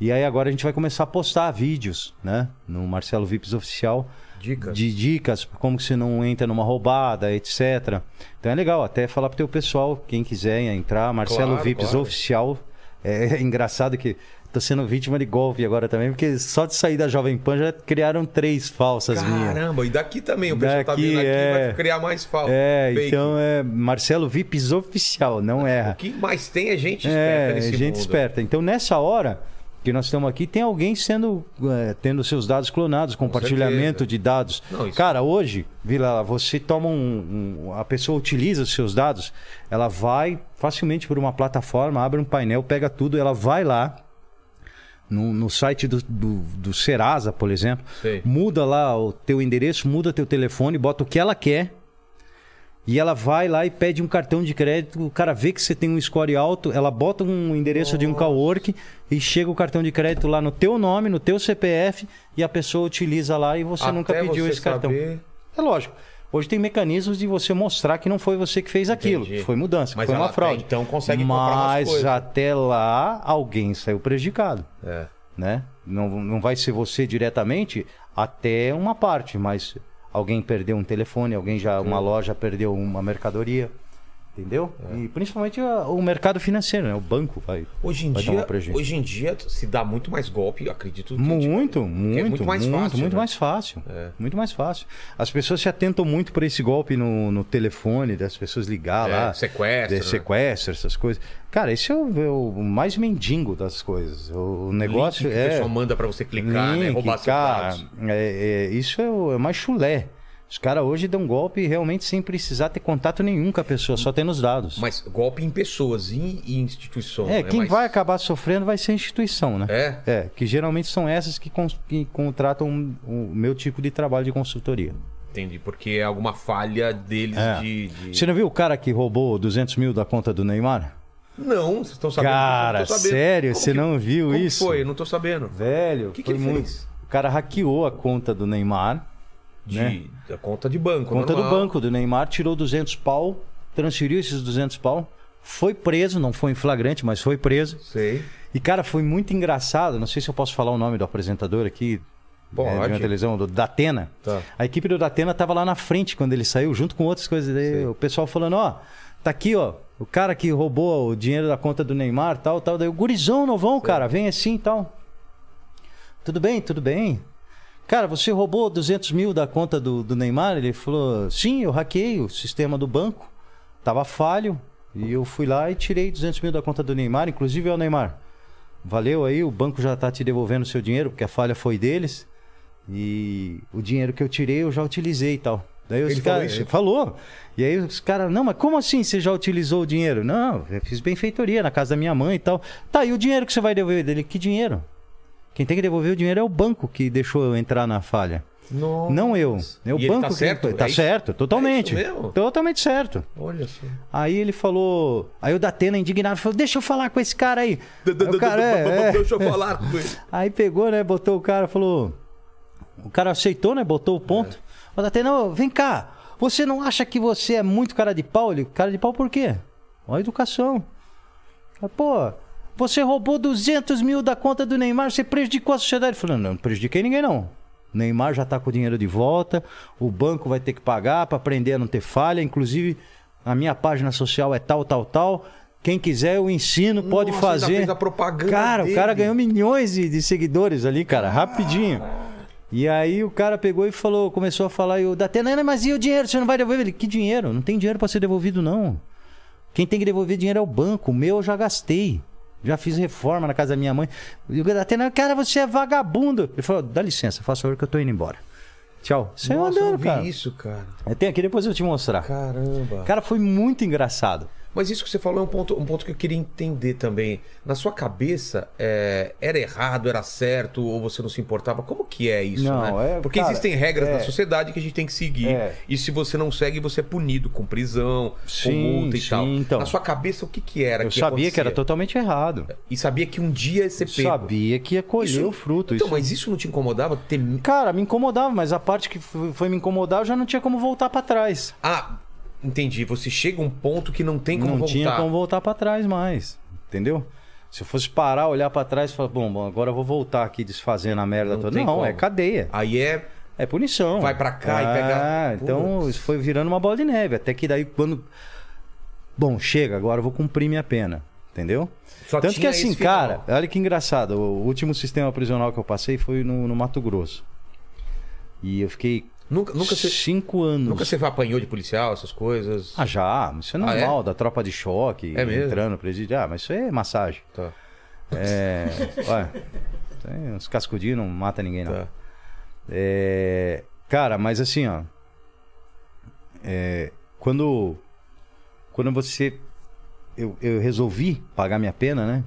[SPEAKER 3] E aí agora a gente vai começar a postar vídeos, né? No Marcelo Vips Oficial.
[SPEAKER 1] Dicas.
[SPEAKER 3] De dicas, como que você não entra numa roubada, etc. Então é legal até falar pro teu pessoal, quem quiser entrar, Marcelo
[SPEAKER 1] Claro,
[SPEAKER 3] Vips
[SPEAKER 1] claro.
[SPEAKER 3] Oficial. É, (laughs) engraçado que tô sendo vítima de golpe agora também, porque só de sair da Jovem Pan já criaram três falsas minhas.
[SPEAKER 1] Caramba, e daqui também, o pessoal tá
[SPEAKER 3] Daqui,
[SPEAKER 1] vindo aqui,
[SPEAKER 3] é.
[SPEAKER 1] vai criar mais falta.
[SPEAKER 3] É,
[SPEAKER 1] Fake.
[SPEAKER 3] então é Marcelo Vips oficial, não
[SPEAKER 1] O
[SPEAKER 3] erra.
[SPEAKER 1] que mais tem é gente esperta
[SPEAKER 3] É,
[SPEAKER 1] nesse
[SPEAKER 3] gente
[SPEAKER 1] mundo.
[SPEAKER 3] esperta. Então nessa hora que nós estamos aqui, tem alguém sendo é, tendo seus dados clonados, compartilhamento
[SPEAKER 1] certeza.
[SPEAKER 3] de dados.
[SPEAKER 1] Não, isso-
[SPEAKER 3] Cara, hoje, Vila, você toma um, um- a pessoa utiliza os seus dados, ela vai facilmente por uma plataforma, abre um painel, pega tudo, ela vai lá no, no site do, do, do Serasa, por exemplo,
[SPEAKER 1] Sei.
[SPEAKER 3] muda lá o teu endereço, muda teu telefone, bota o que ela quer. E ela vai lá e pede um cartão de crédito, o cara vê que você tem um score alto, ela bota um endereço de um cowork e chega o cartão de crédito lá no teu nome, no teu CPF e a pessoa utiliza lá e você
[SPEAKER 1] Até
[SPEAKER 3] nunca pediu
[SPEAKER 1] você
[SPEAKER 3] esse cartão.
[SPEAKER 1] saber-
[SPEAKER 3] É lógico. Hoje tem mecanismos de você mostrar que não foi você que fez aquilo.
[SPEAKER 1] Entendi.
[SPEAKER 3] Foi mudança, que
[SPEAKER 1] Mas
[SPEAKER 3] foi
[SPEAKER 1] ela
[SPEAKER 3] uma
[SPEAKER 1] até
[SPEAKER 3] fraude.
[SPEAKER 1] então consegue comprar umas
[SPEAKER 3] Mas
[SPEAKER 1] coisas.
[SPEAKER 3] até lá alguém saiu prejudicado
[SPEAKER 1] É.
[SPEAKER 3] né? Não, não vai ser você diretamente até uma parte, mas alguém perdeu um telefone, alguém já uma loja perdeu uma mercadoria, entendeu?
[SPEAKER 1] É.
[SPEAKER 3] E principalmente a- o mercado financeiro, né? O banco vai.
[SPEAKER 1] Hoje em,
[SPEAKER 3] Vai tomar
[SPEAKER 1] dia,
[SPEAKER 3] prejuízo.
[SPEAKER 1] hoje em dia se dá muito mais golpe, acredito. que-
[SPEAKER 3] Muito, muito,
[SPEAKER 1] é muito
[SPEAKER 3] muito
[SPEAKER 1] mais
[SPEAKER 3] mais muito,
[SPEAKER 1] fácil,
[SPEAKER 3] Muito
[SPEAKER 1] né?
[SPEAKER 3] mais fácil. Muito mais fácil. As pessoas se atentam muito para esse golpe no, no telefone, das pessoas ligar
[SPEAKER 1] É,
[SPEAKER 3] lá.
[SPEAKER 1] sequestro,
[SPEAKER 3] de
[SPEAKER 1] né?
[SPEAKER 3] sequestro, essas coisas. Cara, esse é o, é o mais mendigo das coisas. O, o negócio
[SPEAKER 1] Link que
[SPEAKER 3] é.
[SPEAKER 1] O pessoal manda pra você clicar, né?
[SPEAKER 3] Link,
[SPEAKER 1] Roubar seus
[SPEAKER 3] cara,
[SPEAKER 1] dados.
[SPEAKER 3] é- é- isso é, o- é mais chulé. Os caras hoje dão um golpe realmente sem precisar ter contato nenhum com a pessoa, só tendo os dados.
[SPEAKER 1] Mas golpe em pessoas e em instituições.
[SPEAKER 3] é,
[SPEAKER 1] né?
[SPEAKER 3] quem
[SPEAKER 1] Mas-
[SPEAKER 3] vai acabar sofrendo vai ser a instituição, né?
[SPEAKER 1] É?
[SPEAKER 3] que geralmente são essas que, cons- que contratam o meu tipo de trabalho de consultoria.
[SPEAKER 1] Entendi, porque é alguma falha deles
[SPEAKER 3] É.
[SPEAKER 1] de... de-
[SPEAKER 3] Você não viu o cara que roubou 200 mil da conta do Neymar?
[SPEAKER 1] Não, vocês estão sabendo.
[SPEAKER 3] Cara,
[SPEAKER 1] Eu não tô sabendo.
[SPEAKER 3] sério?
[SPEAKER 1] Como
[SPEAKER 3] Você
[SPEAKER 1] que-
[SPEAKER 3] não viu
[SPEAKER 1] como que
[SPEAKER 3] isso?
[SPEAKER 1] foi? Eu não tô sabendo.
[SPEAKER 3] Velho,
[SPEAKER 1] O que que
[SPEAKER 3] foi
[SPEAKER 1] ele
[SPEAKER 3] muito-
[SPEAKER 1] fez?
[SPEAKER 3] O cara hackeou a conta do Neymar.
[SPEAKER 1] De,
[SPEAKER 3] né?
[SPEAKER 1] da conta de banco.
[SPEAKER 3] Conta do
[SPEAKER 1] normal.
[SPEAKER 3] banco do Neymar, tirou 200 pau, transferiu esses 200 pau, foi preso, não foi em flagrante, mas foi preso.
[SPEAKER 1] Sei.
[SPEAKER 3] E cara, foi muito engraçado, não sei se eu posso falar o nome do apresentador aqui, né,
[SPEAKER 1] Pode.
[SPEAKER 3] de uma televisão, do Datena.
[SPEAKER 1] Tá.
[SPEAKER 3] A equipe do Datena tava lá na frente quando ele saiu, junto com outras coisas. Daí o pessoal falando, ó, tá aqui, ó, o cara que roubou o dinheiro da conta do Neymar, tal, tal. Daí o gurizão, novão, cara, vem assim e tal. Tudo bem, tudo bem. Cara, você roubou 200 mil da conta do, do Neymar? Ele falou, sim, eu hackeei o sistema do banco, tava falho, e eu fui lá e tirei 200 mil da conta do Neymar, inclusive é o Neymar. Valeu aí, o banco já tá te devolvendo o seu dinheiro, porque a falha foi deles. E o dinheiro que eu tirei eu já utilizei e tal. Daí os
[SPEAKER 1] Ele falou
[SPEAKER 3] caras.
[SPEAKER 1] isso?
[SPEAKER 3] Falou. E aí os caras, não, mas como assim você já utilizou o dinheiro? Não, eu fiz benfeitoria na casa da minha mãe e tal. Tá, e o dinheiro que você vai devolver dele? Que dinheiro? Quem tem que devolver o dinheiro é o banco que deixou eu entrar na falha.
[SPEAKER 1] Nossa.
[SPEAKER 3] Não eu. É o
[SPEAKER 1] E ele
[SPEAKER 3] banco
[SPEAKER 1] tá
[SPEAKER 3] que-
[SPEAKER 1] certo?
[SPEAKER 3] Tá
[SPEAKER 1] É isso-
[SPEAKER 3] certo, totalmente.
[SPEAKER 1] é isso mesmo?
[SPEAKER 3] Totalmente certo.
[SPEAKER 1] Olha só.
[SPEAKER 3] Aí ele falou. Aí o Datena indignado falou: Deixa eu falar com esse cara aí. Aí o cara, é,
[SPEAKER 1] (laughs)
[SPEAKER 3] é.
[SPEAKER 1] Deixa eu falar com ele.
[SPEAKER 3] Aí pegou, né? Botou o cara, falou. O cara aceitou, né? Botou o
[SPEAKER 1] É.
[SPEAKER 3] ponto. Mas até não, vem cá. Você não acha que você é muito cara de pau? Ele, cara de pau por quê? Ó, a educação. Ah, Pô, você roubou 200 mil da conta do Neymar, você prejudicou a sociedade. Ele falou, não, não prejudiquei ninguém não. Neymar já tá com o dinheiro de volta, o banco vai ter que pagar para aprender a não ter falha. Inclusive, a minha página social é tal, tal, tal. Quem quiser, eu ensino, pode
[SPEAKER 1] Nossa, ainda
[SPEAKER 3] fazer.
[SPEAKER 1] fez a propaganda
[SPEAKER 3] Cara, o cara
[SPEAKER 1] dele.
[SPEAKER 3] ganhou milhões de, de seguidores ali, cara, rapidinho. E aí o cara pegou e falou, começou a falar, e o Datena, "Não, mas e o dinheiro? Você não vai devolver? Ele, que dinheiro? Não tem dinheiro para ser devolvido, não. Quem tem que devolver dinheiro é o banco. O meu eu já gastei. Já fiz reforma na casa da minha mãe. E o Datena, cara, você é vagabundo. Ele falou, dá licença, faça hora que eu tô indo embora. Tchau. Saiu
[SPEAKER 1] Nossa, eu não
[SPEAKER 3] andando,
[SPEAKER 1] vi
[SPEAKER 3] cara.
[SPEAKER 1] isso, cara.
[SPEAKER 3] Eu tenho aqui, depois eu te mostrar.
[SPEAKER 1] Caramba.
[SPEAKER 3] Cara, foi muito engraçado.
[SPEAKER 1] Mas isso que você falou é um ponto, um ponto que eu queria entender também. Na sua cabeça, é, era errado, era certo, ou você não se importava? Como que é isso,
[SPEAKER 3] Não,
[SPEAKER 1] né?
[SPEAKER 3] é,
[SPEAKER 1] Porque
[SPEAKER 3] cara,
[SPEAKER 1] existem regras
[SPEAKER 3] é.
[SPEAKER 1] da sociedade que a gente tem que seguir.
[SPEAKER 3] É.
[SPEAKER 1] E se você não segue, você é punido com prisão, com
[SPEAKER 3] Sim,
[SPEAKER 1] multa e
[SPEAKER 3] sim,
[SPEAKER 1] tal.
[SPEAKER 3] então.
[SPEAKER 1] Na sua cabeça, o que É que era
[SPEAKER 3] Eu
[SPEAKER 1] que
[SPEAKER 3] sabia que era
[SPEAKER 1] acontecia?
[SPEAKER 3] totalmente errado.
[SPEAKER 1] E sabia que um dia ia ser
[SPEAKER 3] Eu
[SPEAKER 1] pego.
[SPEAKER 3] sabia que ia colher
[SPEAKER 1] Isso-
[SPEAKER 3] o fruto.
[SPEAKER 1] Então,
[SPEAKER 3] isso-
[SPEAKER 1] mas isso não te incomodava? Ter...
[SPEAKER 3] Cara, me incomodava, mas a parte que foi foi me incomodar, eu já não tinha como voltar pra trás.
[SPEAKER 1] Ah, entendi. Você chega a um ponto que não tem como
[SPEAKER 3] não
[SPEAKER 1] voltar.
[SPEAKER 3] tinha como voltar pra trás mais, entendeu? Se eu fosse parar, olhar pra trás e falar, bom, bom, agora eu vou voltar aqui desfazendo a merda
[SPEAKER 1] Não
[SPEAKER 3] toda.
[SPEAKER 1] tem
[SPEAKER 3] Não,
[SPEAKER 1] como.
[SPEAKER 3] é cadeia.
[SPEAKER 1] Aí é...
[SPEAKER 3] É punição.
[SPEAKER 1] Vai pra cá e pega-
[SPEAKER 3] Ah, então
[SPEAKER 1] Putz.
[SPEAKER 3] isso foi virando uma bola de neve. Até que daí quando. Bom, chega, agora eu vou cumprir minha pena. Entendeu?
[SPEAKER 1] Só
[SPEAKER 3] Tanto que
[SPEAKER 1] tinha
[SPEAKER 3] assim,
[SPEAKER 1] esse final.
[SPEAKER 3] cara, olha que engraçado. O último sistema prisional que eu passei foi no, no Mato Grosso. E eu fiquei
[SPEAKER 1] Nunca, nunca se...
[SPEAKER 3] cinco anos.
[SPEAKER 1] Nunca você apanhou de policial, essas coisas?
[SPEAKER 3] Ah, já, isso é
[SPEAKER 1] Ah,
[SPEAKER 3] normal, da tropa de choque,
[SPEAKER 1] É mesmo?
[SPEAKER 3] entrando no presídio. Ah, mas isso aí
[SPEAKER 1] (laughs)
[SPEAKER 3] é massagem.
[SPEAKER 1] Tá,
[SPEAKER 3] É. olha, tem uns cascudinhos, não mata ninguém, não.
[SPEAKER 1] tá.
[SPEAKER 3] É, cara, mas assim, ó. é, quando. Quando você. Eu, eu resolvi pagar minha pena, né?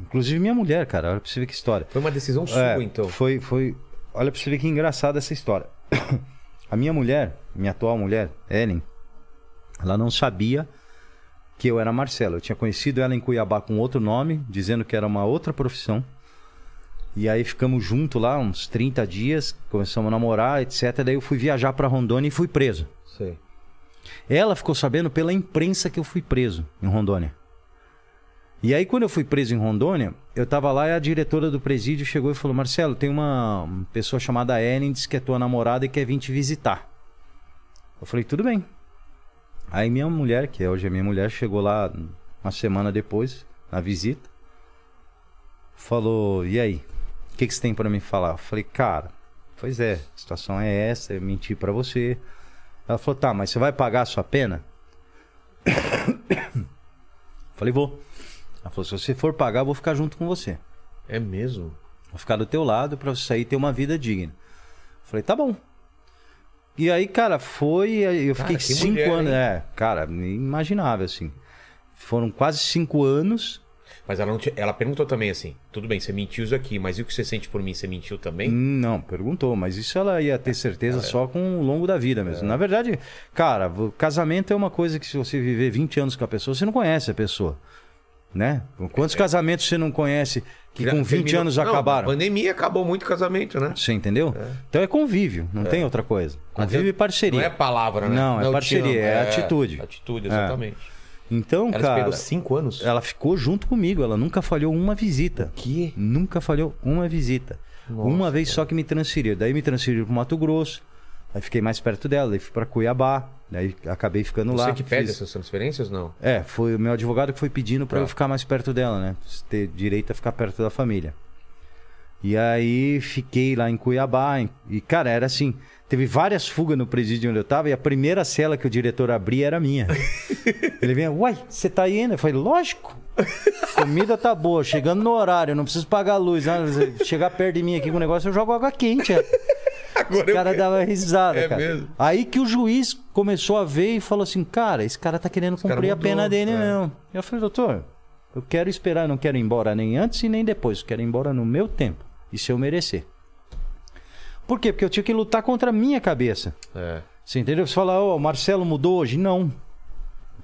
[SPEAKER 3] Inclusive minha mulher, cara, olha pra você ver que história.
[SPEAKER 1] Foi uma decisão sua,
[SPEAKER 3] É,
[SPEAKER 1] então.
[SPEAKER 3] Foi, foi. Olha pra você ver que engraçada essa história. (coughs) A minha mulher, minha atual mulher, Ellen, ela não sabia que eu era Marcelo. Eu tinha conhecido ela em Cuiabá com outro nome, dizendo que era uma outra profissão. E aí ficamos junto lá uns 30 dias, começamos a namorar, etc. Daí eu fui viajar pra Rondônia e fui preso.
[SPEAKER 1] Sei.
[SPEAKER 3] Ela ficou sabendo pela imprensa que eu fui preso em Rondônia. E aí, quando eu fui preso em Rondônia, eu tava lá e a diretora do presídio chegou e falou: Marcelo, tem uma uma pessoa chamada Ellen, diz que é tua namorada e quer vir te visitar. Eu falei: tudo bem. Aí, minha mulher, que hoje é minha mulher, chegou lá uma semana depois, na visita, falou: e aí? O que, que você tem pra me falar? Eu falei: cara, pois é, a situação é essa, eu menti pra você. Ela falou: tá, mas você vai pagar a sua pena? (coughs) Falei: vou. Ela falou: se você for pagar, eu vou ficar junto com você.
[SPEAKER 1] É mesmo?
[SPEAKER 3] Vou ficar do teu lado pra você sair e ter uma vida digna. Falei: tá bom. E aí, cara, foi. Eu
[SPEAKER 1] Cara,
[SPEAKER 3] fiquei
[SPEAKER 1] que
[SPEAKER 3] cinco
[SPEAKER 1] mulher,
[SPEAKER 3] anos.
[SPEAKER 1] hein?
[SPEAKER 3] É, cara, inimaginável assim. Foram quase cinco anos.
[SPEAKER 1] Mas ela, não te- ela perguntou também assim: tudo bem, você mentiu isso aqui, mas e o que você sente por mim? Você mentiu também?
[SPEAKER 3] Não, perguntou, mas isso ela ia ter
[SPEAKER 1] É.
[SPEAKER 3] certeza só com o longo da vida mesmo. Na verdade, cara, vo- casamento é uma coisa que se você viver 20 anos com a pessoa, você não conhece a pessoa. Né? Quantos casamentos você não conhece que
[SPEAKER 1] É. Já
[SPEAKER 3] com 20
[SPEAKER 1] terminou-
[SPEAKER 3] anos
[SPEAKER 1] Não,
[SPEAKER 3] acabaram?
[SPEAKER 1] A pandemia acabou muito casamento, né?
[SPEAKER 3] Você entendeu? Então é convívio, não tem outra coisa. Convívio e Ah, parceria.
[SPEAKER 1] Não é palavra, né?
[SPEAKER 3] Não, é
[SPEAKER 1] eu te
[SPEAKER 3] parceria,
[SPEAKER 1] amo.
[SPEAKER 3] é atitude.
[SPEAKER 1] Atitude, exatamente.
[SPEAKER 3] Então,
[SPEAKER 1] Ela
[SPEAKER 3] cara,
[SPEAKER 1] esperou cinco anos.
[SPEAKER 3] ela ficou junto comigo, ela nunca falhou uma visita.
[SPEAKER 1] Que?
[SPEAKER 3] Nunca falhou uma visita. uma vez só que me transferiram. Daí me transferiram pro Mato Grosso. Aí fiquei mais perto dela, daí fui pra Cuiabá. Daí acabei ficando lá.
[SPEAKER 1] Você que pede
[SPEAKER 3] fiz-
[SPEAKER 1] essas transferências, não?
[SPEAKER 3] É, foi o meu advogado que foi pedindo pra
[SPEAKER 1] Tá.
[SPEAKER 3] eu ficar mais perto dela, né? Ter direito a ficar perto da família. E aí fiquei lá em Cuiabá. em- E, cara, era assim. Teve várias fugas no presídio onde eu tava e a primeira cela que o diretor abria era minha. Ele vinha, uai, você tá aí ainda? Eu falei, lógico. Comida tá boa, chegando no horário, não preciso pagar a luz. né? Chegar perto de mim aqui com o negócio, eu jogo água quente. é.
[SPEAKER 1] Agora
[SPEAKER 3] O cara
[SPEAKER 1] quero.
[SPEAKER 3] dava risada,
[SPEAKER 1] É
[SPEAKER 3] cara.
[SPEAKER 1] mesmo?
[SPEAKER 3] Aí que o juiz começou a ver e falou assim: cara, esse cara tá querendo
[SPEAKER 1] cara
[SPEAKER 3] cumprir a
[SPEAKER 1] mudou,
[SPEAKER 3] pena dele
[SPEAKER 1] é.
[SPEAKER 3] mesmo. Eu falei, doutor, eu quero esperar, não quero ir embora nem antes e nem depois. Eu Quero ir embora no meu tempo. E se eu merecer. Por quê? Porque eu tinha que lutar contra a minha cabeça.
[SPEAKER 1] É.
[SPEAKER 3] Você entendeu? Você fala, ó, o Marcelo mudou hoje. Não. Eu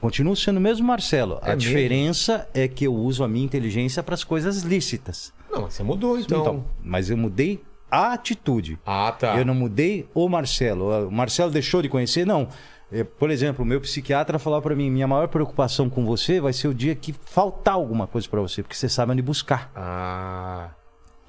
[SPEAKER 3] Continuo sendo o mesmo Marcelo.
[SPEAKER 1] É
[SPEAKER 3] a
[SPEAKER 1] mesmo?
[SPEAKER 3] diferença é que eu uso a minha inteligência para as coisas lícitas.
[SPEAKER 1] Não, mas você mudou então.
[SPEAKER 3] mas eu mudei a atitude.
[SPEAKER 1] Ah, tá.
[SPEAKER 3] Eu não mudei o Marcelo. O Marcelo deixou de conhecer? Não. Eh, Por exemplo, o meu psiquiatra falava para mim: minha maior preocupação com você vai ser o dia que faltar alguma coisa para você, porque você sabe onde buscar.
[SPEAKER 1] Ah,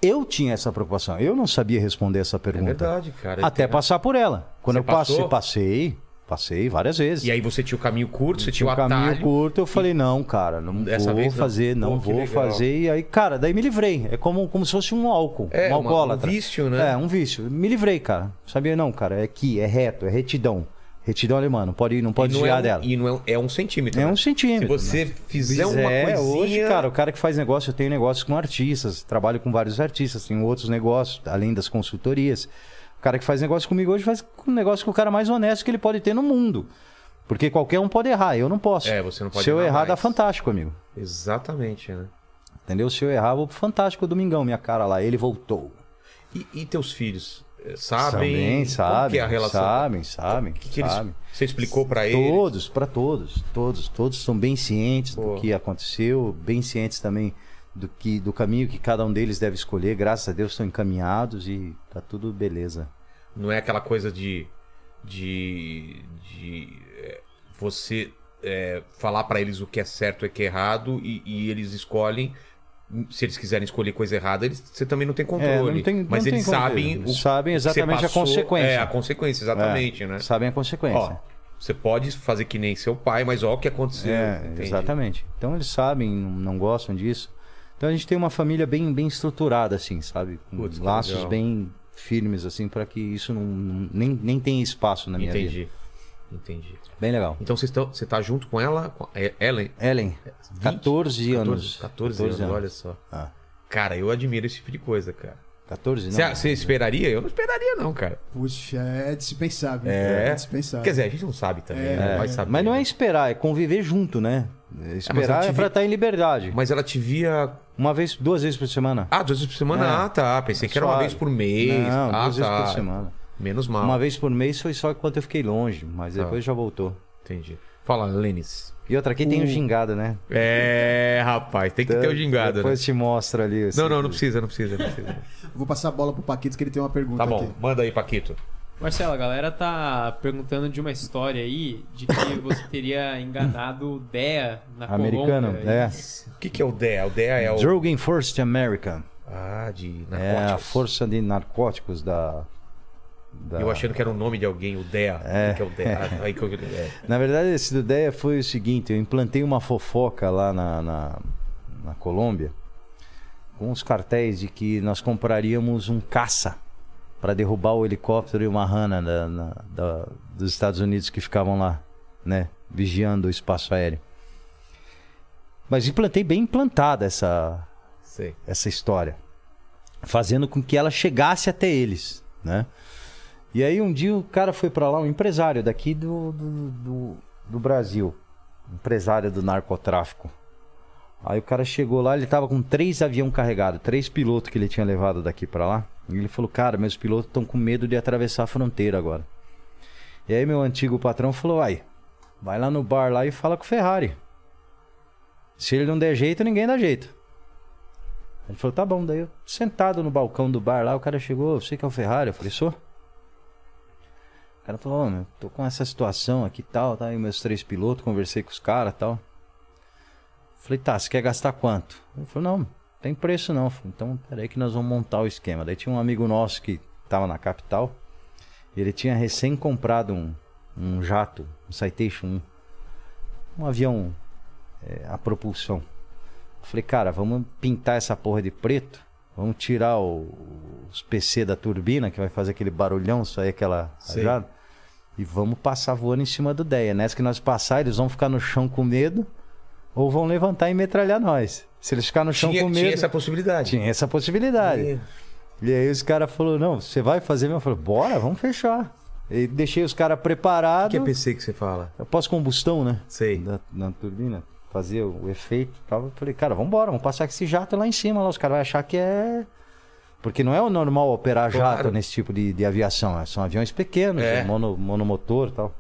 [SPEAKER 3] Eu tinha essa preocupação. Eu não sabia responder essa
[SPEAKER 1] é
[SPEAKER 3] pergunta.
[SPEAKER 1] verdade, cara.
[SPEAKER 3] Até
[SPEAKER 1] Ele-
[SPEAKER 3] passar por ela. Quando
[SPEAKER 1] Você
[SPEAKER 3] eu passei,
[SPEAKER 1] passou?
[SPEAKER 3] passei, passei várias vezes.
[SPEAKER 1] E aí você tinha o caminho curto, você tinha o
[SPEAKER 3] um caminho
[SPEAKER 1] atalho.
[SPEAKER 3] curto, eu falei, não, cara, não
[SPEAKER 1] Dessa
[SPEAKER 3] vou
[SPEAKER 1] vez não.
[SPEAKER 3] fazer, não
[SPEAKER 1] Pô, que
[SPEAKER 3] vou
[SPEAKER 1] legal.
[SPEAKER 3] fazer. E aí, cara, daí me livrei. É como, como se fosse um álcool,
[SPEAKER 1] É,
[SPEAKER 3] um
[SPEAKER 1] uma- um
[SPEAKER 3] alcoólatra.
[SPEAKER 1] vício, né?
[SPEAKER 3] É, um vício. Me livrei, cara. Sabia não, cara, é aqui, é reto, é retidão. Retidão alemã, não pode, não
[SPEAKER 1] E
[SPEAKER 3] pode
[SPEAKER 1] não
[SPEAKER 3] desviar
[SPEAKER 1] é um,
[SPEAKER 3] dela.
[SPEAKER 1] E não é, um- é um centímetro.
[SPEAKER 3] É
[SPEAKER 1] né?
[SPEAKER 3] um centímetro.
[SPEAKER 1] Se você fizer uma
[SPEAKER 3] é,
[SPEAKER 1] coisinha...
[SPEAKER 3] hoje, cara, o cara que faz negócio, eu tenho negócio com artistas, trabalho com vários artistas, tenho outros negócios, além das consultorias. O cara que faz negócio comigo hoje faz um negócio com o cara mais honesto que ele pode ter no mundo. Porque qualquer um pode errar, eu não posso.
[SPEAKER 1] É, você não pode
[SPEAKER 3] Se eu
[SPEAKER 1] errar
[SPEAKER 3] errar, dá
[SPEAKER 1] mais.
[SPEAKER 3] fantástico, amigo.
[SPEAKER 1] Exatamente, né?
[SPEAKER 3] Entendeu? Se eu errar, eu vou pro Fantástico Domingão, minha cara lá. Ele voltou.
[SPEAKER 1] E, e teus filhos? eh, Sabem? Como
[SPEAKER 3] Sabem,
[SPEAKER 1] que
[SPEAKER 3] sabem.
[SPEAKER 1] é a relação?
[SPEAKER 3] Sabem, sabem.
[SPEAKER 1] O que, que eles-
[SPEAKER 3] sabem.
[SPEAKER 1] Você explicou pra eles?
[SPEAKER 3] Todos, pra todos, todos, todos estão bem cientes
[SPEAKER 1] Boa.
[SPEAKER 3] do que aconteceu, bem cientes também do que do caminho que cada um deles deve escolher. Graças a Deus estão encaminhados e tá tudo beleza.
[SPEAKER 1] Não é aquela coisa de. de. de. eh, você eh, falar pra eles o que é certo e o que é errado e, e eles escolhem. Se eles quiserem escolher coisa errada, eles- você também não tem controle.
[SPEAKER 3] É, não tem- não
[SPEAKER 1] mas
[SPEAKER 3] tem
[SPEAKER 1] eles
[SPEAKER 3] controle.
[SPEAKER 1] sabem.
[SPEAKER 3] Eles sabem
[SPEAKER 1] que você
[SPEAKER 3] exatamente a consequência. É,
[SPEAKER 1] É, a consequência, exatamente, né?
[SPEAKER 3] Sabem a consequência.
[SPEAKER 1] Ó, você pode fazer que nem seu pai, mas ó o que aconteceu.
[SPEAKER 3] é,
[SPEAKER 1] entende?
[SPEAKER 3] exatamente. Então eles sabem, não- não gostam disso. Então a gente tem uma família bem bem estruturada assim, sabe? Com
[SPEAKER 1] Putz, que
[SPEAKER 3] laços
[SPEAKER 1] legal.
[SPEAKER 3] bem firmes assim para que isso não, não- nem nem tenha espaço na minha vida.
[SPEAKER 1] Entendi. Entendi.
[SPEAKER 3] Bem legal.
[SPEAKER 1] Então vocês tão- você tá junto com ela, com a Ellen?
[SPEAKER 3] Ellen,
[SPEAKER 1] 20?
[SPEAKER 3] 14 anos.
[SPEAKER 1] 14, 14 anos, olha só.
[SPEAKER 3] Ah.
[SPEAKER 1] Cara, eu admiro esse tipo de coisa, cara.
[SPEAKER 3] 14 não.
[SPEAKER 1] Você você esperaria? Eu não esperaria, não, cara.
[SPEAKER 2] Puxa, é dispensável.
[SPEAKER 1] É.
[SPEAKER 2] É dispensável.
[SPEAKER 1] Quer dizer, a gente não sabe também,
[SPEAKER 2] É,
[SPEAKER 1] né?
[SPEAKER 2] é.
[SPEAKER 1] Vai saber,
[SPEAKER 3] Mas não é
[SPEAKER 1] né?
[SPEAKER 3] esperar, é conviver junto, né? É
[SPEAKER 1] eu
[SPEAKER 3] Esperar
[SPEAKER 1] te
[SPEAKER 3] é
[SPEAKER 1] vi-
[SPEAKER 3] pra estar em liberdade.
[SPEAKER 1] Mas ela te via.
[SPEAKER 3] Uma vez, duas vezes por semana.
[SPEAKER 1] Ah, duas vezes por semana?
[SPEAKER 3] É.
[SPEAKER 1] Ah, tá. Pensei que era uma
[SPEAKER 3] Suave.
[SPEAKER 1] vez por mês.
[SPEAKER 3] Não,
[SPEAKER 1] ah,
[SPEAKER 3] duas
[SPEAKER 1] tá.
[SPEAKER 3] vezes por semana.
[SPEAKER 1] Menos mal.
[SPEAKER 3] Uma vez por mês foi só enquanto eu fiquei longe,
[SPEAKER 1] Tá.
[SPEAKER 3] mas depois já voltou.
[SPEAKER 1] Entendi. Fala, Lenis.
[SPEAKER 3] E outra aqui tem o gingado, né?
[SPEAKER 1] É, rapaz, tem que ter o gingado, né?
[SPEAKER 3] Depois te mostra ali. assim.
[SPEAKER 1] Não, não, não precisa, não precisa, não
[SPEAKER 3] (laughs)
[SPEAKER 1] precisa.
[SPEAKER 2] Vou passar a bola pro Paquito que ele tem uma pergunta
[SPEAKER 1] Tá bom,
[SPEAKER 2] aqui.
[SPEAKER 1] manda aí, Paquito.
[SPEAKER 5] Marcelo, a galera tá perguntando de uma história aí de
[SPEAKER 3] (coughs)
[SPEAKER 5] que você teria enganado o DEA na
[SPEAKER 3] Americano,
[SPEAKER 5] Colômbia.
[SPEAKER 3] é.
[SPEAKER 5] Isso.
[SPEAKER 1] O que, que é o DEA? O DEA é o.
[SPEAKER 3] Drug Enforced America.
[SPEAKER 1] Ah, de
[SPEAKER 3] É a
[SPEAKER 1] narcóticos.
[SPEAKER 3] força de narcóticos da. da...
[SPEAKER 1] Eu achando que era o nome de alguém, o DEA. É. O que que é o DEA?
[SPEAKER 3] (laughs)
[SPEAKER 1] Ah, Aí que eu... é.
[SPEAKER 3] Na verdade, essa ideia foi o seguinte: eu implantei uma fofoca lá na, na, na Colômbia com os cartéis de que nós compraríamos um caça para derrubar o helicóptero e uma rana da- na- da- dos Estados Unidos que ficavam lá, né, vigiando o espaço aéreo. Mas implantei bem implantada essa
[SPEAKER 1] Sei.
[SPEAKER 3] essa história, fazendo com que ela chegasse até eles, né? E aí um dia o cara foi pra lá, um empresário daqui do, do, do, do Brasil, empresário do narcotráfico. Aí o cara chegou lá, ele tava com três aviões carregados, três pilotos que ele tinha levado daqui pra lá. E ele falou, cara, meus pilotos estão com medo de atravessar a fronteira agora. E aí meu antigo patrão falou, aí, vai lá no bar lá e fala com o Ferrari. Se ele não der jeito, ninguém dá jeito. Ele falou, tá bom, daí eu sentado no balcão do bar lá, o cara chegou, você que é o Ferrari? Eu falei, sou. O cara falou, ô meu, tô com essa situação aqui e tal, tá aí meus três pilotos, conversei com os caras e tal. Eu falei, tá, você quer gastar quanto? Ele falou, não, não tem preço não. Eu falei, então peraí que nós vamos montar o esquema. Daí tinha um amigo nosso que tava na capital, e ele tinha recém comprado um, um jato, um Citation 1, um avião é, a propulsão. Eu Falei, cara, vamos pintar essa porra de preto. Vamos tirar o- os PC da turbina, que vai fazer aquele barulhão, sair aquela tá
[SPEAKER 1] Sei.
[SPEAKER 3] rajada. E vamos passar voando em cima do Deia. Nessa que nós passar, eles vão ficar no chão com medo ou vão levantar e metralhar nós. Se eles ficar no chão
[SPEAKER 1] Tinha,
[SPEAKER 3] com medo.
[SPEAKER 1] tinha essa possibilidade.
[SPEAKER 3] tinha essa possibilidade. E aí os caras falaram, não, você vai fazer mesmo? Eu falei, bora, vamos fechar. E deixei os
[SPEAKER 1] O
[SPEAKER 3] caras
[SPEAKER 1] que é
[SPEAKER 3] preparados.
[SPEAKER 1] PC que você fala?
[SPEAKER 3] Eu posso combustão, né?
[SPEAKER 1] Sei.
[SPEAKER 3] Na, na turbina, fazer o, o efeito e tal. Eu falei, cara, vambora, vamos passar com esse jato lá em cima. Lá. Os caras vão achar que é Porque não é o normal operar
[SPEAKER 1] Claro.
[SPEAKER 3] jato nesse tipo de, de aviação. é, São aviões pequenos,
[SPEAKER 1] É.
[SPEAKER 3] é mono, monomotor e tal.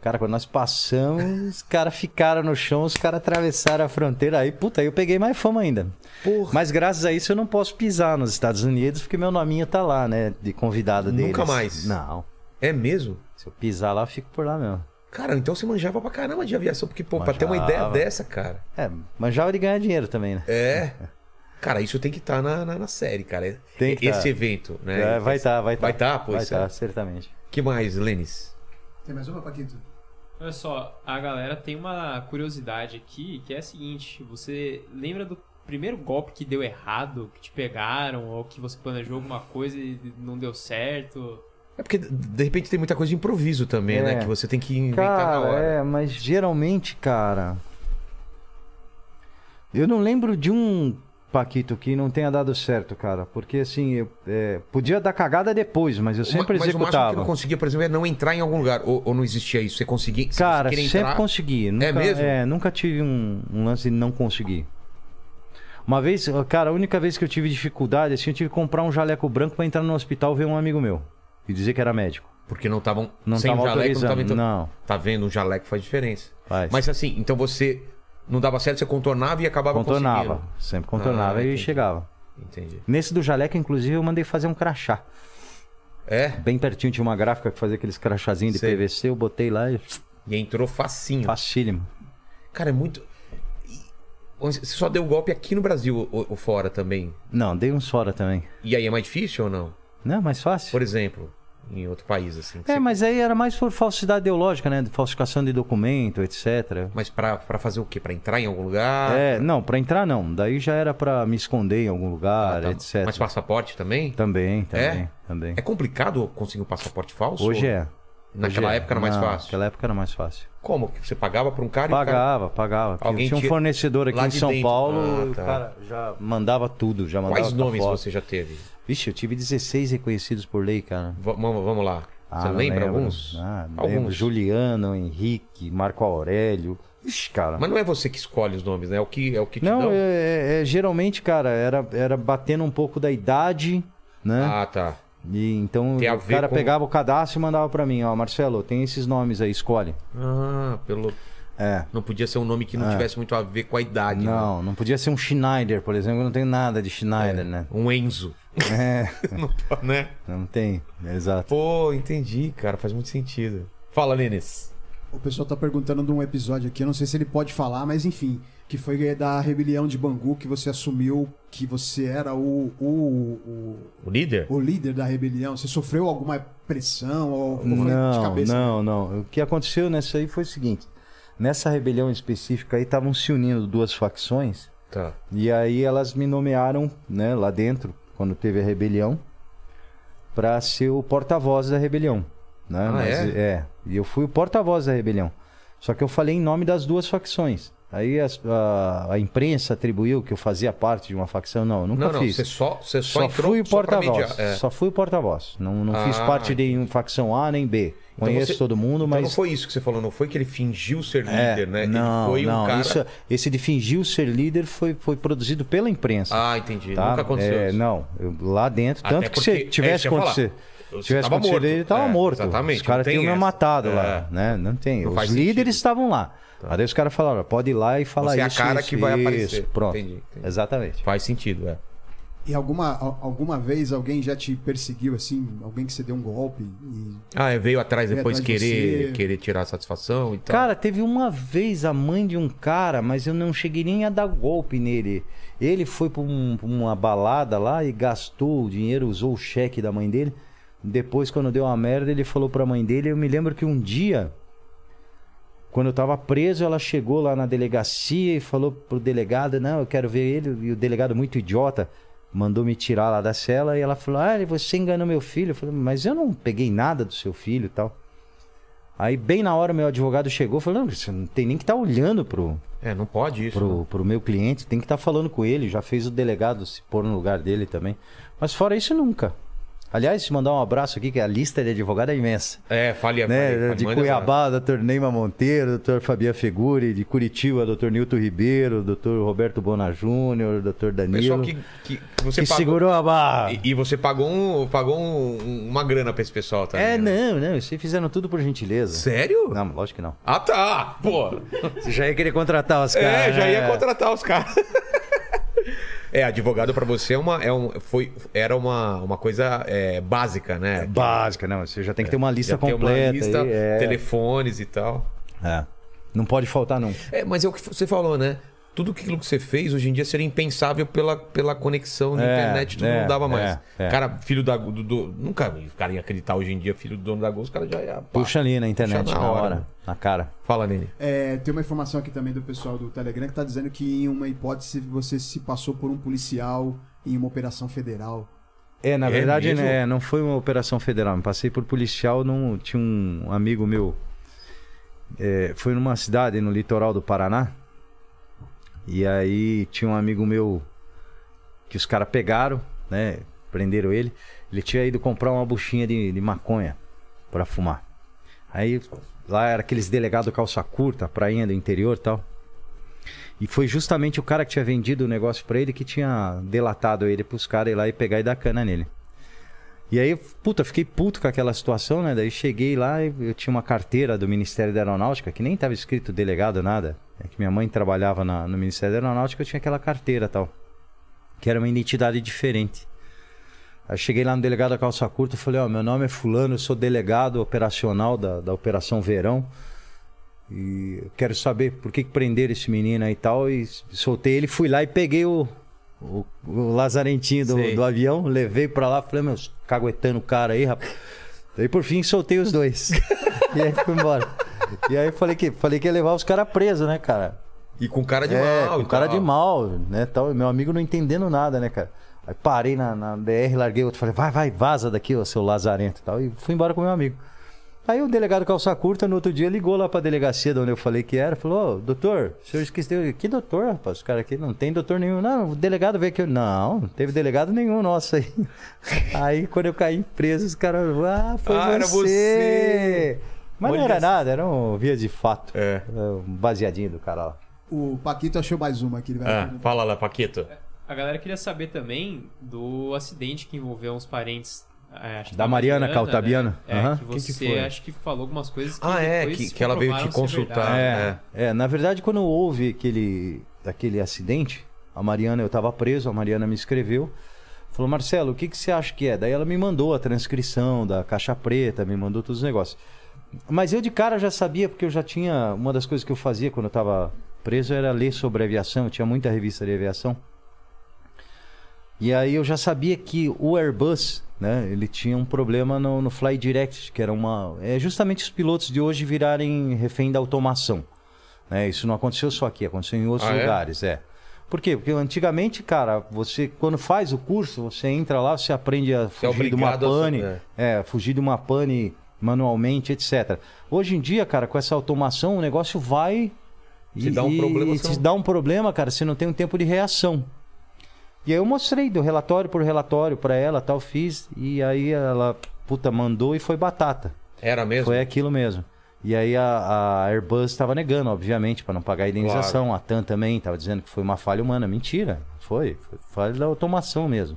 [SPEAKER 3] Cara, quando nós passamos, os caras ficaram no chão, os caras atravessaram a fronteira. Aí, puta, aí eu peguei mais fama ainda.
[SPEAKER 1] Porra.
[SPEAKER 3] Mas graças a isso eu não posso pisar nos Estados Unidos, porque meu nominho tá lá, né? De convidado
[SPEAKER 1] Nunca
[SPEAKER 3] deles.
[SPEAKER 1] mais.
[SPEAKER 3] Não.
[SPEAKER 1] É mesmo?
[SPEAKER 3] Se eu pisar lá, eu fico por lá mesmo.
[SPEAKER 1] Cara, então você manjava pra caramba de aviação, porque, pô, pra ter uma
[SPEAKER 3] Manjava.
[SPEAKER 1] ideia dessa, cara.
[SPEAKER 3] É, manjava de ganhar dinheiro também, né?
[SPEAKER 1] É. (laughs) Cara, isso tem que estar na, na, na série, cara.
[SPEAKER 3] Tem que
[SPEAKER 1] Esse
[SPEAKER 3] tá.
[SPEAKER 1] evento, né?
[SPEAKER 3] É, vai estar, vai estar.
[SPEAKER 1] Vai tá, pô,
[SPEAKER 3] Vai
[SPEAKER 1] isso é.
[SPEAKER 3] tá, certamente.
[SPEAKER 1] que mais, Lênis?
[SPEAKER 2] Tem mais uma, Paquito?
[SPEAKER 5] Olha só, a galera tem uma curiosidade aqui, que é a seguinte, você lembra do primeiro golpe que deu errado, que te pegaram, ou que você planejou alguma coisa e não deu certo?
[SPEAKER 1] É porque, de repente, tem muita coisa de improviso também,
[SPEAKER 3] É.
[SPEAKER 1] né? Que você tem que inventar na
[SPEAKER 3] Cara,
[SPEAKER 1] hora.
[SPEAKER 3] é, mas geralmente, cara. Eu não lembro de um Paquito que não tenha dado certo, cara. Porque assim, eu, é, podia dar cagada depois, mas eu
[SPEAKER 1] O ma-
[SPEAKER 3] sempre
[SPEAKER 1] mas o máximo que eu
[SPEAKER 3] executava.
[SPEAKER 1] não conseguia, por exemplo, é não entrar em algum lugar. Ou, ou não existia isso. Você conseguia. se
[SPEAKER 3] Cara,
[SPEAKER 1] você queria
[SPEAKER 3] sempre
[SPEAKER 1] entrar, é
[SPEAKER 3] consegui. Nunca, é,
[SPEAKER 1] mesmo?
[SPEAKER 3] nunca tive um, um lance de não conseguir. Uma vez, cara, a única vez que eu tive dificuldade, assim, eu tive que comprar um jaleco branco pra entrar no hospital ver um amigo meu e dizer que era médico.
[SPEAKER 1] Porque não estavam.
[SPEAKER 3] Não
[SPEAKER 1] Sem um
[SPEAKER 3] tava
[SPEAKER 1] jaleco, não
[SPEAKER 3] autorizando.
[SPEAKER 1] estavam.
[SPEAKER 3] Não.
[SPEAKER 1] Tá vendo? Um jaleco faz diferença.
[SPEAKER 3] Faz.
[SPEAKER 1] Mas assim, então você. Não dava certo, você contornava e acabava
[SPEAKER 3] Contornava, sempre contornava
[SPEAKER 1] Ah,
[SPEAKER 3] e
[SPEAKER 1] entendi.
[SPEAKER 3] chegava.
[SPEAKER 1] conseguindo. Entendi.
[SPEAKER 3] Nesse do jaleco, inclusive, eu mandei fazer um crachá.
[SPEAKER 1] É?
[SPEAKER 3] Bem pertinho tinha uma gráfica que fazia aqueles crachazinhos de
[SPEAKER 1] Sei.
[SPEAKER 3] PVC, eu botei lá e
[SPEAKER 1] E entrou facinho.
[SPEAKER 3] facílimo.
[SPEAKER 1] Cara, é muito. E- Você só deu golpe aqui no Brasil ou, ou fora também.
[SPEAKER 3] Não, dei uns fora também.
[SPEAKER 1] E aí é mais difícil ou não?
[SPEAKER 3] Não, mais fácil.
[SPEAKER 1] Por exemplo, em outro país, assim. que
[SPEAKER 3] É,
[SPEAKER 1] você-
[SPEAKER 3] mas aí era mais por falsidade ideológica, né? Falsificação de documento, etc.
[SPEAKER 1] Mas pra, pra fazer o quê? Pra entrar em algum lugar?
[SPEAKER 3] É, não, pra entrar não. Daí já era pra me esconder em algum
[SPEAKER 1] Ah,
[SPEAKER 3] lugar,
[SPEAKER 1] tá.
[SPEAKER 3] etc.
[SPEAKER 1] Mas passaporte também?
[SPEAKER 3] Também, também,
[SPEAKER 1] É?
[SPEAKER 3] também.
[SPEAKER 1] É complicado conseguir um passaporte falso?
[SPEAKER 3] Hoje é.
[SPEAKER 1] Naquela
[SPEAKER 3] Hoje é.
[SPEAKER 1] época era mais
[SPEAKER 3] Não,
[SPEAKER 1] fácil.
[SPEAKER 3] Naquela época era mais fácil.
[SPEAKER 1] Como? Que Você pagava pra um cara e o cara...
[SPEAKER 3] Pagava, pagava. Aqui
[SPEAKER 1] Alguém
[SPEAKER 3] tinha um
[SPEAKER 1] tinha-
[SPEAKER 3] fornecedor aqui
[SPEAKER 1] lá
[SPEAKER 3] em
[SPEAKER 1] de
[SPEAKER 3] São
[SPEAKER 1] dentro.
[SPEAKER 3] Paulo,
[SPEAKER 1] Ah, tá.
[SPEAKER 3] o cara já mandava tudo, já mandava
[SPEAKER 1] Quais
[SPEAKER 3] com a
[SPEAKER 1] nomes
[SPEAKER 3] foto.
[SPEAKER 1] você já teve?
[SPEAKER 3] Vixe, eu tive 16 reconhecidos por lei, cara.
[SPEAKER 1] V- vamos vamos lá.
[SPEAKER 3] Ah,
[SPEAKER 1] você
[SPEAKER 3] não
[SPEAKER 1] lembra
[SPEAKER 3] lembro.
[SPEAKER 1] alguns?
[SPEAKER 3] Ah,
[SPEAKER 1] alguns.
[SPEAKER 3] lembro. Juliano, Henrique, Marco Aurélio. Ixi, cara.
[SPEAKER 1] Mas não é você que escolhe os nomes, né? É o que, é o que te
[SPEAKER 3] Não,
[SPEAKER 1] dão.
[SPEAKER 3] é, é- é- geralmente, cara, era, era batendo um pouco da idade, né?
[SPEAKER 1] Ah, tá.
[SPEAKER 3] E então
[SPEAKER 1] Tem a
[SPEAKER 3] o
[SPEAKER 1] ver
[SPEAKER 3] cara
[SPEAKER 1] com-
[SPEAKER 3] pegava o cadastro e mandava pra mim, ó, Marcelo, tem esses nomes aí, escolhe.
[SPEAKER 1] Ah, pelo...
[SPEAKER 3] É.
[SPEAKER 1] Não podia ser um nome que não tivesse muito a ver com a idade. né?
[SPEAKER 3] Não, não podia ser um Schneider, por exemplo, eu não tenho nada de Schneider, né?
[SPEAKER 1] Um Enzo.
[SPEAKER 3] É,
[SPEAKER 1] (laughs) Não pode, né?
[SPEAKER 3] não tem, exato.
[SPEAKER 1] Pô, entendi, cara. Faz muito sentido. Fala, Lênis.
[SPEAKER 2] O pessoal tá perguntando de um episódio aqui, eu não sei se ele pode falar, mas enfim, que foi da rebelião de Bangu, que você assumiu que você era o, o,
[SPEAKER 1] O líder?
[SPEAKER 2] o, o líder da rebelião. Você sofreu alguma pressão ou, ou foi de
[SPEAKER 3] Não,
[SPEAKER 1] né?
[SPEAKER 2] cabeça?
[SPEAKER 3] não, não. O que aconteceu nessa aí foi o seguinte: nessa rebelião específica aí estavam se unindo duas facções
[SPEAKER 1] Tá.
[SPEAKER 3] e aí elas me nomearam, né, lá dentro quando teve a rebelião, para ser o porta-voz da rebelião, né?
[SPEAKER 1] Ah, é?
[SPEAKER 3] E eu fui o porta-voz da rebelião. Só que eu falei em nome das duas facções. Aí as- a, a imprensa atribuiu que eu fazia parte de uma facção. Não, eu nunca
[SPEAKER 1] não, não.
[SPEAKER 3] fiz.
[SPEAKER 1] Você só, você só,
[SPEAKER 3] Só
[SPEAKER 1] entrou
[SPEAKER 3] fui o
[SPEAKER 1] só pra
[SPEAKER 3] porta-voz.
[SPEAKER 1] mediar. É.
[SPEAKER 3] Só fui o porta-voz. Não, não fiz
[SPEAKER 1] Ah.
[SPEAKER 3] parte de nenhuma facção A nem B.
[SPEAKER 1] Então
[SPEAKER 3] Conheço
[SPEAKER 1] você-
[SPEAKER 3] todo mundo,
[SPEAKER 1] Então não
[SPEAKER 3] mas.
[SPEAKER 1] foi isso que você falou, não foi que ele fingiu ser
[SPEAKER 3] É,
[SPEAKER 1] líder, né?
[SPEAKER 3] Não,
[SPEAKER 1] ele foi
[SPEAKER 3] não.
[SPEAKER 1] um cara.
[SPEAKER 3] isso- é- esse de fingir ser líder foi, foi produzido pela imprensa.
[SPEAKER 1] Ah, entendi.
[SPEAKER 3] tá?
[SPEAKER 1] Nunca aconteceu
[SPEAKER 3] É,
[SPEAKER 1] isso.
[SPEAKER 3] Não, eu- lá dentro.
[SPEAKER 1] Até
[SPEAKER 3] tanto que
[SPEAKER 1] porque-
[SPEAKER 3] se tivesse
[SPEAKER 1] é isso que eu ia
[SPEAKER 3] acontecido.
[SPEAKER 1] falar. Você
[SPEAKER 3] Tivesse
[SPEAKER 1] tava
[SPEAKER 3] acontecido,
[SPEAKER 1] morto.
[SPEAKER 3] ele tava
[SPEAKER 1] É,
[SPEAKER 3] morto.
[SPEAKER 1] exatamente,
[SPEAKER 3] Os caras
[SPEAKER 1] não tem
[SPEAKER 3] tinham me
[SPEAKER 1] essa.
[SPEAKER 3] matado lá.
[SPEAKER 1] É.
[SPEAKER 3] Né? Não tem.
[SPEAKER 1] Não
[SPEAKER 3] os
[SPEAKER 1] faz
[SPEAKER 3] líderes
[SPEAKER 1] sentido. Tá.
[SPEAKER 3] estavam lá. Aí os caras falaram: pode ir lá e falar
[SPEAKER 1] Você é a
[SPEAKER 3] isso.
[SPEAKER 1] cara
[SPEAKER 3] isso,
[SPEAKER 1] que vai
[SPEAKER 3] isso.
[SPEAKER 1] aparecer.
[SPEAKER 3] Pronto.
[SPEAKER 1] Entendi, entendi.
[SPEAKER 3] Exatamente.
[SPEAKER 1] Faz sentido, é.
[SPEAKER 2] E alguma, al- alguma vez alguém já te perseguiu assim? Alguém que você deu um golpe? E...
[SPEAKER 1] Ah, é, veio atrás
[SPEAKER 2] Veio
[SPEAKER 1] depois
[SPEAKER 2] atrás de
[SPEAKER 1] querer,
[SPEAKER 2] você.
[SPEAKER 1] querer tirar a satisfação e tal.
[SPEAKER 3] Cara, teve uma vez a mãe de um cara, mas eu não cheguei nem a dar golpe nele. Ele foi pra, um- pra uma balada lá e gastou o dinheiro, usou o cheque da mãe dele. Depois, quando deu uma merda, ele falou pra mãe dele. Eu me lembro que um dia, quando eu tava preso, ela chegou lá na delegacia e falou pro delegado: Não, eu quero ver ele. E o delegado, muito idiota, mandou me tirar lá da cela. E ela falou: Ah, você enganou meu filho. Eu falei: Mas eu não peguei nada do seu filho e tal. Aí, bem na hora, meu advogado chegou e falou: Não, você não tem nem que estar olhando pro,
[SPEAKER 1] É, não pode isso. né?
[SPEAKER 3] pro, pro meu cliente, tá tem que estar falando com ele. Já fez o delegado se pôr no lugar dele também. Mas fora isso, nunca. Aliás, te mandar um abraço aqui, que a lista de advogado é imensa.
[SPEAKER 1] É, falha,
[SPEAKER 3] né?
[SPEAKER 1] falha,
[SPEAKER 3] de
[SPEAKER 1] manda-
[SPEAKER 3] Cuiabá, doutor Neymar Monteiro, doutor Fabia Figuri, de Curitiba, doutor Nilton Ribeiro, doutor Roberto Bona Júnior, doutor
[SPEAKER 1] Pessoal
[SPEAKER 3] Danilo,
[SPEAKER 1] que,
[SPEAKER 3] que,
[SPEAKER 1] que, que você pagou-
[SPEAKER 3] segurou a barra.
[SPEAKER 1] E, e você pagou, um, pagou um- uma grana pra esse pessoal também.
[SPEAKER 3] É,
[SPEAKER 1] né?
[SPEAKER 3] não, não, vocês fizeram tudo por gentileza.
[SPEAKER 1] Sério?
[SPEAKER 3] Não, lógico que não.
[SPEAKER 1] Ah, tá. Pô.
[SPEAKER 3] Você já ia querer contratar os caras.
[SPEAKER 1] É, já ia
[SPEAKER 3] né?
[SPEAKER 1] contratar os caras. (laughs) É, advogado pra você é uma, é um, foi, era uma, uma coisa é, básica, né?
[SPEAKER 3] Básica, não, você já tem que ter uma lista
[SPEAKER 1] Já tem
[SPEAKER 3] completa.
[SPEAKER 1] uma lista,
[SPEAKER 3] aí, é.
[SPEAKER 1] telefones e tal.
[SPEAKER 3] É. Não pode faltar, não.
[SPEAKER 1] É, mas é o que você falou, né? Tudo aquilo que você fez hoje em dia seria impensável pela, pela conexão na
[SPEAKER 3] É,
[SPEAKER 1] internet, tudo
[SPEAKER 3] é,
[SPEAKER 1] não dava mais.
[SPEAKER 3] é, é.
[SPEAKER 1] Cara, filho da. Do, do- nunca o cara ia acreditar hoje em dia, filho do dono da Gol, os caras já ia. pá.
[SPEAKER 3] Puxa ali na internet,
[SPEAKER 1] Puxa
[SPEAKER 3] na,
[SPEAKER 1] na
[SPEAKER 3] hora,
[SPEAKER 1] hora,
[SPEAKER 3] na cara.
[SPEAKER 1] Fala, Nene.
[SPEAKER 2] É, tem uma informação aqui também do pessoal do Telegram que tá dizendo que em uma hipótese você se passou por um policial em uma operação federal.
[SPEAKER 3] É, na
[SPEAKER 1] É
[SPEAKER 3] verdade,
[SPEAKER 1] mesmo?
[SPEAKER 3] né, não foi uma operação federal. Me passei por policial, não tinha um amigo meu. é, foi numa cidade no litoral do Paraná. E aí tinha um amigo meu que os caras pegaram, né? Prenderam ele. Ele tinha ido comprar uma buchinha de, de maconha pra fumar. Aí lá era aqueles delegados calça curta, prainha do interior e tal. E foi justamente o cara que tinha vendido o negócio pra ele que tinha delatado ele pros caras ir lá e pegar e dar cana nele. E aí, puta, fiquei puto com aquela situação, né? Daí cheguei lá e eu tinha uma carteira do Ministério da Aeronáutica, que nem tava escrito delegado, nada. É que minha mãe trabalhava na- no Ministério da Aeronáutica, eu tinha aquela carteira e tal. Que era uma identidade diferente. Aí cheguei lá no delegado da calça curta e falei, ó, meu nome é fulano, eu sou delegado operacional da, da Operação Verão. E eu quero saber por que que prenderam esse menino aí e tal. E soltei ele, fui lá e peguei o, o, o lazarentinho do,
[SPEAKER 1] Sei.
[SPEAKER 3] do avião, levei pra lá, falei, meu, caguetando o cara aí, rapaz. Daí por fim soltei os dois. (laughs) e aí fui embora. E aí falei que, falei que ia levar os caras presos, né, cara?
[SPEAKER 1] E com cara de
[SPEAKER 3] é,
[SPEAKER 1] mal. então.
[SPEAKER 3] com
[SPEAKER 1] e
[SPEAKER 3] cara
[SPEAKER 1] tal.
[SPEAKER 3] de mal, né? Tal. E Meu amigo não entendendo nada, né, cara? Aí parei na, na BR, larguei outro, falei, vai, vai, vaza daqui, ó, seu lazarento e tal. E fui embora com meu amigo. Aí o delegado calça curta, no outro dia, ligou lá pra delegacia de onde eu falei que era, falou, ô, doutor, o senhor esqueceu. Que doutor, rapaz? Os caras aqui não tem doutor nenhum. Não, o delegado veio aqui. Eu, Não, não teve delegado nenhum nosso aí. (laughs) aí quando eu caí preso, os caras, ah, foi
[SPEAKER 1] Ah, era
[SPEAKER 3] você.
[SPEAKER 1] você.
[SPEAKER 3] Mas não
[SPEAKER 1] Olha
[SPEAKER 3] era
[SPEAKER 1] só.
[SPEAKER 3] nada, era um via de fato.
[SPEAKER 1] É.
[SPEAKER 3] Um baseadinho do cara lá.
[SPEAKER 2] O Paquito achou mais uma aqui. né? Ele vai
[SPEAKER 1] Ah, fala lá, Paquito.
[SPEAKER 5] A galera queria saber também do acidente que envolveu uns parentes. é, acho que
[SPEAKER 3] Da Mariana Caltabiano?
[SPEAKER 5] Né? É,
[SPEAKER 3] Aham.
[SPEAKER 5] que
[SPEAKER 1] que
[SPEAKER 5] você
[SPEAKER 1] foi?
[SPEAKER 5] acho que falou algumas coisas que
[SPEAKER 1] Ah, é,
[SPEAKER 5] depois
[SPEAKER 1] que- que ela veio te
[SPEAKER 5] comprovaram ser
[SPEAKER 1] consultar,
[SPEAKER 5] verdade.
[SPEAKER 3] É, é, na verdade, quando houve aquele, aquele acidente, a Mariana, eu estava preso, a Mariana me escreveu, falou, Marcelo, o que, que você acha que é? Daí ela me mandou a transcrição da caixa preta, me mandou todos os negócios. Mas eu de cara já sabia, porque eu já tinha. Uma das coisas que eu fazia quando eu estava preso era ler sobre aviação, eu tinha muita revista de aviação. E aí eu já sabia que o Airbus, né, ele tinha um problema no, no Fly Direct, que era uma. É justamente os pilotos de hoje virarem refém da automação. né? Isso não aconteceu só aqui, aconteceu em outros
[SPEAKER 1] Ah, é?
[SPEAKER 3] lugares, é. Por quê? Porque antigamente, cara, você quando faz o curso, você entra lá, você aprende a
[SPEAKER 1] é
[SPEAKER 3] fugir de uma
[SPEAKER 1] obrigado a-
[SPEAKER 3] pane,
[SPEAKER 1] é.
[SPEAKER 3] é, fugir de uma pane manualmente, etc. Hoje em dia, cara, com essa automação, o negócio vai
[SPEAKER 1] Se dá um problema,
[SPEAKER 3] e
[SPEAKER 1] você
[SPEAKER 3] se
[SPEAKER 1] não-
[SPEAKER 3] dá um problema, cara, você não tem um tempo de reação. E aí eu mostrei do relatório por relatório pra ela, tal, fiz, e aí ela, puta, mandou e foi batata.
[SPEAKER 1] Era mesmo?
[SPEAKER 3] Foi aquilo mesmo. E aí a, a Airbus estava negando, obviamente, para não pagar a indenização. A TAM também estava dizendo que foi uma falha humana. Mentira, foi. Foi falha da automação mesmo.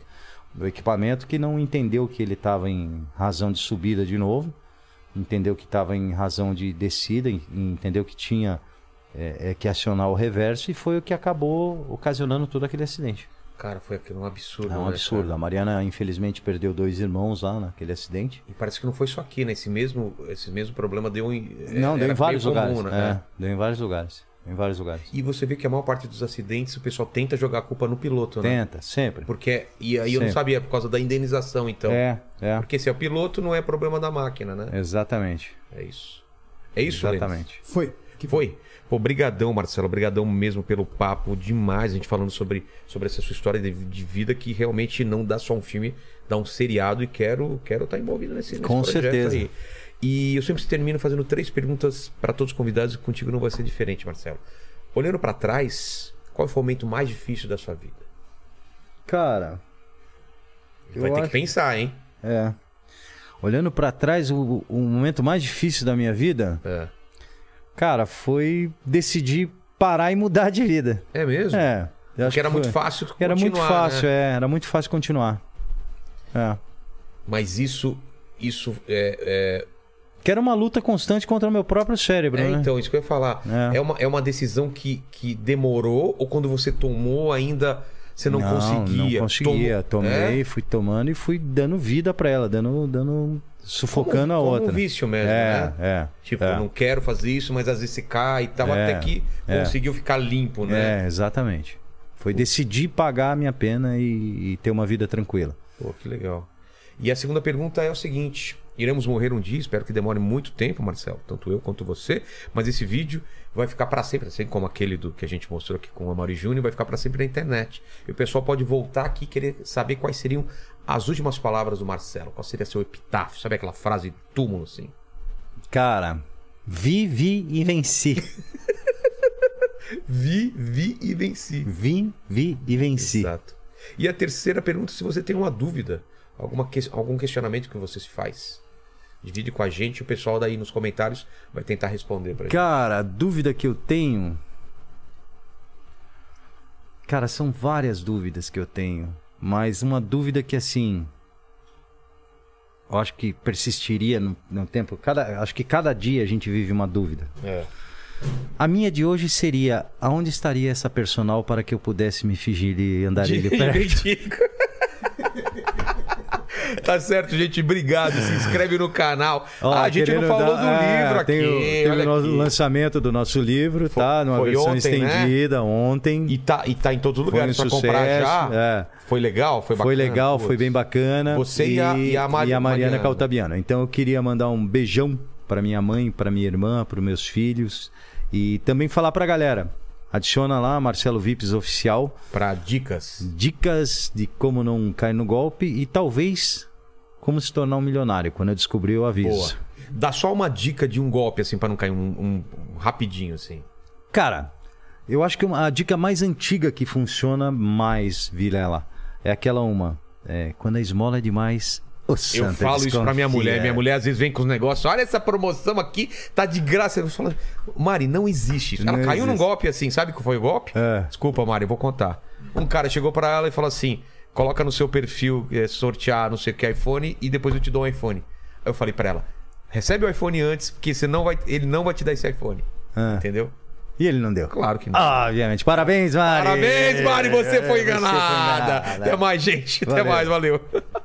[SPEAKER 3] Do equipamento que não entendeu que ele estava em razão de subida de novo, entendeu que estava em razão de descida, en- entendeu que tinha é, é, que acionar o reverso e foi o que acabou ocasionando todo aquele acidente.
[SPEAKER 1] Cara, foi aquilo um absurdo.
[SPEAKER 3] É
[SPEAKER 1] né,
[SPEAKER 3] um
[SPEAKER 1] cara?
[SPEAKER 3] absurdo. A Mariana, infelizmente, perdeu dois irmãos lá naquele acidente.
[SPEAKER 1] E parece que não foi só aqui, né? Esse mesmo, esse mesmo problema deu em. é,
[SPEAKER 3] Não,
[SPEAKER 1] era
[SPEAKER 3] deu em
[SPEAKER 1] meio
[SPEAKER 3] vários
[SPEAKER 1] comum,
[SPEAKER 3] lugares.
[SPEAKER 1] né?
[SPEAKER 3] É, deu em vários lugares. Em vários lugares.
[SPEAKER 1] E você vê que a maior parte dos acidentes o pessoal tenta jogar a culpa no piloto, né?
[SPEAKER 3] Tenta, sempre.
[SPEAKER 1] Porque. E aí eu
[SPEAKER 3] Sempre.
[SPEAKER 1] não sabia, por causa da indenização, então.
[SPEAKER 3] É, é.
[SPEAKER 1] Porque se é o piloto, não é problema da máquina, né?
[SPEAKER 3] Exatamente.
[SPEAKER 1] É, isso. É isso, Lênis?
[SPEAKER 3] Exatamente.
[SPEAKER 2] Foi. Que
[SPEAKER 1] Foi. Pô, brigadão, Marcelo. Obrigadão mesmo pelo papo. Demais a gente falando sobre, sobre essa sua história de, de vida que realmente não dá só um filme, dá um seriado e quero quero estar envolvido nesse, nesse
[SPEAKER 3] Com
[SPEAKER 1] projeto
[SPEAKER 3] certeza.
[SPEAKER 1] aí. E eu sempre termino fazendo três perguntas para todos os convidados e contigo não vai ser diferente, Marcelo. Olhando para trás, qual foi o momento mais difícil da sua vida?
[SPEAKER 3] Cara,
[SPEAKER 1] Vai ter que pensar, hein?
[SPEAKER 3] É. Olhando pra trás, o, o momento mais difícil da minha vida,
[SPEAKER 1] É.
[SPEAKER 3] cara, foi decidir parar e mudar de vida.
[SPEAKER 1] É mesmo?
[SPEAKER 3] É. eu acho
[SPEAKER 1] Porque era
[SPEAKER 3] que
[SPEAKER 1] muito
[SPEAKER 3] foi.
[SPEAKER 1] fácil
[SPEAKER 3] Era
[SPEAKER 1] continuar,
[SPEAKER 3] muito fácil,
[SPEAKER 1] né?
[SPEAKER 3] é. Era muito fácil continuar. É.
[SPEAKER 1] Mas isso, isso é,
[SPEAKER 3] Que era uma luta constante contra o meu próprio
[SPEAKER 1] é-
[SPEAKER 3] cérebro,
[SPEAKER 1] é,
[SPEAKER 3] né?
[SPEAKER 1] então isso que eu ia falar. É,
[SPEAKER 3] É.
[SPEAKER 1] uma, é uma decisão que, que demorou ou quando você tomou ainda você não, conseguia?
[SPEAKER 3] Não conseguia.
[SPEAKER 1] Tomou-
[SPEAKER 3] Tomei,
[SPEAKER 1] É?
[SPEAKER 3] fui tomando e fui dando vida pra ela, dando, dando
[SPEAKER 1] Como-
[SPEAKER 3] sufocando a
[SPEAKER 1] como
[SPEAKER 3] outra.
[SPEAKER 1] um vício mesmo,
[SPEAKER 3] é,
[SPEAKER 1] né?
[SPEAKER 3] é.
[SPEAKER 1] Tipo,
[SPEAKER 3] é.
[SPEAKER 1] não quero fazer isso, mas às vezes você cai e tal,
[SPEAKER 3] É,
[SPEAKER 1] até que
[SPEAKER 3] é.
[SPEAKER 1] conseguiu ficar limpo, né?
[SPEAKER 3] É, exatamente. Foi decidir pagar a minha pena e, e ter uma vida tranquila.
[SPEAKER 1] Pô, que legal. E a segunda pergunta é o seguinte: iremos morrer um dia, espero que demore muito tempo, Marcelo, tanto eu quanto você, mas esse vídeo vai ficar para sempre, assim como aquele do que a gente mostrou aqui com o Amaury Júnior, vai ficar para sempre na internet. E o pessoal pode voltar aqui e querer saber quais seriam as últimas palavras do Marcelo, qual seria seu epitáfio, sabe aquela frase túmulo assim?
[SPEAKER 3] Cara, vivi e venci. (laughs)
[SPEAKER 1] Vi, vi e venci.
[SPEAKER 3] Vi, vi e venci.
[SPEAKER 1] Exato. E a terceira pergunta, se você tem uma dúvida, alguma que- algum questionamento que você se faz, divide com a gente, o pessoal daí nos comentários vai tentar responder pra gente.
[SPEAKER 3] Cara, a dúvida que eu tenho. Cara, são várias dúvidas que eu tenho. Mas uma dúvida que, assim. Eu acho que persistiria no, no tempo. Cada, acho que cada dia a gente vive uma dúvida.
[SPEAKER 1] É.
[SPEAKER 3] A minha de hoje seria: aonde estaria essa personal para que eu pudesse me fingir
[SPEAKER 1] (laughs)
[SPEAKER 3] de andarilho perto?
[SPEAKER 1] tá certo, gente. Obrigado. Se inscreve no canal.
[SPEAKER 3] (laughs) Ó,
[SPEAKER 1] ah, a gente não
[SPEAKER 3] querendo
[SPEAKER 1] falou
[SPEAKER 3] dar-
[SPEAKER 1] do
[SPEAKER 3] é,
[SPEAKER 1] livro aqui.
[SPEAKER 3] Tem o, tem o
[SPEAKER 1] olha
[SPEAKER 3] nosso
[SPEAKER 1] aqui.
[SPEAKER 3] lançamento do nosso livro, tá? Numa
[SPEAKER 1] foi
[SPEAKER 3] versão
[SPEAKER 1] ontem, né?
[SPEAKER 3] estendida ontem.
[SPEAKER 1] E, tá, e tá em todos os
[SPEAKER 3] Foi um
[SPEAKER 1] lugares pra
[SPEAKER 3] sucesso,
[SPEAKER 1] comprar já.
[SPEAKER 3] é.
[SPEAKER 1] Foi legal? Foi bacana?
[SPEAKER 3] Foi legal,
[SPEAKER 1] Putz.
[SPEAKER 3] foi bem bacana.
[SPEAKER 1] Você e a- e a Mari-
[SPEAKER 3] Mariana
[SPEAKER 1] Mariana.
[SPEAKER 3] Caltabiano. Então eu queria mandar um beijão para minha mãe, para minha irmã, para meus filhos e também falar para a galera. Adiciona lá Marcelo Vips oficial,
[SPEAKER 1] Pra dicas.
[SPEAKER 3] dicas de como não cair no golpe e talvez como se tornar um milionário. Quando eu descobrir, eu
[SPEAKER 1] Boa.
[SPEAKER 3] aviso.
[SPEAKER 1] Dá só uma dica de um golpe, assim, pra não cair um, um- um rapidinho, assim.
[SPEAKER 3] Cara, eu acho que uma- a dica mais antiga que funciona mais, Vilela, é aquela uma. é, quando a esmola é demais, o
[SPEAKER 1] Eu
[SPEAKER 3] santo
[SPEAKER 1] falo isso pra minha
[SPEAKER 3] desconfia.
[SPEAKER 1] mulher. Minha mulher às vezes vem com os negócios. Olha essa promoção aqui, tá de graça. Eu falo, Mari, não existe. isso." Ela
[SPEAKER 3] Não
[SPEAKER 1] caiu num
[SPEAKER 3] existe.
[SPEAKER 1] golpe assim, sabe o que foi o golpe?
[SPEAKER 3] É.
[SPEAKER 1] Desculpa, Mari, eu vou contar. Um cara chegou pra ela e falou assim: coloca no seu perfil eh, sortear não sei o que iPhone e depois eu te dou um iPhone. Aí eu falei pra ela: recebe o iPhone antes, porque senão vai, ele não vai te dar esse iPhone.
[SPEAKER 3] Ah.
[SPEAKER 1] Entendeu?
[SPEAKER 3] E ele não deu.
[SPEAKER 1] Claro que não.
[SPEAKER 3] Ah, Obviamente. Parabéns, Mari.
[SPEAKER 1] Parabéns, Mari, você foi
[SPEAKER 3] É, Você foi
[SPEAKER 1] enganada.
[SPEAKER 3] enganada.
[SPEAKER 1] Até mais, gente. Até
[SPEAKER 3] Valeu.
[SPEAKER 1] mais, valeu.